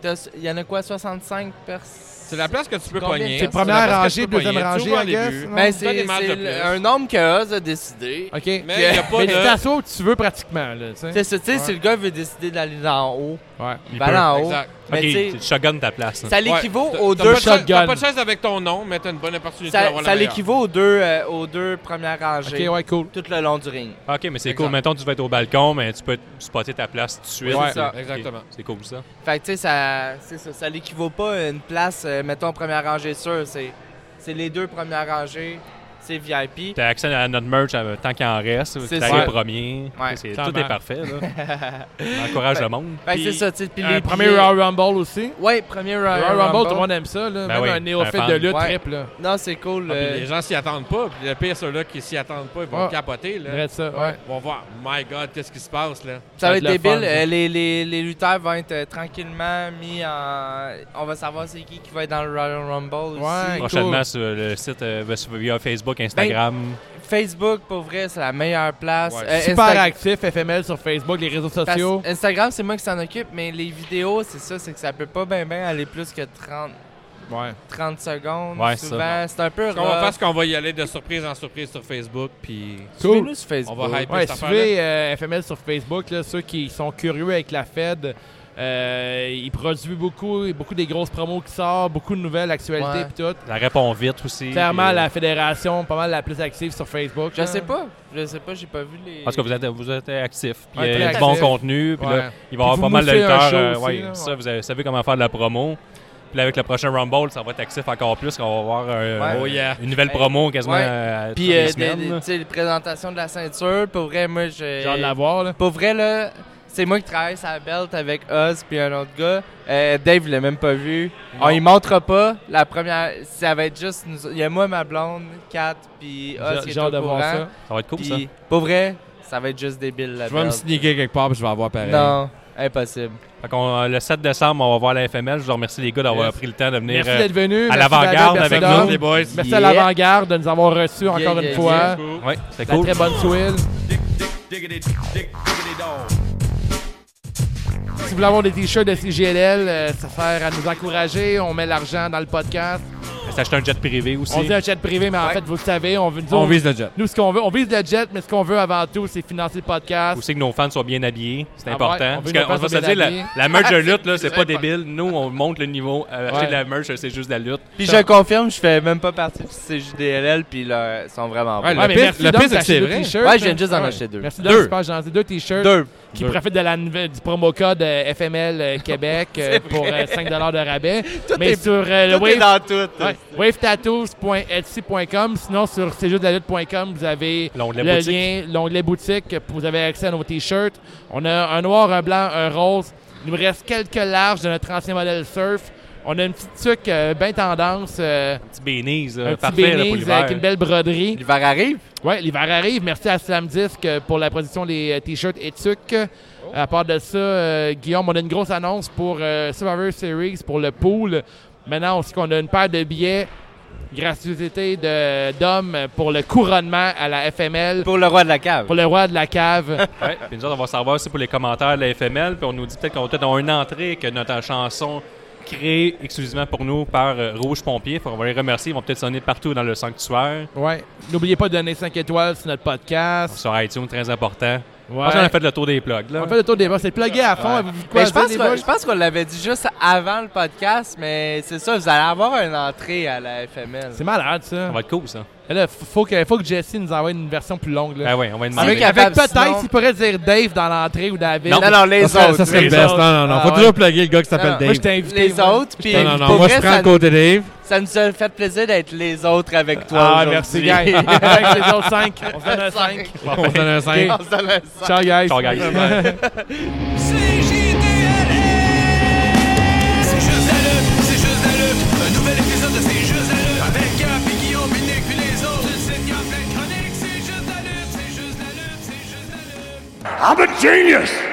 t'as- il y en a quoi, 65 personnes? Ben,
C'est la place que tu peux
Combien de
pogner.
C'est
la
première
place que
rangée,
tu peux
deuxième
pogner. Tu
rangée,
ouvres
I
les
guess,
buts.
non?
Ben,
Pas
c'est
des matchs
c'est
de
le-
plus.
un nombre que Oz a décidé.
OK.
Mais
Mais
il n'y a pas
tu
de...
t'assois où tu veux pratiquement, là, tu sais.
C'est ça, tu sais, si le gars veut décider d'aller en haut,
Ouais.
il va aller en haut.
Exact.
ben Mais
Ok,
tu sais,
tu shotguns ta place. hein.
ça l'équivaut
Ouais.
aux
T'as
deux...
pas de chaise-
shotguns.
T'as pas de chaise avec ton nom, mais t'as une bonne opportunité
Ça,
d'avoir la
ça
meilleure.
l'équivaut aux deux, euh, aux deux premières
OK,
rangées
ouais, cool.
tout le long du ring.
Ok, mais c'est
Exact.
cool. Mettons, tu vas être au balcon, mais tu peux spotter ta place tout de suite.
Ouais,
Ok,
ça.
exactement.
C'est cool, ça.
Fait que, tu sais, ça, c'est ça, ça l'équivaut pas à une place, euh, mettons, première rangée sûre. C'est, c'est les deux premières rangées, c'est VIP.
T'as accès à notre merch euh, tant qu'il en reste.
C'est
C'est ça.
ça.
premier.
Ouais. Ben,
C'est-
Clairement.
Tout est parfait. Là. On encourage le monde.
Fait que c'est
Puis,
ça, tu sais, puis
Un
les
premier
billets-
Royal Rumble aussi.
Ouais, premier Royal,
Royal Rumble,
Rumble.
tout le monde aime ça, là.
Ben
Même
oui,
un néophyte
un fan.
de lutte
Ouais.
triple, là.
Non, c'est cool.
Ah, puis
euh,
les gens s'y attendent pas. Puis le pire, ceux-là qui s'y attendent pas, ils vont
Ouais.
capoter. Là.
Vrai ça, ouais.
Ils vont voir, my God, qu'est-ce qui se passe là?
Ça va être
le
débile.
fun, ça.
Euh, les, les, les lutteurs vont être euh, tranquillement mis en. On va savoir c'est qui qui va être dans le Royal Rumble
Ouais.
aussi.
Prochainement sur le site euh, sur- via Facebook,
Ben,
Instagram.
Facebook, pour vrai, c'est la meilleure place.
Ouais.
Euh,
Super
Insta-
actif, FML sur Facebook, les réseaux
parce-
sociaux.
Instagram, c'est moi qui s'en occupe, mais les vidéos, c'est ça, c'est que ça peut pas bien ben aller plus que 30,
Ouais.
30 secondes.
Ouais, ça,
souvent, c'est un peu
Ce qu'on va faire,
rough.
c'est qu'on va y aller de surprise en surprise sur Facebook. Puis
Cool.
Suivez-nous sur Facebook.
on va hyper
Ouais,
cette affaire-là.
suivez euh, FML sur Facebook, là, ceux qui sont curieux avec la Fed. Euh, il produit beaucoup, beaucoup des grosses promos qui sortent, beaucoup de nouvelles actualités
Ouais.
et tout.
La répond vite aussi. Euh,
Clairement,
puis-
la fédération, pas mal la plus active sur Facebook.
Je
là.
sais pas. Je sais pas, j'ai pas vu les.
Parce que vous êtes, vous êtes actif. Puis
Ouais,
il y a
très
du bon
actif.
contenu. Puis là,
Ouais.
il va y
Puis
avoir
vous
pas mal de
moussez un
lutteurs.
show
euh,
aussi,
ouais,
là,
ça,
ouais.
vous avez- savez comment faire de la promo. Puis là, avec le prochain Rumble, ça va être actif encore plus. qu'on va avoir euh,
Ouais.
Oh yeah.
une nouvelle promo quasiment
Ouais.
euh, toutes
Puis,
les
euh, des-
semaines,
des-
là.
tu sais, les présentations de la ceinture, pour vrai, moi, je.
J'ai hâte de la voir. Là.
Pour vrai, là, c'est moi qui travaille sur la belt avec Oz puis un autre gars. Euh, Dave, il l'a même pas vu. On y montre pas. La première, ça va être juste. nous- Il y a moi, ma blonde, Kat, puis Oz
J'ai
qui
j'ai
est au
hâte de voir
courant.
ça.
Ça va être cool, ça.
Puis, pour vrai, ça va être juste débile, la
je vais me
belt.
sneaker quelque part, puis je vais avoir pareil.
Non, impossible.
Fait qu'on, euh, le 7 décembre, on va voir la FML. Je vous remercie, les gars, d'avoir
Yes.
pris le temps de venir.
Merci
euh,
d'être venu.
à
merci
l'avant-garde
David, merci
avec
Dom.
Merci, les boys.
Merci à
Yeah.
l'avant-garde de nous avoir reçus encore
yeah,
une
yeah.
fois.
ouais, c'est
La
cool.
très bonne Twill. Si vous voulez avoir des t-shirts de CGLL, euh, ça sert à nous encourager. On met l'argent dans le podcast.
S'acheter un jet privé aussi.
On dit un chat privé, mais en fait, vous le savez, on veut nous
On
autres,
vise le jet.
Nous, ce qu'on veut, on vise le jet, mais ce qu'on veut avant tout, c'est financer le podcast.
aussi que nos fans soient bien habillés, c'est
Ah ouais, on
important.
veut
Parce
nos
que
fans
on va se
soient bien
dire, la,
habillés. Ah,
la merch de lutte, là, c'est pas débile. Nous, on monte le niveau. Euh, Acheter
Ouais.
de la merch, c'est juste de la lutte.
Puis je confirme, je fais même pas partie de ces JDLL, puis là, ils sont vraiment
Ouais,
bons.
le pire- le pire, c'est que c'est vrai.
Ouais, je viens juste d'en acheter deux.
Merci
Deux.
d'avoir super gentil. Deux t-shirts
Deux.
qui
Deux.
profitent de la nouvelle- du promo code euh, FML euh, Québec euh, pour euh, 5 de rabais. mais
est-
sur euh, le
Tout est
Wave
dans tout.
Ouais. wavetattoos.etsy.com. Sinon, sur cjdelalute.com, vous avez
L'onglet
le
boutique.
lien, l'onglet boutique. Vous avez accès à nos t-shirts. On a un noir, un blanc, un rose. Il nous reste quelques larges de notre ancien modèle surf. On a une petite tuque euh, bien tendance, euh,
Petit bénise,
un
euh,
petit
parfait là, pour
bénise
l'hiver.
avec une belle broderie.
L'hiver arrive.
Ouais, l'hiver arrive. Merci à Slam Disc euh, pour la production des euh, t-shirts et tuques. À part de ça, euh, Guillaume, on a une grosse annonce pour euh, Survivor Series, pour le pool. Maintenant, on sait qu'on a une paire de billets gratuité de d'hommes pour le couronnement à la FML
Pour le roi de la cave.
pour le roi de la cave.
Ouais. Puis nous autres, on va savoir aussi pour les commentaires de la FML. Puis on nous dit peut-être qu'on va peut-être avoir une entrée, que notre chanson créée exclusivement pour nous par euh, Rouge Pompier. Fait qu'on va les remercier. Ils vont peut-être sonner partout dans le sanctuaire.
ouais. N'oubliez pas de donner 5 étoiles sur notre podcast.
Sur iTunes, très important.
Ouais.
Je pense qu'on a fait le tour des plugs. Là.
On fait le tour des boss. C'est plugué à fond. Avez-vous de quoi
Mais je
dire,
pense,
les
que-
boys?
je pense qu'on l'avait dit juste avant le podcast, mais c'est ça, vous allez avoir une entrée à la FML.
C'est malade, ça.
Ça va être cool, ça.
Là, f- faut que, faut que Jesse nous envoie une version plus longue. là.
Ah oui, on va
C'est
avec
demander.
vrai
avec
capable,
peut-être,
sinon-
il pourrait dire Dave dans l'entrée ou David.
Non, non, les
ça serait,
autres.
ça serait
les
le best.
autres.
Non, non, non.
Ah
Faut
ouais.
toujours plugger le gars qui s'appelle
Non, non.
Moi,
Dave.
je t'ai invité.
Les
moi.
autres, puis
Non, non,
pour
non. Moi, je
vrai,
prends
ça,
le côté Dave.
ça nous a fait plaisir d'être les autres avec toi
Ah,
aujourd'hui.
merci, gars. avec les autres 5. On se donne un 5.
On se donne un 5.
On se donne un sang.
Ciao, guys.
Ciao, guys.
C'est juste la lutte, c'est juste la lutte. Un nouvel épisode de C'est juste la lutte. Avec Gap et Guillaume, Binic puis les autres. Tu le sais, Gap, plein de chroniques. C'est juste la lutte, c'est juste la lutte, c'est juste la lutte.
I'm a genius!